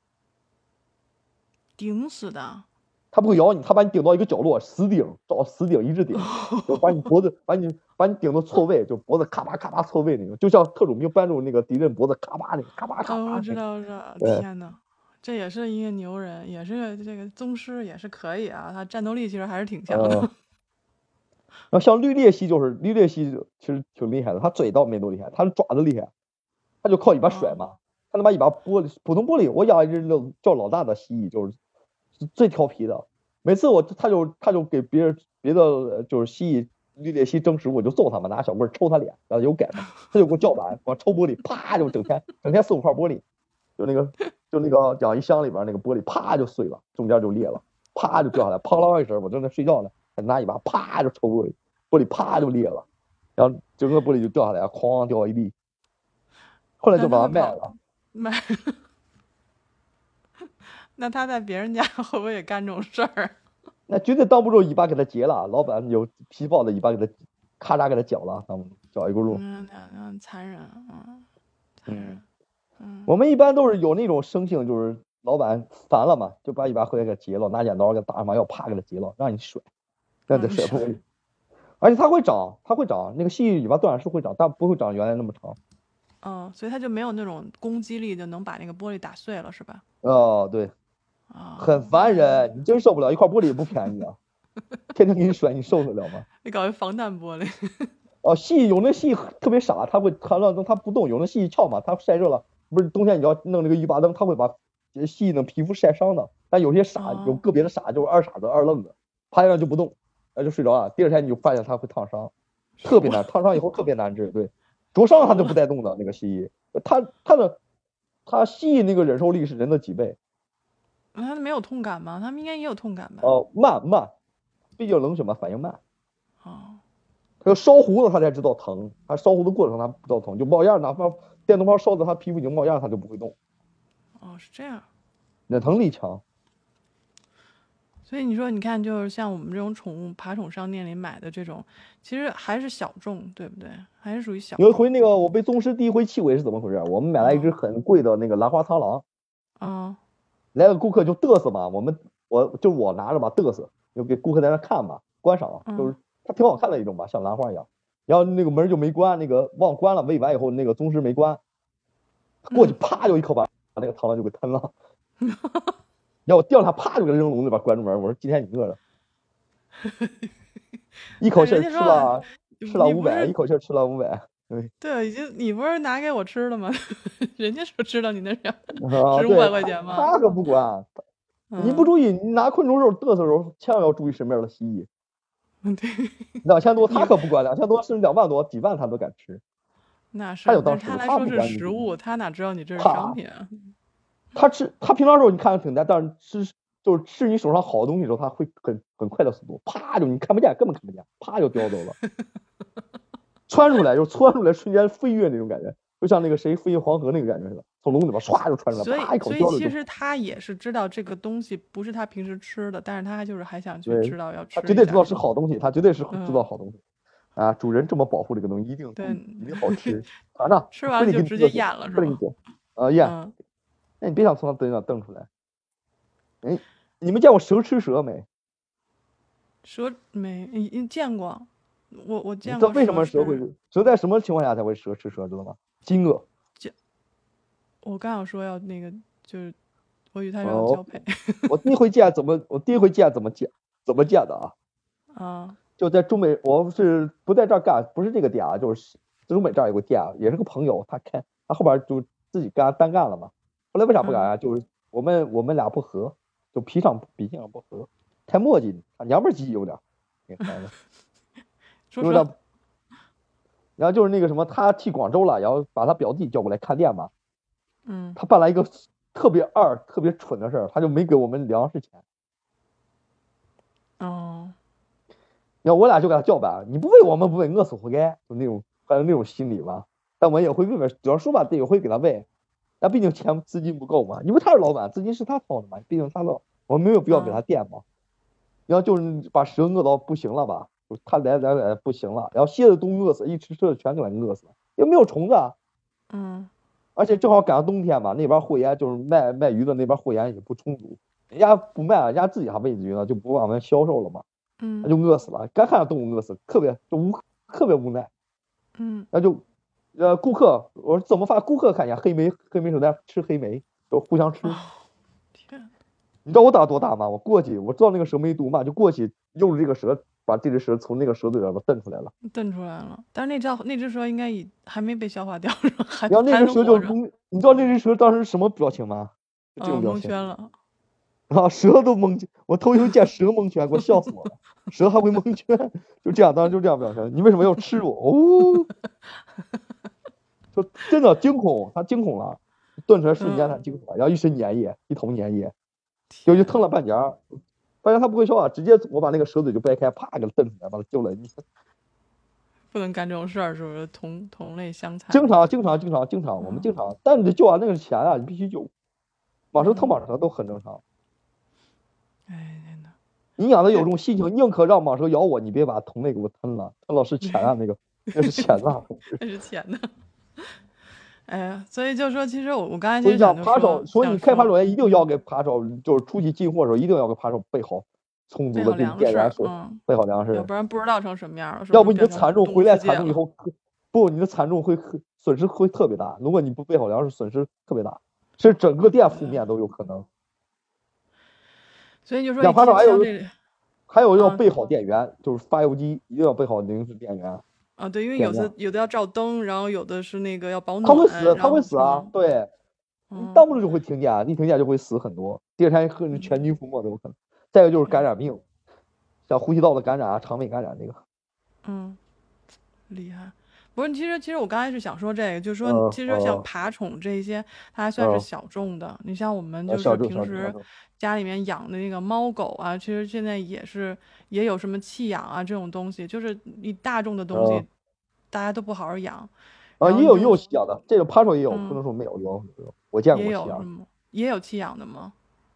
A: 顶死的，
B: 它不会咬你，它把你顶到一个角落，死顶，到死顶一致 顶，就把你脖子，把你把你顶到错位，就脖子咔吧咔吧错位那种，就像特种兵搬住那个敌人脖子咔吧那个咔吧咔
A: 嗯，我
B: 吧
A: 知
B: 那个。
A: 道，我知道，
B: 啊对
A: 天呐，这也是一个牛人，也是个这个宗师，也是可以啊，他战斗力其实还是挺强
B: 呃
A: 的。
B: 然后像绿鬣蜥就是绿鬣蜥，其实挺厉害的，它嘴倒没多厉害，它是爪子厉害，它就靠尾巴甩嘛，它能把尾巴剥离。普通玻璃，我养一只那种叫老大的蜥蜴，就是最调皮的，每次我它就它就给别人别的呃就是蜥蜴绿鬣蜥争食，我就揍它嘛，拿小棍儿抽它脸，然后有改它，它就给我叫板，我抽玻璃，啪就整天整天四五块玻璃，就那个就那个养一箱里边那个玻璃啪就碎了，中间就裂了，啪就掉下来，砰啷一声，我正在睡觉呢，拿一把啪就抽玻璃，玻璃啪就裂了，然后整个玻璃就掉下来，啊哐掉一地，后来
A: 那
B: 就
A: 他
B: 把它
A: 们
B: 卖
A: 跑
B: 了。
A: 买，那他在别人家 会不会也干这种事儿？
B: 那绝对当不住尾巴给它截了，啊老板有皮豹的尾巴给它咔嚓给它绞了，啊当不住绞一轱辘。
A: 嗯，那那残忍，嗯，残忍
B: 嗯，，
A: 嗯，
B: 我们一般都是有那种生性，就是老板烦了嘛，就把尾巴回来给它截了，拿剪刀给它打麻药，啪给它截了，让你甩，让你
A: 嗯
B: 甩
A: 是
B: 不回去。而且它会长，它会长，那个蜥蜴尾巴断了是会长，但不会长原来那么长。
A: 嗯，所以他就没有那种攻击力，就能把那个玻璃打碎了，是吧？
B: 哦，对，
A: 啊、
B: 很烦 人，你真受不了，一块玻璃也不便宜啊，天天给你甩，你受得了吗？
A: 你搞一防弹玻璃，
B: 哦，蜥蜴有那蜥蜴很特别傻，它会缠乱灯，它不动。有那蜥蜴翘嘛，它晒热了，不是冬天你要弄那个浴霸灯，它会把呃蜥蜴的皮肤晒伤的。但有些傻，有
A: 哦
B: 个别的傻就是二傻子、二愣子，趴下来就不动，那就睡着了。第二天你就发现它会烫伤，特别难，烫伤以后特别难治。对，灼伤了它就不带动的那个蜥蜴，它它的它蜥蜴那个忍受力是人的几倍。
A: 那他没有痛感吗？他们应该也有痛感吧？
B: 哦、慢慢，毕竟冷血嘛，反应慢。
A: 哦，
B: 他烧糊了，他才知道疼。他烧糊的过程他不知道疼，就冒烟，哪怕电灯泡烧的他皮肤已经冒烟，他就不会动。
A: 哦，是这样。
B: 忍疼力强，
A: 所以你说，你看，就是像我们这种宠物爬宠商店里买的这种，其实还是小众，对不对？还是属于小
B: 有一
A: 众。
B: 回那个我被宗师第一回气味是怎么回事儿？我们买了一只很贵的那个兰花苍狼，
A: 嗯
B: 来个顾客就嘚瑟嘛，我们我就我拿着嘛嘚瑟，就给顾客在那看嘛，观赏，
A: 嗯
B: 就是它挺好看的一种吧，像兰花一样。然后那个门就没关，那个忘
A: 嗯
B: 关了，喂完以后那个宗师没关，他过去啪就一口把把那个螳螂就给吞了，然后我掉他，啪就给他扔笼子，把关住门。我说今天你饿了，一口气儿
A: 人
B: 吃
A: 家说
B: 了吃了
A: 你不
B: 五百，
A: 是
B: 一口气儿吃了五 百。啊
A: 对，已经你不是拿给我吃了吗？ 人家说知道你那是要，
B: 啊，
A: 15
B: 对
A: 块
B: 他
A: 钱吗嗯
B: 他可不管，你不注意，你拿昆虫肉嘚瑟的时候，千万要注意身边的蜥蜴。
A: 嗯，对，
B: 两千多他可不管，两千多甚至两万多、几万他都敢吃。
A: 那是
B: 他有
A: 但
B: 当
A: 是
B: 时
A: 他来
B: 他
A: 说
B: 不
A: 是
B: 管你
A: 食
B: 怎么
A: 物，他哪知道你这是
B: 啪
A: 商品啊？
B: 他吃他平常时候你看着挺呆，但是吃就是吃你手上好东西的时候，他会很很快的速度，啪就你看不见，根本看不见，啪就叼走 了，窜出来就窜出来，瞬间飞跃那种感觉，就像那个谁飞越黄河那个感觉似的，从笼子里边唰就窜出
A: 所
B: 来，啪一
A: 以，
B: 口
A: 所
B: 叼
A: 以
B: 了
A: 其
B: 就。
A: 实他也是知道这个东西不是他平时吃的，但是他就是还想去
B: 对
A: 知道要吃
B: 他
A: 一下。
B: 绝对知道是好东西，他绝对是
A: 嗯
B: 知道好东西。啊，主人这么保护这个东西，一定
A: 对
B: 一定 好吃。啊，那
A: 吃完了就直接咽了是
B: 不能
A: 吗
B: 点，啊咽。
A: 嗯，
B: 那你别想从他嘴里瞪出来。哎，你们见过蛇吃蛇没？
A: 蛇没你你见过，我我
B: 你
A: 见
B: 知道
A: 过。
B: 为什么蛇会？蛇在什么情况下才会蛇吃蛇，知道吗？惊愕。
A: 我刚想说要那个，就是我与他说
B: 哦
A: 要交配
B: 我第一回见怎么，我第一回见怎么见怎么见的啊？
A: 啊，
B: 就在中美，我是不在这儿干，不是这个店啊，就是中美这儿有个店啊，也是个朋友，他开，他后边儿就自己干单干了嘛。后来为啥不干
A: 嗯
B: 啊？就是我们我们俩不合，就脾上脾性上不合，太磨叽，啊娘们儿唧有点儿，你看着
A: 说
B: 有点
A: 说
B: 儿。然后就是那个什么，他去广州了，然后把他表弟叫过来看店嘛。
A: 嗯
B: 他办了一个特别二、特别蠢的事儿，他就没给我们粮食钱。
A: 哦，
B: 然后我俩就给他叫板，你不喂我们不喂，饿死活该，就那种反正那种心理吧。但我也会喂喂，主要说吧，得也会给他喂，但毕竟钱资金不够嘛，因为他是老板，资金是他掏的嘛，毕竟他老，我们没有必要给他垫嘛。然后就是把蛇饿到不行了吧，就他来来来不行了，然后蝎子都饿死，一吃吃的全给它饿死了，又没有虫子啊，
A: 嗯
B: 而且正好赶上冬天嘛，那边货源就是卖卖鱼的那边货源也不充足，人家不卖了，人家自己还喂鱼呢，就不往外销售了嘛，
A: 嗯
B: 那就饿死了，干看着动物饿死，特别就无特别无奈，
A: 嗯
B: 那就呃顾客，我说怎么发顾客看见黑莓黑莓手袋吃黑莓，都互相吃，
A: 啊天，
B: 你知道我胆儿多大吗？我过去我知道那个蛇没毒嘛，就过去用这个蛇把这只蛇从那个蛇嘴里边蹬出来了，
A: 瞪出来了。但是那只那只蛇应该已还没被消化掉，是吧还
B: 然后那
A: 还
B: 只
A: 能
B: 蛇
A: 活
B: 就
A: 着
B: 懵，你知道那只蛇当时什么表情吗？就
A: 嗯
B: 这种表
A: 蒙
B: 情
A: 圈。了。
B: 啊，蛇都蒙圈，我头一回见蛇蒙圈，给我笑死我了。蛇还会蒙圈，就这样，当时就这样表情。你为什么要吃我？哦，就真的惊恐，他惊恐了，顿出来瞬间他
A: 嗯
B: 惊恐了，然后一身粘液，一头粘液，就就腾了半截儿，半截儿他不会消化，直接我把那个蛇嘴就掰开，啪给它蹬出来，把它丢了。你
A: 不能干这种事儿，是不是？同同类相残。
B: 经常经常经常经常，我们经常，但你得救啊，那个钱啊，你必须救，蟒蛇腾蟒蛇都很正常。
A: 哎，天呐，
B: 你养的有这种心情，宁可让蟒蛇咬我，你别把同类给我吞了，吞了是钱啊，那个那是钱呐。
A: 那是钱呢。 哎呀，所以就说，其实我我刚才其
B: 所
A: 实
B: 以讲
A: 就
B: 扒手，
A: 说
B: 所以
A: 想
B: 你开
A: 说
B: 扒手员一定要给扒手，就是出去进货的时候一定要给扒手备好充足
A: 备
B: 的
A: 好
B: 这个
A: 粮
B: 电
A: 食
B: 源，，水，
A: 嗯，
B: 备好粮
A: 要
B: 食，
A: 不然不知道成什么样了。是
B: 要
A: 不
B: 不
A: 是
B: 你的
A: 变成
B: 惨重
A: 动物
B: 回来
A: 世
B: 惨
A: 界
B: 重以
A: 了，
B: 后，不，你的惨重会很损失会特别大。如果你不备好粮食，损失特别大，是整个店负面都有可能。
A: 所以就说
B: 养
A: 一
B: 扒手
A: 听
B: 还
A: 像
B: 有个
A: 这里
B: 还有要
A: 嗯
B: 备好电源，就是发油机一定要备好零食电源。
A: 啊，对，因为
B: 点
A: 有的
B: 亮
A: 有的要照灯，然后有的是那个要保暖，
B: 它会死，
A: 嗯然
B: 它
A: 后
B: 会死啊！对，你
A: 嗯
B: 动不动就会停电，一停电就会死很多，第二天可能全军覆没都有可能。再一个就是感染病，像呼吸道的感染啊、肠胃感染这个，
A: 嗯，厉害。不是，其实其实我刚才是想说这个，就是说，
B: 嗯
A: 其实像
B: 嗯
A: 爬宠这些，它还算是
B: 嗯
A: 小众的。你像我们
B: 呃，
A: 就是
B: 小众
A: 平
B: 小众
A: 时
B: 小众。
A: 家里面养的那个猫狗啊，其实现在也是也有什么弃养啊这种东西，就是你大众的东西
B: 嗯，
A: 大家都不好好养，
B: 啊，
A: 然后
B: 也有也
A: 就
B: 有吸氧的，这个扒手也有，
A: 嗯
B: 不能说没有，有有，我见过
A: 也
B: 吸
A: 有
B: 氧
A: 什
B: 的，
A: 么也有弃养的吗？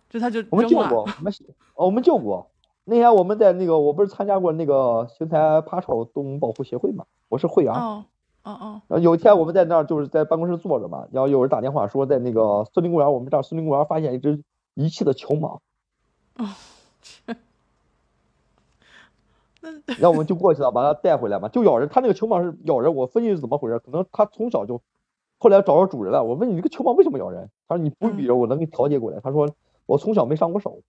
A: 就它就
B: 我们
A: 扔
B: 救
A: 了，
B: 过，我们哦，我们救过。那天我们在那个，我不是参加过那个邢台扒手动物保护协会嘛，我是会员。
A: 哦哦哦，
B: 然后有一天我们在那儿就是在办公室坐着嘛，然后有人打电话说在那个森林公园，我们这儿森林公园发现一只遗弃的球蟒，
A: 那
B: 然后我们就过去了，把它带回来嘛，就咬人。它那个球蟒是咬人，我分析是怎么回事，可能它从小就后来找着主人了，我问你这个球棒为什么咬人？他说你不比着我能给你调节过来。他说我从小没上过手。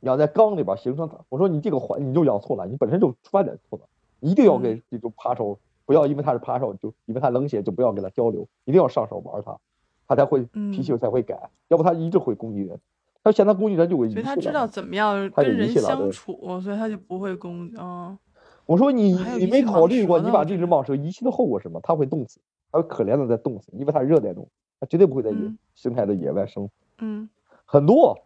B: 养在缸里边形成它，我说你这个环你就养错了，你本身就出发点错了，一定要给
A: 嗯
B: 这种扒手，不要因为它是扒手就因为它冷血就不要跟它交流，一定要上手玩它，它才会
A: 嗯
B: 脾气才会改，要不它一直会攻击人。它嫌它攻击人就会
A: 所以
B: 仪
A: 他
B: 式
A: 知
B: 感
A: 道
B: 嘛
A: 怎么样
B: 嗯他有
A: 跟
B: 仪
A: 人
B: 器了
A: 相
B: 对
A: 处，所以他就不会攻击。嗯，
B: 我说你
A: 还有
B: 你
A: 遗
B: 没
A: 弃
B: 考
A: 蟒
B: 虑
A: 蛇
B: 过，你
A: 呢
B: 把
A: 我
B: 这
A: 觉
B: 只
A: 得
B: 蟒蛇遗弃的后果是什么？它会冻死，它会可怜的在冻死，因为它是热带动物，它绝对不会在野
A: 嗯
B: 生态的野外生活。
A: 嗯
B: 很多，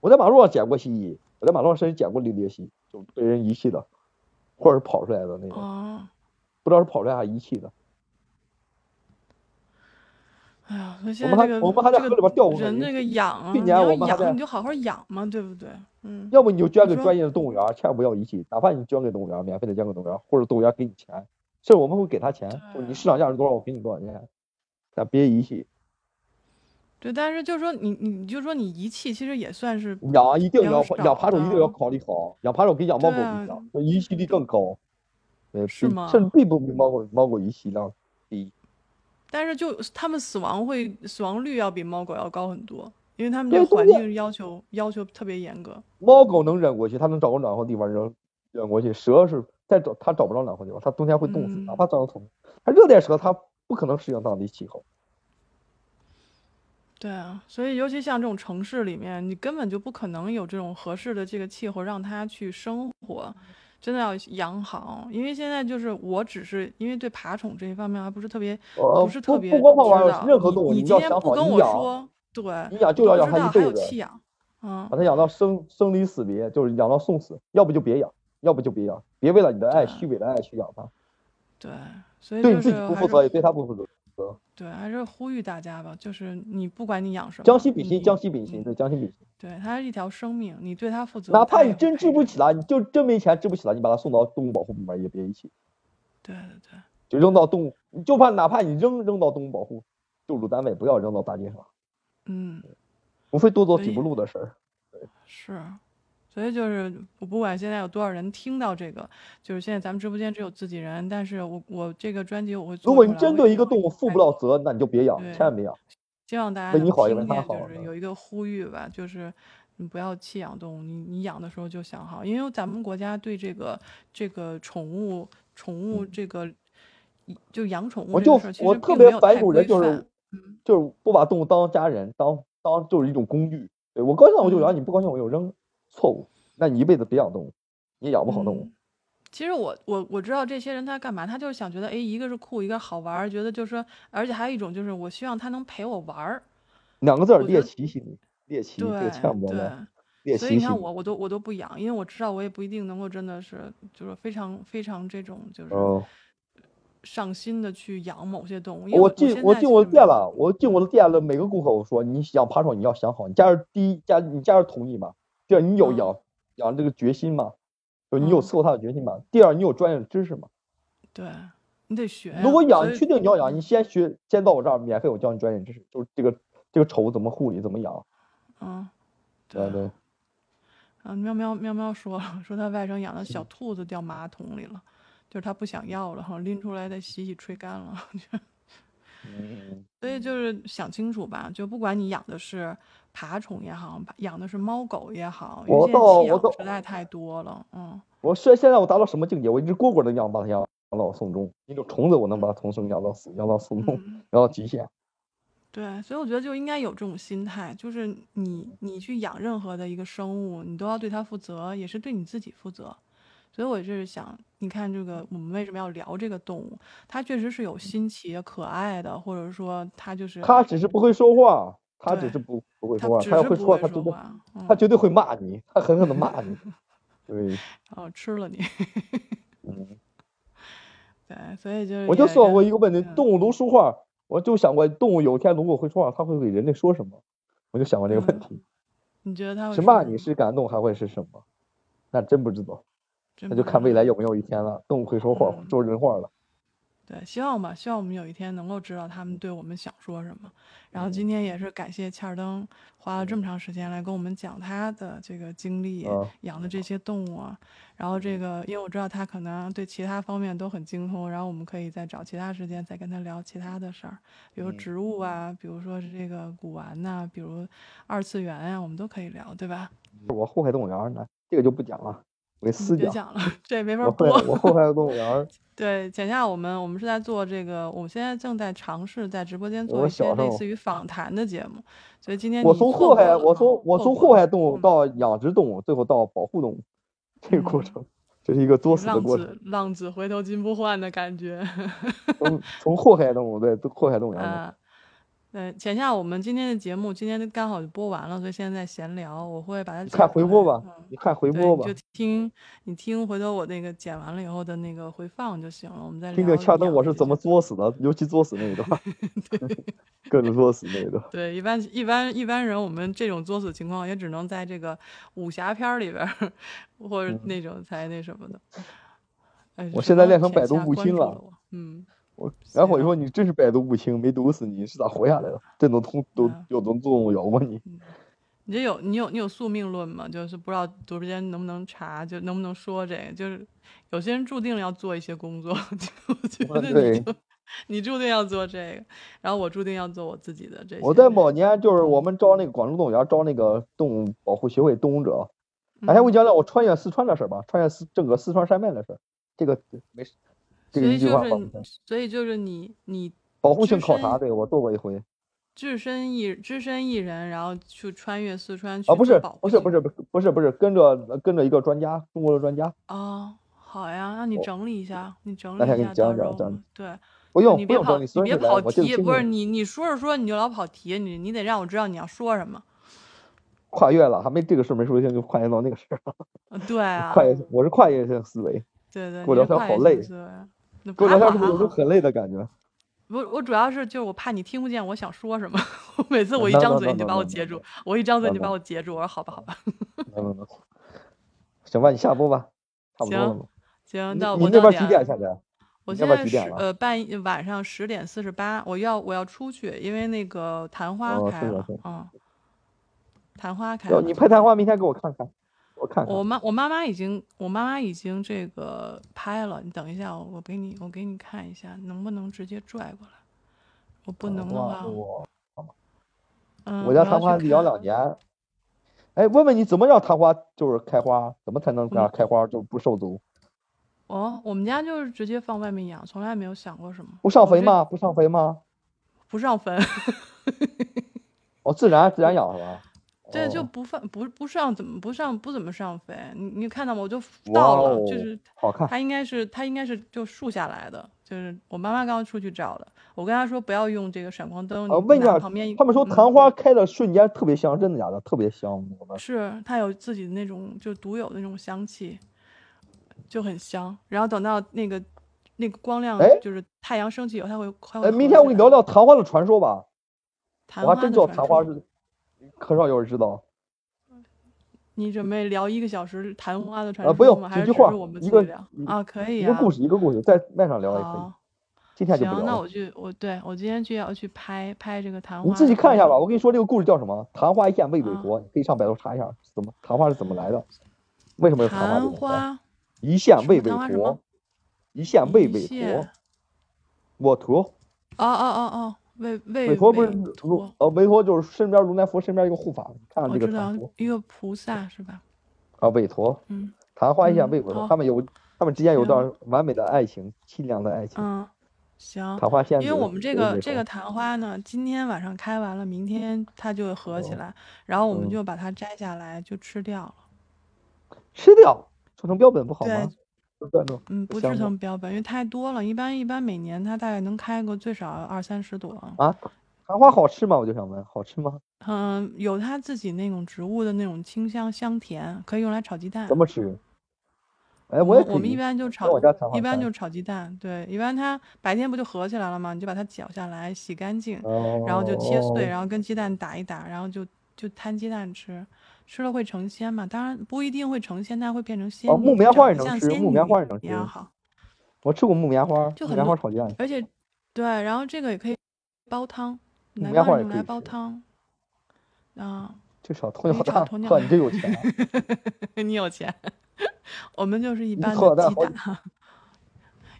B: 我在马路上捡过蜥蜴，我在马路上甚至捡过绿鬣蜥，就被人遗弃的，或者是跑出来的那种，
A: 哦，
B: 不知道是跑出来还是遗弃的。
A: 哎呀，所以
B: 我
A: 现在
B: 们还
A: 这个
B: 我们还在河里边钓过
A: 人
B: 鱼
A: 这个养啊，
B: 去
A: 你
B: 年
A: 要
B: 我们还在
A: 养你就好好养嘛，对不对？嗯，
B: 要不你就捐
A: 你
B: 给
A: 说
B: 专业的动物园，千万不要遗弃，哪怕你捐给动物园，免费的捐给动物园，或者动物园给你钱，甚至我们会给他钱，就是你市场价是多少，我给你多少钱，但别遗弃。
A: 对，但是就是说你你你就说你遗弃，其实也算是
B: 养一定
A: 比较
B: 要
A: 少
B: 养爬手一定要
A: 的
B: 考虑好，养爬手跟养猫狗
A: 对啊
B: 一样，遗弃率更高，呃，
A: 是
B: 比
A: 吗
B: 甚至并不比猫狗猫狗遗弃量低。
A: 但是就它们死亡会死亡率要比猫狗要高很多，因为它们
B: 对
A: 对
B: 都
A: 环
B: 是
A: 境要求要求特别严格。
B: 猫狗能忍过去，它能找个暖和地方扔忍过去。蛇是再找它找不着暖和地方，它冬天会冻死，哪
A: 嗯
B: 怕长得疼。它热带蛇它不可能适应当地气候。
A: 对啊，所以尤其像这种城市里面，你根本就不可能有这种合适的这个气候让它去生活，真的要养好。因为现在就是我只是因为对爬宠这一方面还不是特别，
B: 呃，
A: 不是特别
B: 不光光
A: 知
B: 玩意
A: 道
B: 儿任何动物，
A: 你
B: 你
A: 你
B: 要
A: 今天
B: 想
A: 不
B: 好，
A: 跟
B: 你
A: 我
B: 养
A: 说，对，
B: 你养就
A: 我
B: 要
A: 不
B: 养
A: 知道还
B: 它一
A: 有
B: 辈子，啊
A: 弃养，嗯
B: 把它养到生生离死别，就是养到送死，要不就别养，要不就别养，别为了你的爱
A: 对
B: 虚伪的爱去养它，
A: 对， 所以
B: 对
A: 就
B: 你自
A: 是
B: 己不
A: 还
B: 负
A: 是
B: 责，也对它不负责。
A: 对，还是呼吁大家吧，就是你不管你养什么，
B: 将心比心，
A: 你
B: 将心比心，
A: 嗯
B: 对，将心比心。
A: 对，它是一条生命，你对它负责，
B: 哪怕
A: 它
B: 你
A: 也会
B: 真
A: 爱
B: 治不
A: 你
B: 起来，你就真没钱治不起来，你把它送到动物保护部门也别一起。
A: 对对对。
B: 就扔到动物，你就怕哪怕你扔扔到动物保护救助单位，不要扔到大街上，
A: 嗯，
B: 无非多做
A: 所
B: 几
A: 以
B: 步路的事儿。
A: 是，所以就是我不管现在有多少人听到这个，就是现在咱们直播间只有自己人，但是我我这个专辑我会做
B: 如果
A: 出
B: 你
A: 来
B: 针
A: 我
B: 对
A: 也
B: 一个动物负不了责，那你就别养，
A: 对
B: 千万别养。
A: 希望大家
B: 为
A: 能
B: 你好也为
A: 听
B: 他
A: 见，
B: 好
A: 就是
B: 是
A: 有一个呼吁吧，就是你不要弃养动物，你你养的时候就想好，因为咱们国家对这个这个宠物宠物这个一就养宠物
B: 嗯我
A: 这
B: 就
A: 个事儿，其
B: 我
A: 实
B: 特
A: 并没
B: 别
A: 有
B: 反
A: 太
B: 骨人，
A: 规
B: 就
A: 范
B: 是。就是不把动物当家人，当当就是一种工具。对我高兴了
A: 嗯
B: 我就养，你不高兴我就扔，错误。那你一辈子别养动物，你也养不好动物
A: 嗯。其实我我我知道这些人他干嘛，他就是想觉得，哎，一个是酷，一个好玩儿，觉得就是说，而且还有一种就是我希望他能陪我玩儿，
B: 两个字儿，
A: 我觉
B: 猎
A: 得
B: 奇心理，猎奇，这
A: 对
B: 个千万不要
A: 对
B: 玩。。猎
A: 所
B: 奇
A: 以你
B: 心理。
A: 看我，我都我都不养，因为我知道我也不一定能够真的是就是非常非常这种就是
B: 嗯。
A: 上心的去养某些动物。因为
B: 哦我
A: 我
B: 进
A: 现
B: 我
A: 在
B: 进
A: 其
B: 我
A: 实没有
B: 的店了，我进我的店了，每个顾客我说你想爬宠你要想好，你家人第一家你家人同意吗？第二你有
A: 嗯
B: 养、养这个决心吗？就你有
A: 嗯
B: 伺候它的决心吗？第二你有专业的知识吗？
A: 对你得哎学呀。啊
B: 如果
A: 所
B: 养，
A: 以
B: 确定你要养，你先学，先到我这儿免费我教你专业知识，就是这个这个宠物怎么护理，怎么养。
A: 嗯，对
B: 对对，
A: 啊，喵喵喵喵说了，说他外甥养的小兔子掉马桶里了，就是他不想要了，然后拎出来再洗洗吹干了。
B: 嗯，
A: 所以就是想清楚吧，就不管你养的是爬虫也好，养的是猫狗也好，因为
B: 我
A: 现在
B: 到
A: 弃
B: 我
A: 养
B: 到
A: 实在太多了，嗯。
B: 我现现在我达到什么境界？我一只蝈蝈能养把它养到送终，一种虫子我能把它从生养到死，养到送终，
A: 嗯
B: 养到极限。
A: 对，所以我觉得就应该有这种心态，就是你你去养任何的一个生物，你都要对它负责，也是对你自己负责。所以我就是想，你看这个我们为什么要聊这个动物？它确实是有新奇的、可爱的，或者说它就是
B: 它只是不会说话，它只
A: 对
B: 是不不会
A: 它
B: 说话，
A: 只
B: 它要
A: 是
B: 会
A: 不
B: 说，
A: 会
B: 它绝
A: 说
B: 对
A: 话，嗯，
B: 他绝对会骂你，他狠狠的 骂你。对，
A: 然后哦吃了你。
B: 嗯，
A: 对，所以就是
B: 我就
A: 也
B: 想过
A: 让
B: 一个问题：
A: 嗯
B: 动物能说话，我就想过，动物有一天如果会说话，它会给人类说什么？我就想过这个问
A: 嗯
B: 题：
A: 你觉得它会
B: 是
A: 说
B: 骂
A: 什
B: 你，
A: 么
B: 是感动，还会是什么？那真不知道，
A: 真
B: 那
A: 不
B: 就
A: 知
B: 看未
A: 道
B: 来有没有一天了，动物会说话，
A: 嗯
B: 说人话了。
A: 对，希望吧，希望我们有一天能够知道他
B: 嗯
A: 们对我们想说什么。然后今天也是感谢切尔登花
B: 嗯
A: 了这么长时间来跟我们讲他的这个经历
B: 啊，
A: 养的这些动物啊。然后
B: 嗯
A: 这个，因为我知道他可能对其他方面都很精通，然后我们可以再找其他时间再跟他聊其他的事儿，比如
B: 嗯
A: 植物啊，比如说是这个古玩呐、比如二次元啊，我们都可以聊，对吧？
B: 我后海动物园儿呢，这个就不讲了，我给私
A: 别
B: 讲。
A: 嗯讲了， 这也没法
B: 我后
A: 播。
B: 海我后海动物 园儿，
A: 对，简下我们我们是在做这个，我们现在正在尝试在直播间做
B: 我
A: 一些
B: 小时
A: 类
B: 候
A: 似于访谈的节目，所以今天
B: 我
A: 你
B: 从
A: 错
B: 后
A: 过
B: 海，
A: 了
B: 我
A: 啊
B: 从我
A: 错
B: 从
A: 过
B: 后
A: 了
B: 海动物
A: 嗯
B: 到养殖动物，最后到保护动物，这个过
A: 嗯
B: 程，这是一个作死的
A: 浪
B: 过程。
A: 子浪子回头金不换的感觉，
B: 从从后海动物对后海动物园嘛，
A: 啊。对，浅夏，我们今天的节目今天刚好就播完了，所以现在闲聊，我会把它
B: 你
A: 剪
B: 看回
A: 出
B: 播
A: 来
B: 吧，
A: 嗯，
B: 你看回
A: 对，
B: 播
A: 你
B: 吧
A: 就，听你听，回头我那个剪完了以后的那个回放就行了，我们再
B: 听
A: 聊
B: 听恰登
A: 养
B: 我
A: 的
B: 是
A: 这
B: 怎
A: 些
B: 么作死的，尤其作死那一段， 各种作死那一段。
A: 对，一般一般一般人，我们这种作死情况也只能在这个武侠片儿里边儿，或者
B: 嗯
A: 那种才那什么的。哎，
B: 我
A: 什
B: 现在
A: 么
B: 练成
A: 浅
B: 百毒
A: 夏
B: 不
A: 关
B: 侵
A: 注
B: 了
A: 我，嗯，
B: 我然后我
A: 行
B: 就说你真是百毒不侵，没毒死你，是咋活下来的？这种痛都
A: 嗯
B: 有种作用咬过你，
A: 你这有你有你有宿命论吗？就是不知道直播间能不能查，就能不能说这个？就是有些人注定要做一些工作， 就我觉
B: 我
A: 得你
B: 嗯对
A: 就你注定要做这个，然后我注定要做我自己的这
B: 我
A: 些
B: 在。某年就是
A: 嗯
B: 我们招那个广州动物园招那个动物保护协会动物者，哎，我
A: 嗯，
B: 讲讲我穿越四川的事儿吧，穿越四整个四川山脉的事儿，这个没事，这个
A: 所
B: 一
A: 以
B: 句
A: 就
B: 话
A: 是
B: 吧，
A: 你所以就是你你
B: 保护
A: 只
B: 性考
A: 身
B: 察，对我做过一回
A: 只身一只身一人，然后去穿越四川
B: 啊，
A: 去
B: 不
A: 做
B: 是
A: 保护
B: 不是不
A: 性
B: 是不是不是不是跟着跟着一个专家，中国的专家，
A: 哦，好呀，那你
B: 我
A: 整理一下，你整
B: 那
A: 理
B: 天
A: 一
B: 给
A: 下，
B: 你
A: 到
B: 讲
A: 时
B: 讲
A: 候我
B: 讲
A: 们，对，
B: 不
A: 对
B: 用
A: 啊你
B: 不
A: 别
B: 用
A: 跑，
B: 整理，
A: 你
B: 随
A: 别
B: 时来，
A: 跑
B: 我就是
A: 题，
B: 听
A: 不是
B: 听
A: 你你说着说你就老跑题，你你得让我知道你要说什么。
B: 跨越了，还没这个事儿没说清就跨越到那个事儿了，
A: 呃对啊
B: 跨，越我是跨越性思维，
A: 对对，
B: 跟我
A: 你
B: 聊
A: 是
B: 天
A: 跨
B: 好
A: 越
B: 累
A: 性思维，那
B: 跟我
A: 还
B: 聊天
A: 好还
B: 是不是有种
A: 好，
B: 很累的感觉？
A: 我我主要是就是我怕你听不见我想说什么，我每次我一
B: no
A: 张
B: no
A: 嘴
B: no
A: 你就
B: 啊 no
A: 把
B: no
A: 我
B: no
A: 截住，我一张嘴
B: no
A: 你就把
B: no
A: 我截住，我说好吧好吧，
B: no no no，行吧，你下播吧，差不多了
A: 行
B: 吧？
A: 行，
B: 你
A: 到
B: 你
A: 我
B: 那
A: 到
B: 边
A: 点
B: 几
A: 儿。
B: 点下 载？
A: 我
B: 你
A: 现
B: 那
A: 在
B: 边几点
A: 十
B: 了？
A: 呃半夜晚上十点四十八，我要我要出去，因为那个昙花
B: 哦，
A: 开
B: 是的，
A: 了
B: 是的。
A: 嗯，昙花开
B: 要
A: 了。
B: 你拍昙花，明天给我看看，我看看。
A: 我妈我妈妈已经我妈妈已经这个拍了，你等一下，我我给你我给你看一下，能不能直接拽过来？我不能的话，
B: 哦我
A: 嗯，
B: 我
A: 我
B: 家
A: 要
B: 昙
A: 去
B: 花养
A: 看。
B: 两年。哎，问问你怎么让昙花就是开花？怎么才能
A: 我
B: 让
A: 们
B: 开花就不受阻？
A: 哦，我们家就是直接放外面养，从来没有想过什么。
B: 不上
A: 我
B: 肥
A: 这
B: 吗？不上肥吗？
A: 不上坟，
B: 哦，自然自然养是吧？
A: 对，就
B: 哦，
A: 不放不不上怎么不上不怎么上肥，你你看到吗？我就
B: 哇
A: 到了，就
B: 哦，
A: 是
B: 好看。
A: 它应该是它应该是就竖下来的，就是我妈妈刚刚出去找的，我跟她说不要用这个闪光灯，
B: 啊，
A: 你
B: 问一
A: 拿
B: 下，
A: 旁边一
B: 他们说
A: 嗯
B: 昙花开的瞬间特别香，真的假的？特别香，我们
A: 是它有自己的那种就独有的那种香气，就很香。然后等到那个那个光亮
B: 哎
A: 就是太阳升起以后，它会它会
B: 哎，明
A: 合起
B: 天我给你
A: 来。
B: 聊聊昙花的传说吧。
A: 昙
B: 我还
A: 花
B: 真
A: 的
B: 知道
A: 传
B: 昙花
A: 说，
B: 是，很少有人知道。
A: 你准备聊一个小时昙花的
B: 啊，
A: 传
B: 不
A: 说
B: 用
A: 吗？还
B: 几
A: 是
B: 句
A: 只是
B: 话，
A: 我们自己
B: 一个
A: 聊
B: 一
A: 啊？可以
B: 一个
A: 呀、
B: 故事一个故事，在麦上聊也可以。
A: 好。
B: 今天就不
A: 行，
B: 聊
A: 那
B: 了，
A: 我去，我对我今天就要去拍拍这个昙
B: 你
A: 花
B: 自己
A: 的
B: 看
A: 故
B: 一下
A: 事
B: 吧。我跟你说，这个故事叫什么？昙花一现为北
A: 啊。
B: 国，你可以上百度查一下，怎么昙花是怎么来的？为什么有昙花这
A: 昙
B: 个词啊儿？
A: 花
B: 一现
A: 什
B: 为
A: 么
B: 北
A: 昙花什么
B: 国，一现为
A: 一
B: 北
A: 线？
B: 国。我陀，
A: 哦哦哦哦，为
B: 韦
A: 为
B: 陀不是
A: 韦
B: 如
A: 陀，
B: 呃，韦陀就是身边如来佛身边一个护法，你看看
A: 我
B: 这个
A: 知
B: 传
A: 道
B: 说
A: 一个菩萨是吧？
B: 啊，韦陀，
A: 嗯
B: 昙花一现
A: 嗯，
B: 为韦陀，
A: 好，
B: 他们有他们之间有
A: 行。
B: 段完美的爱情，凄凉的爱情。
A: 嗯，行，
B: 昙花仙
A: 因为我
B: 子
A: 们这
B: 为
A: 个
B: 韦
A: 这个
B: 陀，
A: 昙花呢，今天晚上开完了，明天它就合起
B: 哦，
A: 来，然后我们
B: 嗯，
A: 就把它摘下来就吃掉了。
B: 吃掉做成标本不好
A: 对，
B: 吗？不算种
A: 嗯，
B: 不
A: 不制
B: 香吗？
A: 成标本，因为太多了，一般一般每年它大概能开个最少二三十朵。
B: 啊，昙花好吃吗？我就想问，好吃吗？
A: 嗯，有它自己那种植物的那种清香香甜，可以用来炒鸡蛋。
B: 怎么吃？哎，
A: 我
B: 我也
A: 们
B: 可
A: 我们一
B: 以，
A: 般就
B: 在
A: 炒，
B: 我家昙
A: 一
B: 花
A: 般
B: 山。
A: 就炒鸡蛋。对，一般它白天不就合起来了吗？你就把它绞下来，洗干净，然后就切碎，
B: 哦，
A: 然后跟鸡蛋打一打，然后就就摊鸡蛋吃。吃了会成仙嘛？当然不一定会成仙，但会变成
B: 哦，
A: 仙女，
B: 木
A: 就
B: 棉
A: 长
B: 花也
A: 得
B: 能
A: 像
B: 吃，
A: 仙
B: 木棉
A: 女
B: 花也能
A: 一样
B: 吃。
A: 好。
B: 我吃过木棉花，
A: 就
B: 木
A: 很
B: 棉
A: 多
B: 花炒鸡蛋，
A: 而且对，然后这个也可以煲汤，
B: 嗯
A: 南
B: 棉花
A: 方
B: 也
A: 人
B: 可以
A: 来煲
B: 吃
A: 汤。啊，
B: 这炒鸵鸟
A: 可以
B: 蛋，
A: 炒 鸵鸟
B: 呵，你真有钱啊、
A: 你有钱，我们就是一
B: 一
A: 般
B: 托
A: 的
B: 尔蛋
A: 鸡
B: 好
A: 蛋，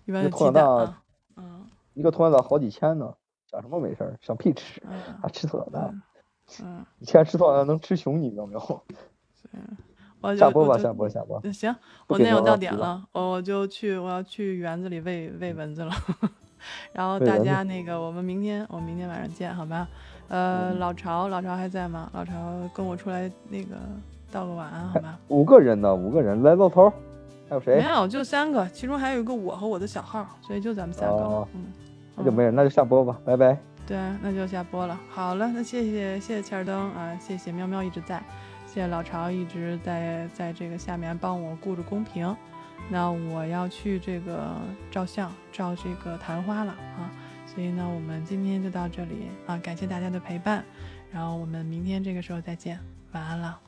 A: 一般
B: 一
A: 的
B: 托
A: 鸡
B: 尔
A: 蛋
B: 蛋
A: 啊，嗯
B: 一个鸵鸟蛋好几千呢，想什么美事儿？想屁吃
A: 嗯
B: 啊！吃鸵鸟蛋，
A: 嗯嗯，
B: 以前吃鸵鸟蛋能吃熊，你知道没有？
A: 我就
B: 下播吧，
A: 我
B: 下
A: 就
B: 播，下播。
A: 嗯行，
B: 不
A: 我
B: 给啊
A: 那
B: 牛
A: 有到
B: 了
A: 点
B: 皮了
A: 了，我我就去我要去园子里喂喂蚊子了。 然后
B: 嗯喂
A: 大
B: 蚊子
A: 家那个，我们明天我们明天晚上见，好吧？呃，
B: 嗯
A: 老曹，老曹还在吗？老曹跟我出来那个道个晚安，好吗？
B: 五个人呢，五个人，来老头儿，还有谁
A: 没？有，就三个，其中还有一个我和我的小号，所以就咱们三个了。
B: 哦
A: 嗯，
B: 那就
A: 嗯
B: 没人，那就下播吧，拜拜。
A: 对，那就下播了。好了，那谢谢谢谢切尔登啊，谢谢喵喵一直在，谢谢老巢一直在在这个下面帮我顾着公屏。那我要去这个照相，照这个昙花了啊。所以呢，我们今天就到这里啊，感谢大家的陪伴，然后我们明天这个时候再见，晚安了。